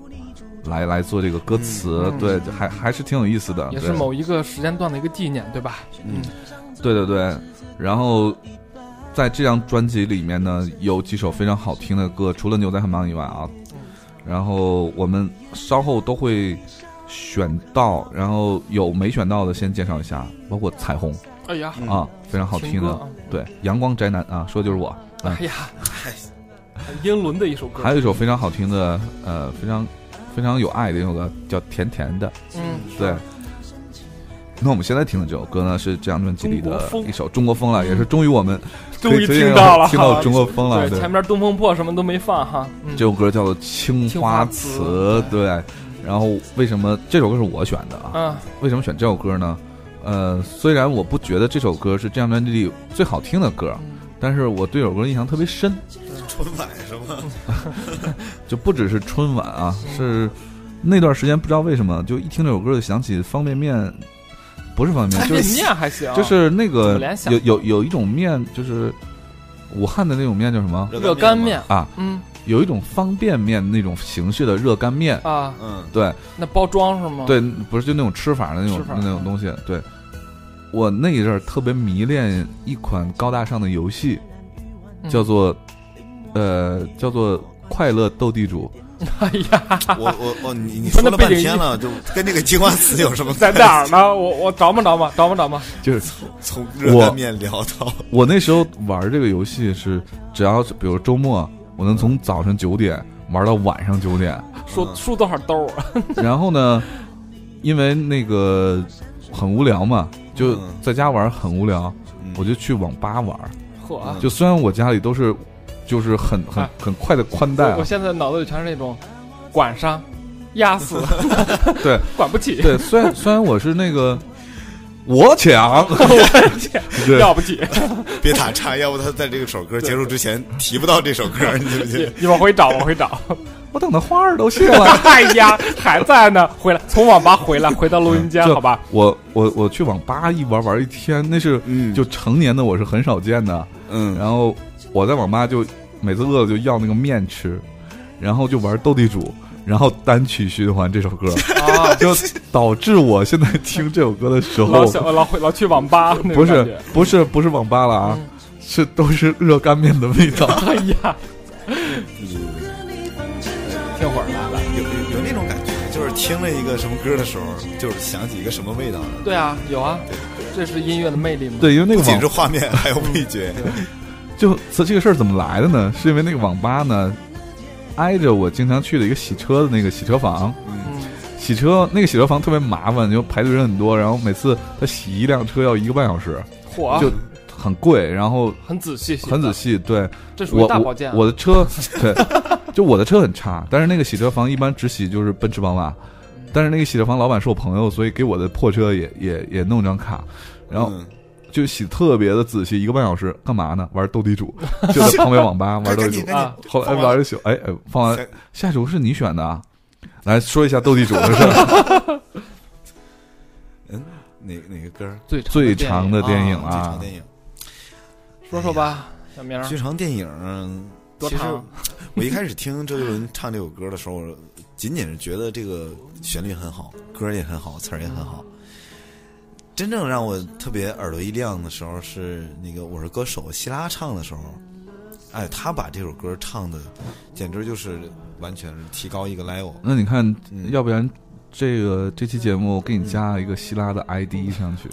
B: 来来做这个歌词，
C: 嗯
B: 对，还还是挺有意思的，
C: 也
B: 啊对
C: 是某一个时间段的一个纪念，对吧？
D: 嗯，
B: 对对对。然后在这张专辑里面呢，有几首非常好听的歌，除了《牛仔很忙》以外啊，然后我们稍后都会选到，然后有没选到的先介绍一下，包括《彩虹
C: 哎呀，》
D: 嗯
B: 啊，非常好
C: 情
B: 听
C: 歌
B: 的，
C: 啊，
B: 对，《阳光宅男》啊，说的就是我。嗯
C: 哎呀， 英伦的一首歌，
B: 还有一首非常好听的，呃，非常非常有爱的一首歌，叫《甜甜的》。
C: 嗯，是
B: 对。那我们现在听的这首歌呢，是这张专辑里
C: 中国
B: 的
C: 风嗯
B: 一首中国风了，也是终于我们
C: 终于
B: 可以
C: 听到了，
B: 听到中国风了。
C: 对，
B: 对，
C: 前面《东风破》什么都没放哈，嗯
B: 这首歌叫做《青
C: 青花
B: 瓷
C: 瓷》，
B: 对。然后为什么这首歌是我选的啊？
C: 啊，
B: 为什么选这首歌呢？呃，虽然我不觉得这首歌是这张专辑里最好听的歌，
C: 嗯
B: 但是我对这首歌印象特别深。
D: 春晚是吗？
C: 嗯
B: 就不只是春晚啊，是那段时间不知道为什么，就一听这首歌就想起方便面，不是方 便面，就
C: 这
B: 是
C: 面还行，
B: 就是那
C: 怎
B: 个
C: 么联想
B: 有有有一种面，就是武汉的那种面叫什么
C: 热干面
D: 吗，
B: 啊？
C: 嗯
B: 有一种方便面那种形式的热干面，
C: 啊，
D: 嗯，
B: 对
C: 那包装是吗？，
B: 对，不是就那种吃法的那种
C: 哦吃法
B: 那种东西。对，我那一阵儿特别迷恋一款高大上的游戏，
C: 嗯
B: 叫做呃叫做快乐斗地主。
C: 哎 呀，
D: 我我我你你
C: 说那
D: 说了
C: 背
D: 半
C: 景
D: 天
C: 音
D: 了，就跟这个青花瓷有什么
C: 在
D: 关系？
C: 哪儿呢？我我找吧找吧找吧找吧，
B: 就是
D: 从热干面聊到
B: 我那时候玩这个游戏是，只要是比如周末，我能从早上九点玩到晚上九 点。
D: 嗯
C: 说数多少兜 儿？啊
B: 然后呢，因为那个很无聊嘛，就
D: 嗯
B: 在家玩很无聊，
D: 嗯
B: 我就去网吧玩。
C: 嚯啊！
B: 就虽然我家里都是，就是很很
C: 哎
B: 很快的宽带
C: 我
B: 啊
C: 我，现在脑子里全是那种管上、压死，
B: 对，
C: 管不起，
B: 对，虽然虽然我是那个我抢， 对
C: 要不起，
D: 别打岔，要不他在这个首歌结束之前提不到这首歌，你记不记？
C: 你往回找，往回找。
B: 我等的花儿都谢 了。
C: 哎呀，还在呢，回来，从网吧回来，回到录音间，
B: 就
C: 好吧？
B: 我我我去网吧一玩玩一天，那是
D: 嗯
B: 就成年的我是很少见的。
D: 嗯，
B: 然后我在网吧就每次饿了就要那个面吃，然后就玩斗地主，然后单曲循环这首歌，
C: 啊，
B: 就导致我现在听这首歌的时
C: 老
B: 候，
C: 想老回老去网吧，那
B: 不
C: 种
B: 是
C: 感觉
B: 不是不是网吧了啊，
C: 嗯
B: 是都是热干面的味道。
C: 哎呀，
B: 嗯
C: 听会儿来了。
D: 有有有那种感觉，就是听了一个什么歌的时候，就是想起一个什么味道，
C: 对啊，有啊，这是音乐的魅力嘛。
B: 对，因为那
D: 不
B: 个
D: 仅是
B: 网
D: 画面，还有味觉。
B: 就这个事儿怎么来的呢？是因为那个网吧呢，挨着我经常去的一个洗车的那个洗车房，
D: 嗯，
C: 嗯，
B: 洗车那个洗车房特别麻烦，就排队人很多，然后每次他洗一辆车要一个半小时，
C: 火啊
B: 就很贵，然后
C: 很仔细，写的
B: 很仔，细。对
C: 这属
B: 我
C: 于大保健
B: 我
C: 啊。
B: 我的车，对，就我的车很差，但是那个洗车房一般只洗就是奔驰、宝马，
C: 嗯
B: 但是那个洗车房老板是我朋友，所以给我的破车也也也弄张卡，然后
D: 嗯
B: 就洗特别的仔细，一个半小时干嘛呢？玩斗地 主，就在旁边网吧玩斗
D: 赶
B: 地
D: 紧
B: 主。
D: 赶紧
C: 啊
B: 后来
D: 放完
B: 玩一宿，哎哎，放完
D: 才
B: 下一首是你选的啊？来说一下斗地主的事儿。
D: 嗯，哪哪个歌儿？
C: 最长
B: 最长的
C: 的
B: 电影
D: 剧场
B: 啊，
C: 电
D: 电影，
C: 影说说吧，小明儿
D: 剧场电影。
C: 多
D: 其实
C: 长？
D: 我一开始听周杰伦唱这首歌的时候，仅仅是觉得这个旋律很好，歌儿也很好，词儿也很好。
C: 嗯
D: 真正让我特别耳朵一亮的时候是那个《我是歌手》希拉唱的时候，哎，他把这首歌唱的简直就是完全是提高一个 level。
B: 那你看，
D: 嗯
B: 要不然这个这期节目我给你加一个希拉的 ID 上去。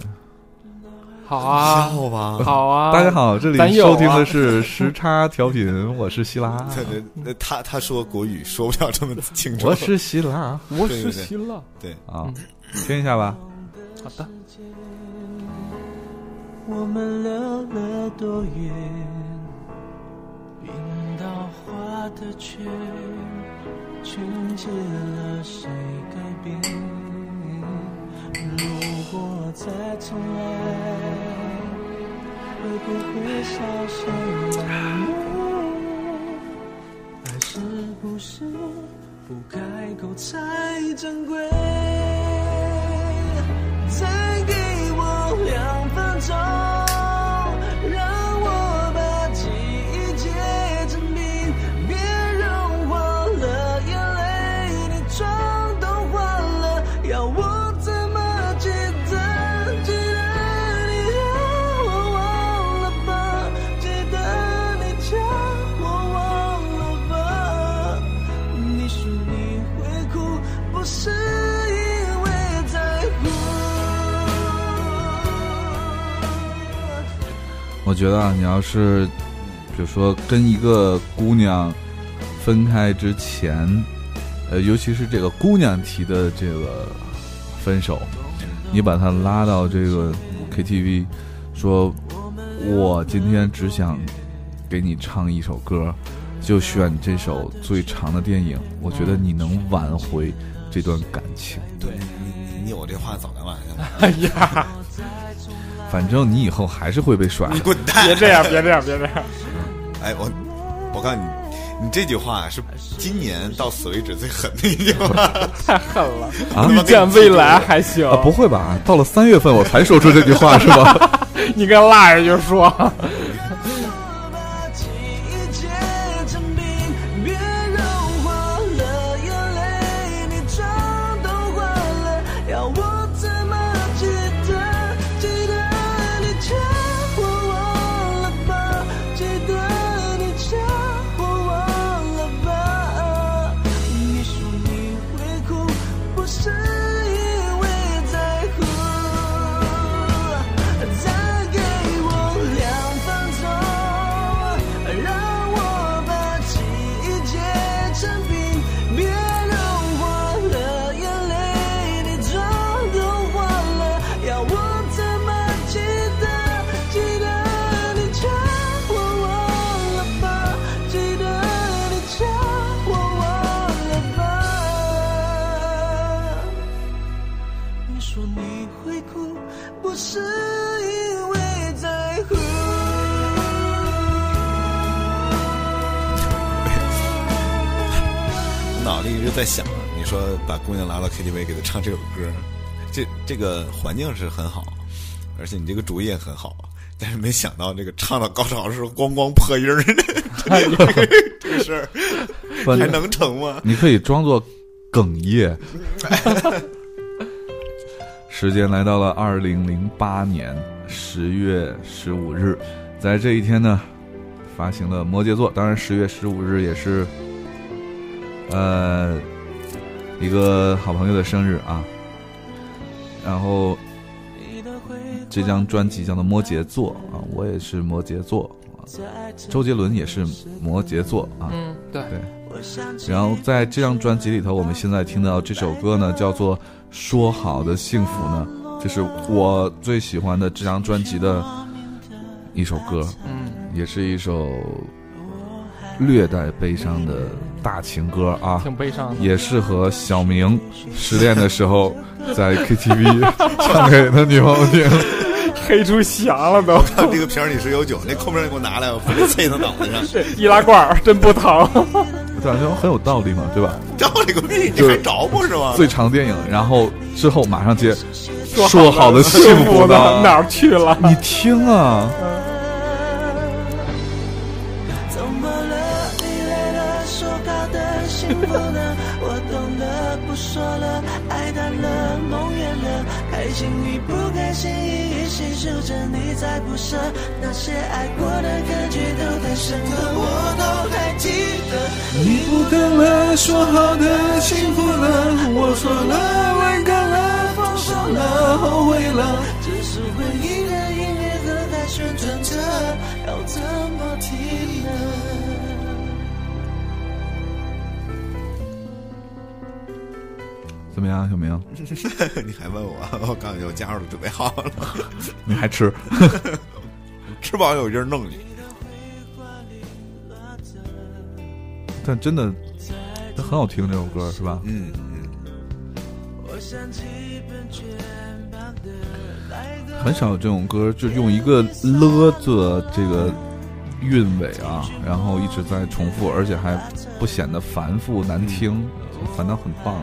C: 好啊，
D: 笑吧，
C: 好啊，
B: 大家，好，这里
C: 咱有啊
B: 收听的是时差调频，我是希拉，
D: 对对对他他说国语说不了这么清楚
B: 我。是希拉
C: 我
D: 对
C: 实
D: 对对
C: 习了。
B: 啊
C: 嗯，
B: 听一下吧。
C: 好的，
A: 我们聊了多远？冰岛画的圈，圈起了谁改变？如果再重来，会不不会消失难免。爱是不是不开口才珍贵？再给我两分钟，让我把记忆结成冰，别融化了眼泪，你妆都花了，要我怎么去等？记得你爱我忘了吧，记得你叫我忘了吧。你说你会哭，不是因为在乎。
B: 我觉得啊，你要是比如说跟一个姑娘分开之前，呃，尤其是这个姑娘提的这个分手，你把她拉到这个 KTV，说我今天只想给你唱一首歌，就选这首最长的电影，我觉得你能挽回这段感情。
D: 对你你你有这话早该完了，
C: 哎呀，
B: 反正你以后还是会被甩的
D: 你。滚蛋！
C: 别这样，别这样，别这样。
D: 哎，我我告诉你，你这句话是今年到此为止最狠的一句话。
C: 太狠了！
B: 啊
C: 遇见未来还行，
B: 啊，不会吧？到了三月份我才说出这句话是吧？
C: 你跟拉着就说，
B: 嗯
A: 把记忆结成冰，别融化了眼泪，你妆都花了，要我怎么记得？记得你叫我忘了吧，记得你叫我忘了吧。你说你会哭，不是因为在乎。再给我两分钟，让我把记忆结成冰，别融化了眼泪，你妆都花了，要我怎么记得？记得你叫我忘了吧，记得你叫我忘了吧。你说你会哭，不是因为在乎。
D: 我 脑子里一直在想，啊你说把姑娘拉到 KTV 给她唱这首歌，这这个环境是很好，而且你这个主意也很好，啊但是没想到这个唱到高潮的时候咣咣破音儿，这个事儿还能成吗？
B: 你可以装作哽咽。时间来到了二零零八年十月十五日，在这一天呢，发行了《摩羯座》。当然，十月十五日也是，呃，一个好朋友的生日啊。然后这张专辑叫做《摩羯座》啊，我也是摩羯座，啊周杰伦也是摩羯座啊。
C: 嗯，对，
B: 然后在这张专辑里头，我们现在听到这首歌呢，叫做《说好的幸福》呢，这是我最喜欢的这张专辑的一首歌，
C: 嗯，
B: 也是一首略带悲伤的大情歌啊，
C: 挺悲伤的。
B: 也适合小明失恋的时候在 KTV 唱给他女朋友听。
C: 黑出翔了都，
D: 看这个瓶儿里是有酒，那空瓶儿你给我拿来，我非得啐他脑袋上，
C: 易拉罐儿真 不疼。
B: 对，就很有道理嘛，对吧？
D: 照你个屁，你还着不是吗？
B: 最长电影，然后之后马上接《
C: 说
B: 说好的幸福》
C: 呢？哪儿去了？
B: 你听啊。
A: 怎么了？你累了？说好的幸福呢？我懂了，不说了，爱淡了，梦远了，开心与不开心一一细数着，你在不舍，那些爱过的感觉都太深刻，我都还记得。
B: 你不等了，说好的幸福呢？我说了，
A: 勇敢了，放手了，后悔了，只是回忆的音乐盒在旋转着，要怎么停呢？
B: 怎么样，小明？
D: 你还问我？我告诉你，我加入了，准备好了，
B: 你还吃？
D: 吃饱有劲儿弄你。
B: 但真的很好听，这首歌是吧？
D: 嗯嗯，
B: 很很少有这种歌，就用一个了字这个韵尾啊，然后一直在重复，而且还不显得繁复难听，反倒很棒。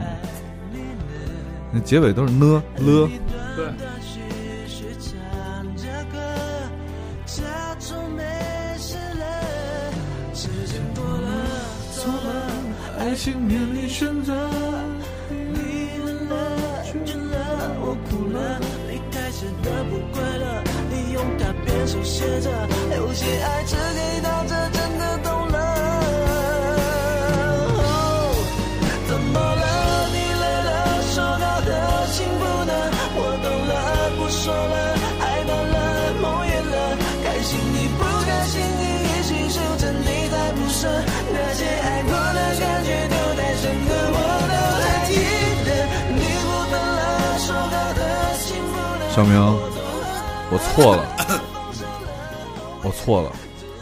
B: 那结尾都是呢了，
C: 对，
B: 爱情面临选择，
A: 我哭了，你开始的不快乐，你用卡片手写着，有些爱只给到这，真的懂了。哦怎么了？你累了，说好的幸福呢？我懂了，不说了，爱淡了，梦远了，开心你不开心你一起守着，你太不舍，那些爱过的感觉都太深刻，我都还记得。你不分了，说好的幸福呢？
B: 小明，我错了，我错了，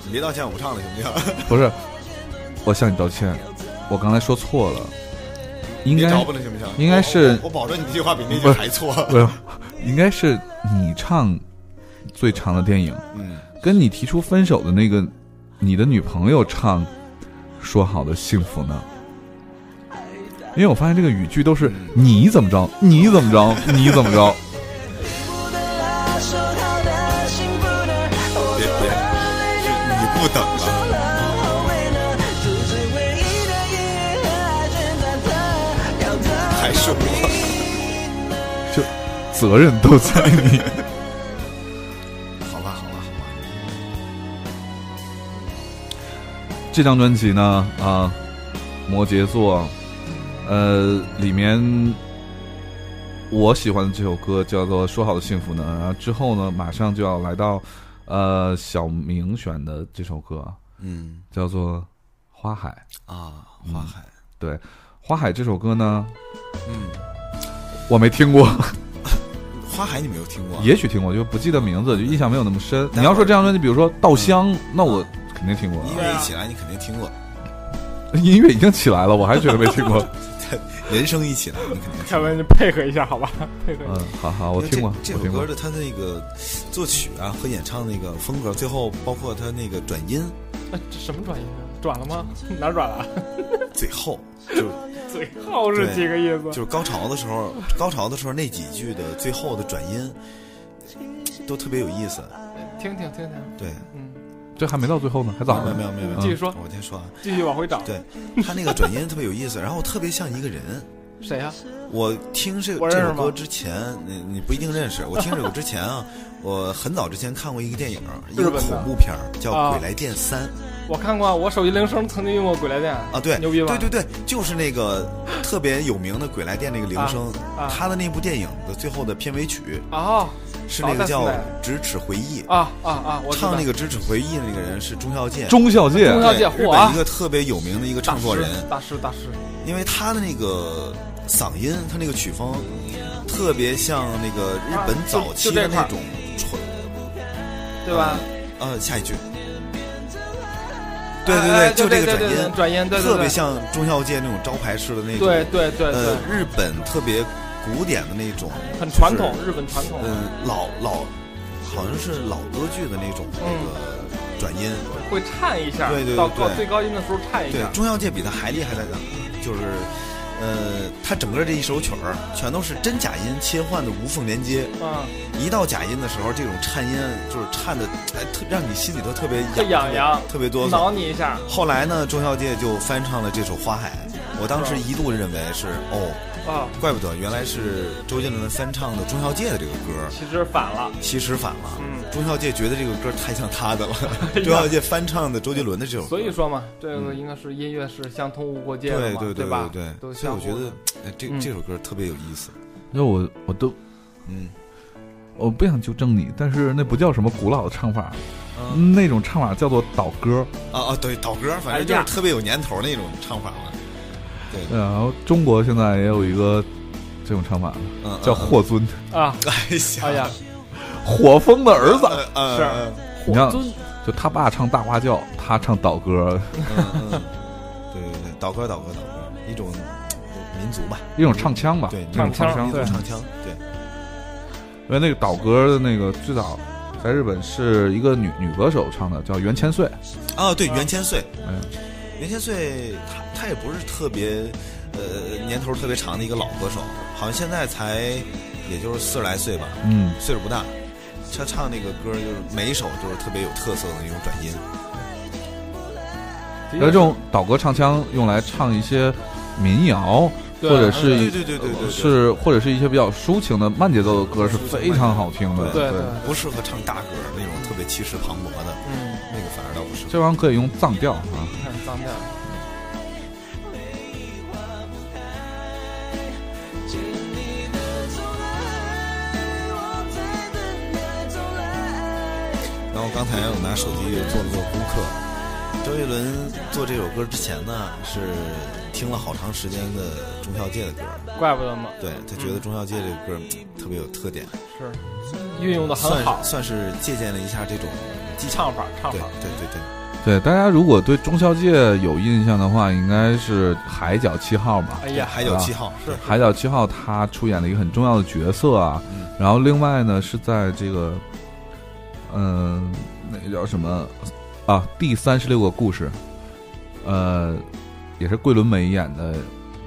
D: 你别道歉，我不唱了，行不行？
B: 不是，我向你道歉，我刚才说错了， 应
D: 别
B: 该
D: 找我了，行不行？
B: 应该是
D: 我我我保证你这句话比那句还错。
B: 不是，应该是你唱最长的电影，
D: 嗯，
B: 跟你提出分手的那个你的女朋友唱《说好的幸福》呢？因为我发现这个语句都是你怎么着，你怎么着，你怎么着，
D: 别别，你不等了。还是我，
B: 责任都在你。
D: 好吧，好吧，好吧。
B: 这张专辑呢，啊，摩羯座，呃，里面我喜欢的这首歌叫做《说好的幸福》呢，然后之后呢，马上就要来到呃小明选的这首歌啊，
D: 嗯
B: 叫做《花海》。
D: 啊，花海，
B: 对，《花海》这首歌呢，
D: 嗯，
B: 我没听 过，
D: 花海你没有听过啊？
B: 也许听过，就不记得名字，就印象没有那么深。
D: 待会儿
B: 你要说这张专辑，比如说《稻香》，
D: 嗯
B: 那我肯定听过啊。
D: 音乐一起来，你肯定听过；
B: 音乐已经起来了，我还觉得没 听过。
D: 人生一起来，你肯定听
C: 要
D: 过
C: 不。然就配合一下，好吧？配合一
B: 嗯
C: 下。，
B: 好好，我
D: 因为
B: 听过，我
D: 这这首
B: 听过
D: 歌。的，它的那个作曲啊和演唱那个风格，最后包括它那个转音，
C: 哎这什么转音啊？转了吗？哪儿转了？
D: 最后就
C: 最后是几个意
D: 就
C: 思？
D: 是高潮的时候，高潮的时候那几句的最后的转音都特别有意思。
C: 听听听听，
D: 对，啊
C: 嗯，
B: 这还没到最后呢，还早
D: 没有
B: 呢
D: 没。有没有没有，
C: 继续说，
D: 我先说啊，
C: 继续往回找。
D: 对他那个转音特别有意思，然后特别像一个人。
C: 谁呀？
D: 我听这
C: 我
D: 这
C: 认识
D: 首歌
C: 吗
D: 之前，你你不一定认识。我听这首歌之前啊，我很早之前看过一个电影，一个
C: 日本的
D: 恐怖片儿叫
C: 啊
D: 《鬼来电三》
C: 我看过啊，我手机铃声曾经用过鬼来电
D: 啊，对，
C: 牛逼吧？
D: 对对对，就是那个特别有名的《鬼来电》那个铃声
C: 啊啊，
D: 他的那部电影的最后的片尾曲
C: 啊
D: 是那个叫
C: 老
D: 《
C: 大斯奈
D: 咫尺回忆》，
C: 啊啊啊！我知道
D: 唱那个《咫尺回忆》的那个人是钟孝健，
B: 忠孝界
C: 忠孝
D: 对
C: 介
D: 日
C: 嚯啊
D: 本一个特别有名的一个
C: 大
D: 唱
C: 师
D: 作人，嗯
C: 大师大师，
D: 因为他的那个嗓音，他那个曲风，特别像那个日本
C: 啊
D: 早期的那种纯，
C: 对吧？
D: 呃，下一句，对对对，就这个
C: 转
D: 转音，
C: 转音，哎对对对，
D: 特别像中孝界那种招牌式的那种，
C: 对对对
D: 呃
C: 对，，
D: 日本特别古典的那种，
C: 很传统，日本传统
D: 嗯、，老老，好像是老歌剧的那种那
C: 嗯
D: 个转音，
C: 会颤一下，
D: 对对对
C: 到
D: 对
C: 到最高音的时候颤一
D: 对
C: 下，，
D: 中药界比他还厉害在哪？就是，呃，他整个这一首曲儿全都是真假音切换的无缝连接。
C: 嗯，
D: 一到假音的时候，这种颤音就是颤的，哎，特让你心里头特别
C: 特痒痒
D: 特别哆嗦
C: 挠。你一下，
D: 后来呢，中药界就翻唱了这首《花海》，我当时一度认为是哦，
C: 啊，
D: 怪不得原来是周杰伦翻唱的中药界的这个歌。
C: 其实反了，
D: 其实反了，
C: 嗯
D: 中药界觉得这个歌太像他的了，中药界翻唱的周杰伦的这首歌，
C: 所以说嘛，这个应该是音乐是相通无国界的
D: 对
C: 嘛，
D: 对对
C: 吧？
D: 对
C: 都
D: 所以
C: 相
D: 我
C: 互
D: 觉得哎这
C: 嗯
D: 这首歌特别有意思。
B: 那我我都
D: 嗯，
B: 我不想纠正你，但是那不叫什么古老的唱法，
C: 嗯
B: 嗯那种唱法叫做倒歌。
D: 啊啊，对，倒歌，反正就
C: 哎呀
D: 是特别有年头那种唱法嘛。对，
B: 呃然后中国现在也有一个这种唱法，
D: 嗯，
B: 叫霍尊，
C: 啊，
D: 嗯。
C: 哎
D: 哎呀，
C: 呀，哎
B: 火风的儿子。
D: 呃，呃
C: 是
D: 呃
B: 你看
C: 嗯火尊，
B: 就他爸唱大花轿，他唱倒歌，
D: 嗯嗯，对对对，倒歌倒歌倒歌，一种民族吧，
B: 一种唱腔吧，
D: 对，
B: 那种
C: 唱腔
B: 腔。
D: 民族
C: 对
D: 唱腔，对，
B: 因为那个岛歌的那个最早在日本是一个女女歌手唱的，叫袁千岁。
D: 啊，对，袁千岁，
B: 嗯，
D: 袁千岁他他也不是特别，呃，年头特别长的一个老歌手，好像现在才也就是四十来岁吧，
B: 嗯，
D: 岁数不大。他唱那个歌就是每一首就是特别有特色的那种转音，
B: 那这种岛歌唱腔用来唱一些民谣，
C: 对
B: 或者
D: 对
B: 是一
D: 对对对对对，
B: 是或者是一些比较抒情的慢节奏的歌是非常好听的。
C: 对对，
D: 不适合唱大歌那种特别气势磅礴的，
C: 嗯，
D: 那个反而倒不适合。
B: 这玩意儿可以用藏调啊。
C: 看脏辫儿，
A: 见你的钟爱，我在等那钟爱。
D: 然后刚才我拿手机做了做功课，周杰伦做这首歌之前呢，是听了好长时间的钟晓界的歌，
C: 怪不得嘛，
D: 对他觉得钟晓界这个歌嗯特别有特点，
C: 是运用的很
D: 算
C: 好
D: 是，算是借鉴了一下这种技巧。
C: 唱法唱
D: 对
C: 法，
D: 对对对，
B: 对，大家如果对中孝界有印象的话，应该是《海角七号》吧。
C: 哎呀，
D: 还有七号
C: 是
B: 海角七号他出演了一个很重要的角色啊，
D: 嗯
B: 然后另外呢是在这个，嗯、那个叫什么啊？第三十六个故事，呃，也是桂纶镁演的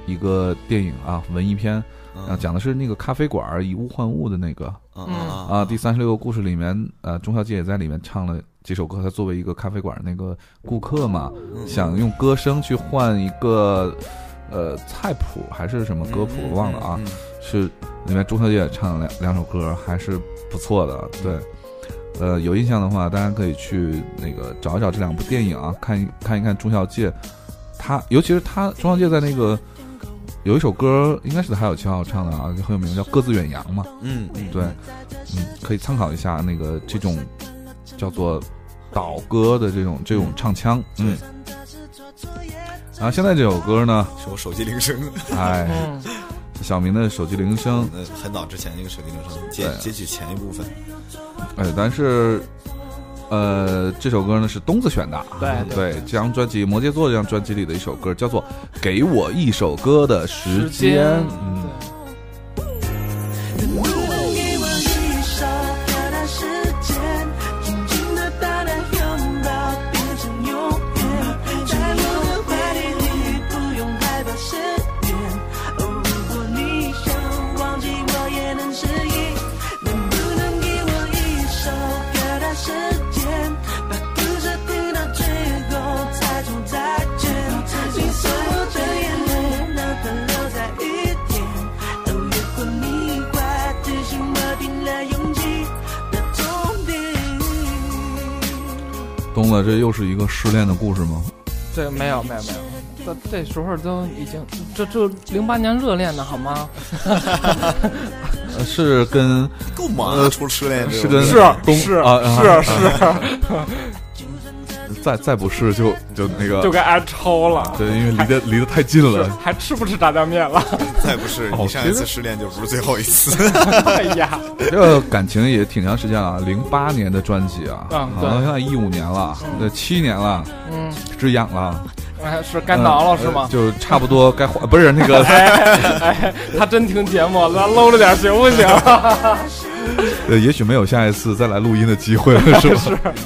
B: 一个电影啊，文艺片，啊，
D: 嗯
B: 讲的是那个咖啡馆儿以物换物的那个
D: 嗯
C: 嗯
B: 啊。第三十六个故事里面，呃，钟小姐也在里面唱了几首歌，她作为一个咖啡馆儿那个顾客嘛，
D: 嗯
B: 想用歌声去换一个呃菜谱还是什么歌谱，
D: 嗯嗯
B: 忘了啊。
D: 嗯
B: 是里面钟小姐也唱了两两首歌，还是不错的。对，呃，有印象的话，大家可以去那个找一找这两部电影啊，看一看一看钟小姐，她尤其是她钟小姐在那个有一首歌，应该是海有七号唱的啊，就很有名，叫《各自远洋》嘛。
D: 嗯嗯
B: 对，嗯，可以参考一下那个这种叫做岛歌的这种这种唱腔，嗯。然后现在这首歌呢，
D: 是我手机铃声，
B: 哎，
C: 嗯，
B: 小明的手机铃声，
D: 呃，很早之前 那个手机铃声，截
B: 对
D: 截取前一部分，
B: 哎，但是，呃，这首歌呢是东子选的啊，
C: 对
B: 对，这张专辑《摩羯座》这张专辑里的一首歌叫做《给我一首歌的时间》，嗯，
C: 对，
A: 能不能给我一首歌的时间，紧紧地把它拥抱变成永远，在我的怀里你不用害怕失眠。哦，如果你想忘记我也能适应，能不能给我一首歌的时间，把故事听到最后才说再见？你所有的眼泪能否留在雨天？哦，如果你怀自信，我凭了勇气的终点。
B: 东子，这又是一个失恋的故事吗？
C: 这没有没有没有。这这时候都已经，这这零八年热恋的好吗？
B: 呃是跟
D: 够忙啊！除失恋这
B: 是
D: 种
B: 跟
D: 事
B: 东
C: 是
B: 啊啊
C: 是是，
B: 再再不是就就那个
C: 就该挨抽了。
B: 对，因为离得离得太近
C: 是
B: 了。
C: 还吃不吃炸酱面了？
D: 再不是
B: 哦
D: 你上一
B: 其
D: 次
B: 实
D: 失恋就不是最后一次。
C: 哎呀，
B: 这个感情也挺长时间了，啊零八年的专辑啊，
C: 嗯
B: 好
C: 对
B: 到现在一五年了，对，七年了，
C: 嗯，
B: 止痒了，
C: 哎是该挠了是吗哎
B: 呃？就差不多该换，不是那 个，
C: 他真听节目，咱搂着点行不行？
B: 呃，也许没有下一次再来录音的机会 了，是吧？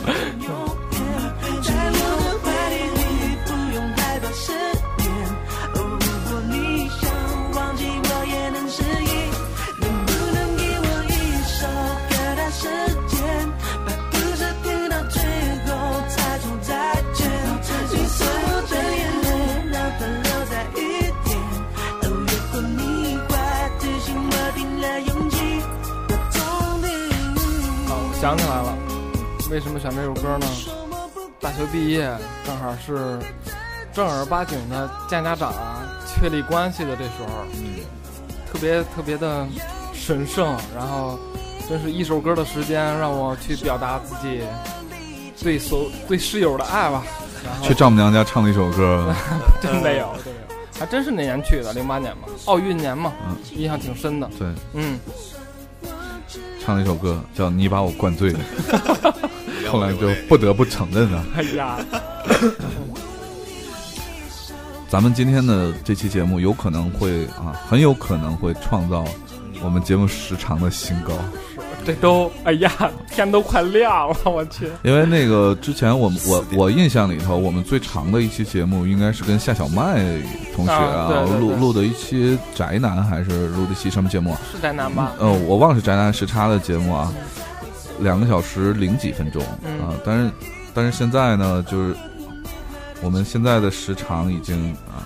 C: 啊
A: 在我的怀里，你不用害怕失眠。哦，如果你想忘记我，也能适应。能不能给我一首歌的时间，把故事听到最后才说再见？你所有的眼泪能否留在雨天？哦，如果你怀自信，我凭了勇气的终点。
C: 啊，我想起来了，为什么选这首歌呢？大学毕业正好是正儿八经的见家长、确立关系的这时候，特别特别的神圣，然后真是一首歌的时间让我去表达自己对所对室友的爱吧。然后
B: 去丈母娘家唱了一首歌，
C: 真没有，真没有，还真是那年去的，零八年嘛，奥运年嘛，
B: 嗯
C: 印象挺深的。
B: 对，
C: 嗯，
B: 唱了一首歌叫《你把我灌醉了》，后来就
D: 对
B: 不得不承认啊了。
C: 哎呀，
B: 咱们今天的这期节目有可能会啊，很有可能会创造我们节目时长的新高。
C: 是这都哎呀，天都快亮了，我去！
B: 因为那个之前我们我我印象里头，我们最长的一期节目应该是跟夏小麦同学
C: 啊对对对
B: 录录的一期宅男还是录的一期什么节目啊？
C: 是宅男吧？
B: 呃，我忘了是宅男时差的节目啊，两个小时零几分钟
C: 嗯
B: 啊。但是但是现在呢，就是我们现在的时长已经啊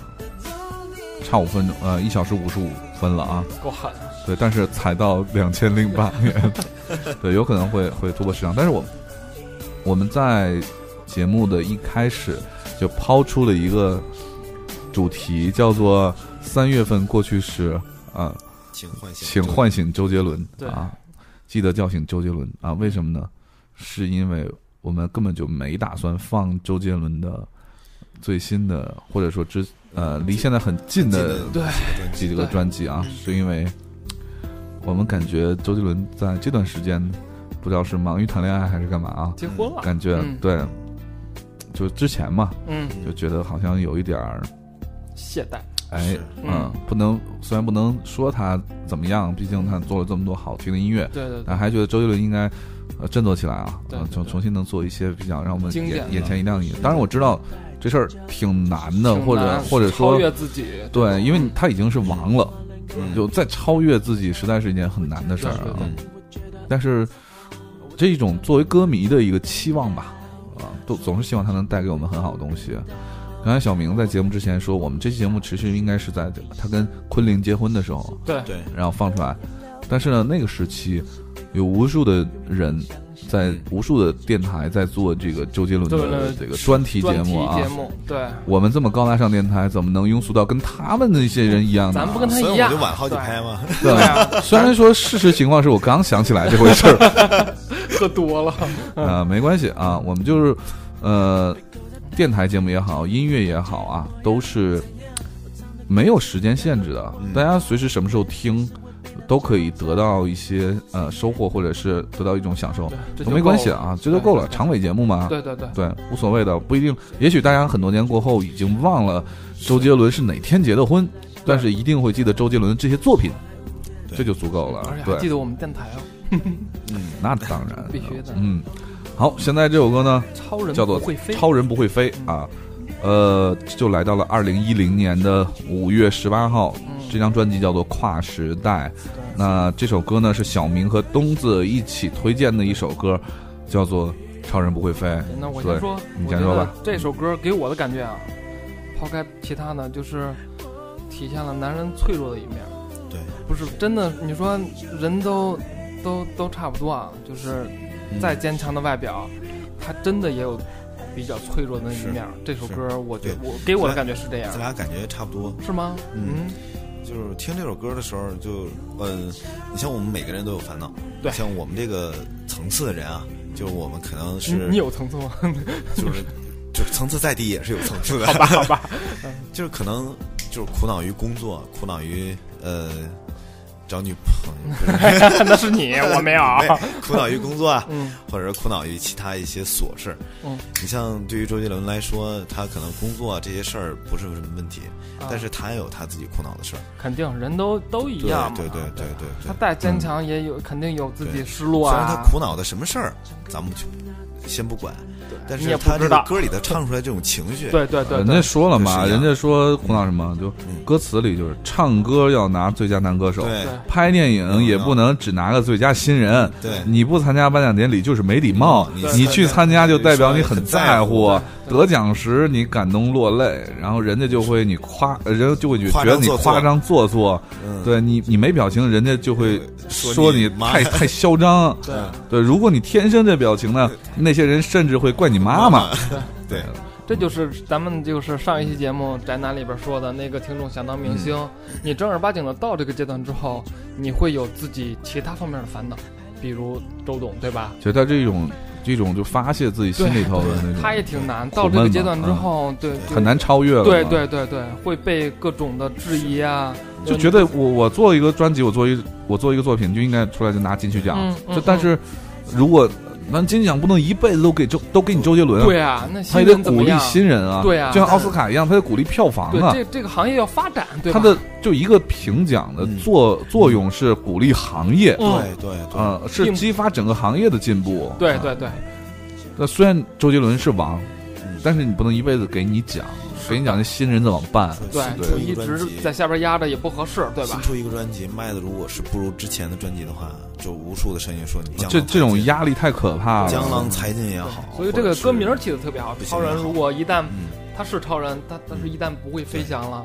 B: 差五分钟，呃，一小时五十五分了啊。
C: 够狠！
B: 对，但是才到两千零八年，对，有可能会会突破市场。但是我我们在节目的一开始就抛出了一个主题，叫做“三月份过去时”，啊，
D: 请唤醒，
B: 请唤醒周杰伦
C: 对
B: 啊，记得叫醒周杰伦啊！为什么呢？是因为我们根本就没打算放周杰伦的最新的，或者说之呃离现在很近的
D: 近的
C: 对
B: 几个
C: 对
B: 专辑啊，是因为我们感觉周杰伦在这段时间不知道是忙于谈恋爱还是干嘛啊，
C: 结婚了，
B: 感觉
C: 嗯
B: 对，就之前嘛，
C: 嗯，
B: 就觉得好像有一点儿，
C: 懈怠，
B: 哎
D: 是，
B: 嗯
C: 嗯，
B: 不能虽然不能说他怎么样，毕竟他做了这么多好听的音乐，
C: 对对对
B: 但还觉得周杰伦应该呃振作起来啊，
C: 对
B: 呃
C: 对
B: 重
C: 对
B: 重新能做一些比较让我们
C: 经典
B: 眼
C: 的
B: 眼前一亮一点。当然我知道这事儿挺难的，
C: 挺
B: 或者
C: 难
B: 或者说
C: 超越嗯自己，
B: 对，因为你他已经是王了，
D: 嗯
B: 就再超越自己，实在是一件很难的事儿
C: 对
B: 啊
C: 对对。
B: 但是这一种作为歌迷的一个期望吧，啊，都总是希望他能带给我们很好的东西。刚才小明在节目之前说，我们这期节目持续应该是在他跟昆凌结婚的时候，
C: 对
D: 对，
B: 然后放出来。但是呢，那个时期有无数的人在
D: 嗯
B: 无数的电台在做这个周杰伦
C: 周杰伦
B: 的
C: 的
B: 这个专题节
C: 专题
B: 目啊
C: 节。目，对，
B: 我们这么高大上电台，怎么能庸俗到跟他们那些人一样呢？
C: 咱们不跟他
D: 所
C: 一
D: 以我
C: 样，
D: 就晚好几拍嘛。
C: 对啊，
B: 虽然说事实情况是我刚想起来这回事儿，
C: 喝多了，
B: 呃，没关系啊，我们就是，呃，电台节目也好，音乐也好啊，都是没有时间限制的，
C: 嗯
B: 大家随时什么时候听，都可以得到一些呃收获，或者是得到一种享受
C: 对，这
B: 都
C: 就
B: 没关
C: 够
B: 系
C: 了，
B: 啊，这就够了，
C: 对
B: 长尾节目嘛，
C: 对对对，
B: 对，无所谓的，不一定，也许大家很多年过后已经忘了周杰伦是哪天结的婚，但是一定会记得周杰伦的这些作品。
D: 对
B: 这就足够了，
C: 而且
B: 对。
C: 还记得我们电台哦，
B: 那当然，
C: 必须的
B: 嗯，好，现在这首歌呢
C: 超人
B: 叫做
C: 不会飞嗯
B: 《超人不会飞》啊，呃，就来到了二零一零年的五月十八号，
C: 嗯
B: 这张专辑叫做《跨时代》。那这首歌呢是小明和东子一起推荐的一首歌，叫做《超人不会飞》。
C: 那我
B: 对
C: 先说，
B: 你
C: 我
B: 先
C: 觉
B: 说
C: 得
B: 吧
C: 这首歌给我的感觉啊，抛开其他的，就是体现了男人脆弱的一面。
D: 对，
C: 不是真的，你说人都都都差不多啊，就是再坚强的外表，他真的也有比较脆弱的那一面。这首歌，我觉得我给我的感觉是这样
D: 咱，俩感觉差不多，
C: 是吗？
D: 嗯，就是听这首歌的时候就，呃，你像我们每个人都有烦恼，
C: 对
D: 像我们这个层次的人啊，就是我们可能
C: 你
D: 是
C: 你有层次 吗？
D: 就是就是层次再低也是有层次的，
C: 好吧，好吧，
D: 就是可能就是苦恼于工作，苦恼于呃找女朋友， 不是
C: 那是你，我没有。
D: 对苦恼于工作啊，
C: 嗯，
D: 或者是苦恼于其他一些琐事。
C: 嗯，
D: 你像对于周杰伦来说，他可能工作啊这些事儿不是什么问题，
C: 啊
D: 但是他也有他自己苦恼的事儿。
C: 肯定人都都一
D: 对
C: 样嘛。
D: 对对对对对嗯
C: 他。再坚强也有，肯定有自己
D: 对
C: 失落
D: 虽然
C: 啊。
D: 他苦恼的什么事儿，咱们就先不管，但
C: 你也
D: 是
C: 不
D: 他这
C: 知
D: 个
C: 道
D: 歌里头唱出来这种情绪，
C: 对对对
B: 人
C: 对
B: 家，说了嘛，
D: 就是一
B: 人
D: 样
B: 家说苦恼什么，就
D: 嗯
B: 歌词里就是唱歌要拿最佳男歌手，
D: 对
C: 对
B: 拍电影也不能只拿个最佳新人，
D: 对
B: 你不参加颁奖典礼就是没礼貌，
D: 嗯
B: 你
D: 你
B: 去参
D: 参
B: 加
D: 加
B: 就代表你很在乎
D: 很在乎。
B: 得奖时你感动落泪，然后人家就会你夸，呃人家就会觉
D: 夸
B: 得
D: 张
B: 你
D: 做作
B: 夸张做作，
D: 嗯
B: 对你你没表情，人家就会
D: 说
B: 说
D: 你
B: 你
D: 妈
B: 太太嚣张。
C: 对
B: 对，如果你天生这表情呢，那些人甚至会怪你妈妈。
D: 对，
C: 这就是咱们就是上一期节目宅男里边说的那个听众想当
D: 嗯
C: 明星，你正儿八经的到这个阶段之后，你会有自己其他方面的烦恼，比如周董对吧？
B: 就他这种这种就发泄自己心里头的那种，
C: 他也挺难，
B: 闷嗯
C: 到这个阶段之后，对，就
B: 很难超越了嘛。
C: 对对对对，会被各种的质疑啊，
B: 就觉得我我做一个专辑，我做一我做一个作品就应该出来就拿金曲奖
C: 嗯，嗯
B: 就但是如果那金奖不能一辈子都给周都给你周杰伦，
C: 对啊，那
B: 他
C: 新
B: 也得
C: 人怎
B: 鼓
C: 么
B: 励
C: 样？
B: 新人啊，
C: 对啊
B: 就像奥斯卡一样，他得鼓励票房
C: 对，
B: 啊。
C: 这这个行业要发展，对吧
B: 他的就一个评奖的
D: 嗯
B: 作作用是鼓励行业
C: 嗯
D: 对对对，
B: 啊，是
C: 并
B: 激发整个行业的进步。
C: 对
B: 啊
C: 对对，
B: 那虽然周杰伦是王
D: 嗯，
B: 但是你不能一辈子给你奖，给你奖那新人怎么办？
D: 说
C: 对，
D: 新
C: 就
D: 出
C: 一
D: 一个专
C: 直
D: 辑，
C: 在下边压着也不合适，对吧
D: 新？出一个专辑卖的如果是不如之前的专辑的话，就无数的声音说你江郎
B: 这这种
D: 才尽
B: 压力啊太可怕了。
D: 江郎才尽也好，
C: 所以这个歌名
D: 或
C: 儿
D: 者是
C: 起的特别好，
D: 不行
C: 超人
D: 也好
C: 如果一旦
D: 嗯，
C: 他是超人，他但是一旦不会飞翔了，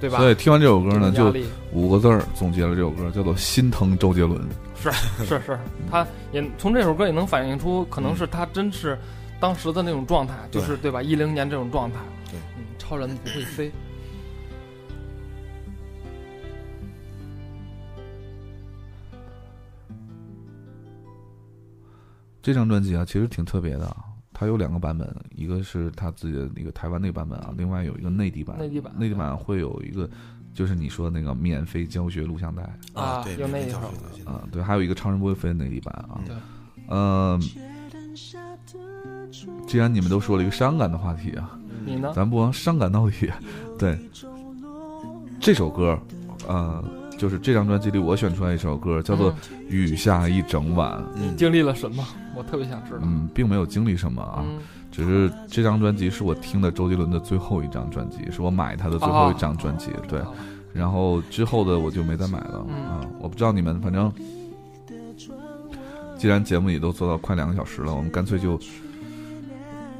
C: 对吧？
B: 所以听完这首歌呢，
C: 这种压
B: 就
C: 力
B: 五个字儿总结了这首歌，叫做“心疼周杰伦
C: 是是，他也从这首歌也能反映出，可能是他真是当时的那种状态，就
D: 嗯对
C: 是对吧？一零年这种状态，
D: 对
C: 嗯，超人不会飞。”。
B: 这张专辑啊，其实挺特别的啊，它有两个版本，一个是他自己的那个台湾那个版本啊，另外有一个内地版。
C: 内地版
B: 内地版会有嗯一个，就是你说的那个免费教学录像带
C: 啊
D: 对，
C: 有那
D: 没
C: 一
D: 叫
C: 首
D: 这个东西
B: 啊，对，还有一个超人不会飞的内地版啊。
C: 对
B: 嗯，既然你们都说了一个伤感的话题啊，
C: 你呢？
B: 咱不往伤感到底。 对，这首歌，呃，就是这张专辑里我选出来一首歌，叫做《雨下一整晚》。
C: 嗯经历了什么？我特别想知道。
B: 嗯，并没有经历什么啊，
C: 嗯，
B: 只是这张专辑是我听的周杰伦的最后一张专辑，是我买他的最后一张专辑。对，
C: 好
B: 然后之后的我就没再买了
C: 嗯
B: 啊、我不知道你们，反正既然节目也都做到快两个小时了，我们干脆就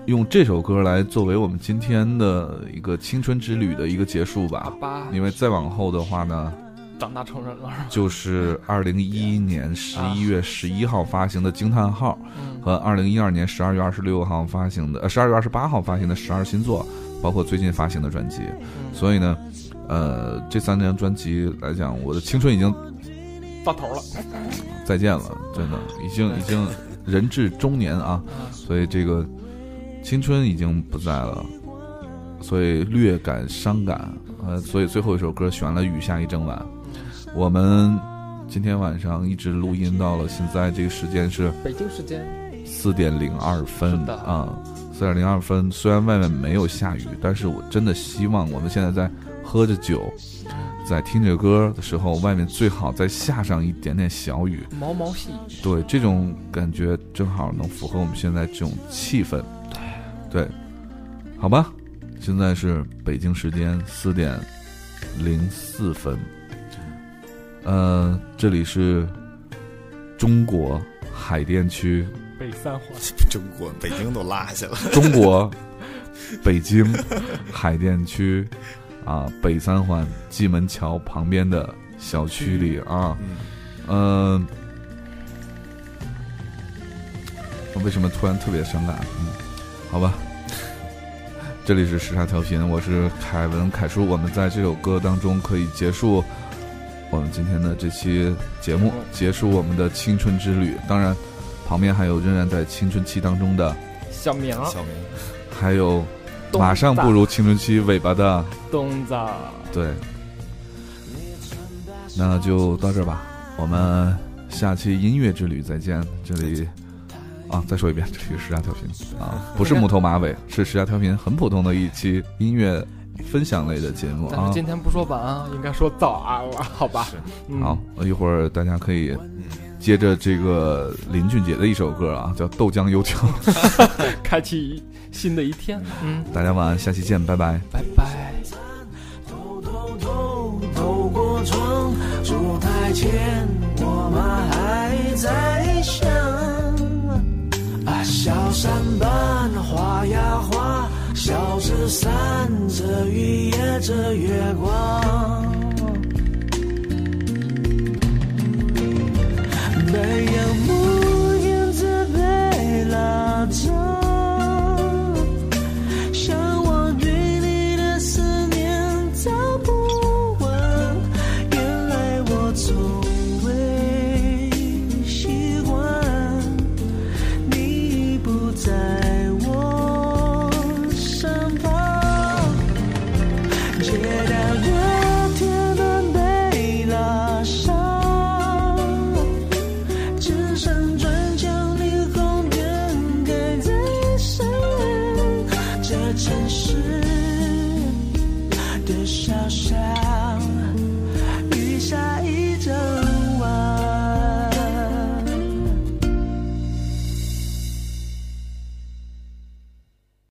B: 用这首歌来作为我们今天的一个青春之旅的一个结束
C: 爸
B: 吧。
C: 爸
B: 因为再往后的话呢，
C: 长大成人了，是吧
B: 就是二零一一年十一月十一号发行的《惊叹号》
C: 嗯，
B: 和二零一二年十二月二十六号发行的呃十二月二十八号发行的《十二星座》，包括最近发行的专辑。
C: 嗯
B: 所以呢，呃，这三张专辑来讲，我的青春已经
C: 到头了。
B: 再见了，真的，已经已经人至中年啊，
C: 嗯
B: 所以这个青春已经不在了，所以略感伤感，呃，所以最后一首歌选了《雨下一整晚》。我们今天晚上一直录音到了现在这个时间是
C: 北京时间，
B: 四点零二分
C: 是的
B: 啊，四点零二分。虽然外面没有下雨，但是我真的希望我们现在在喝着酒，在听着歌的时候，外面最好再下上一点点小雨。
C: 毛毛细雨。
B: 对，这种感觉正好能符合我们现在这种气氛。对，好吧，现在是北京时间四点零四分。呃，这里是中国海淀区，
C: 北三环，
D: 中国北京都落下了，
B: 中国 北京海淀区啊北三环蓟门桥旁边的小区里啊，嗯、
D: 嗯，
B: 我为什么突然特别伤感？嗯，好吧，这里是时差调频，我是凯文凯叔，我们在这首歌当中可以结束我们今天的这期节目，结束我们的青春之旅。当然，旁边还有仍然在青春期当中的。
C: 小明，
D: 嗯小明，
B: 还有马上步入青春期尾巴的，
C: 东子，
B: 对，那就到这儿吧，我们下期音乐之旅再见。这里啊，再说一遍，这里是时差调频啊，不是木头马尾，是时差调频，很普通的一期音乐分享类的节目
C: 但是
B: 啊。
C: 今天不说晚安，应该说早安了，好吧？嗯
B: 好，，一会儿大家可以
D: 嗯，
B: 接着这个林俊杰的一首歌啊，叫《豆浆油条》。
C: 开启新的一天，嗯，
B: 大家晚安，下期见，拜拜。
C: 拜拜。
F: 偷偷偷透过窗，烛台前，我们还在想啊，小山伴花呀花，小纸伞遮雨也遮月光。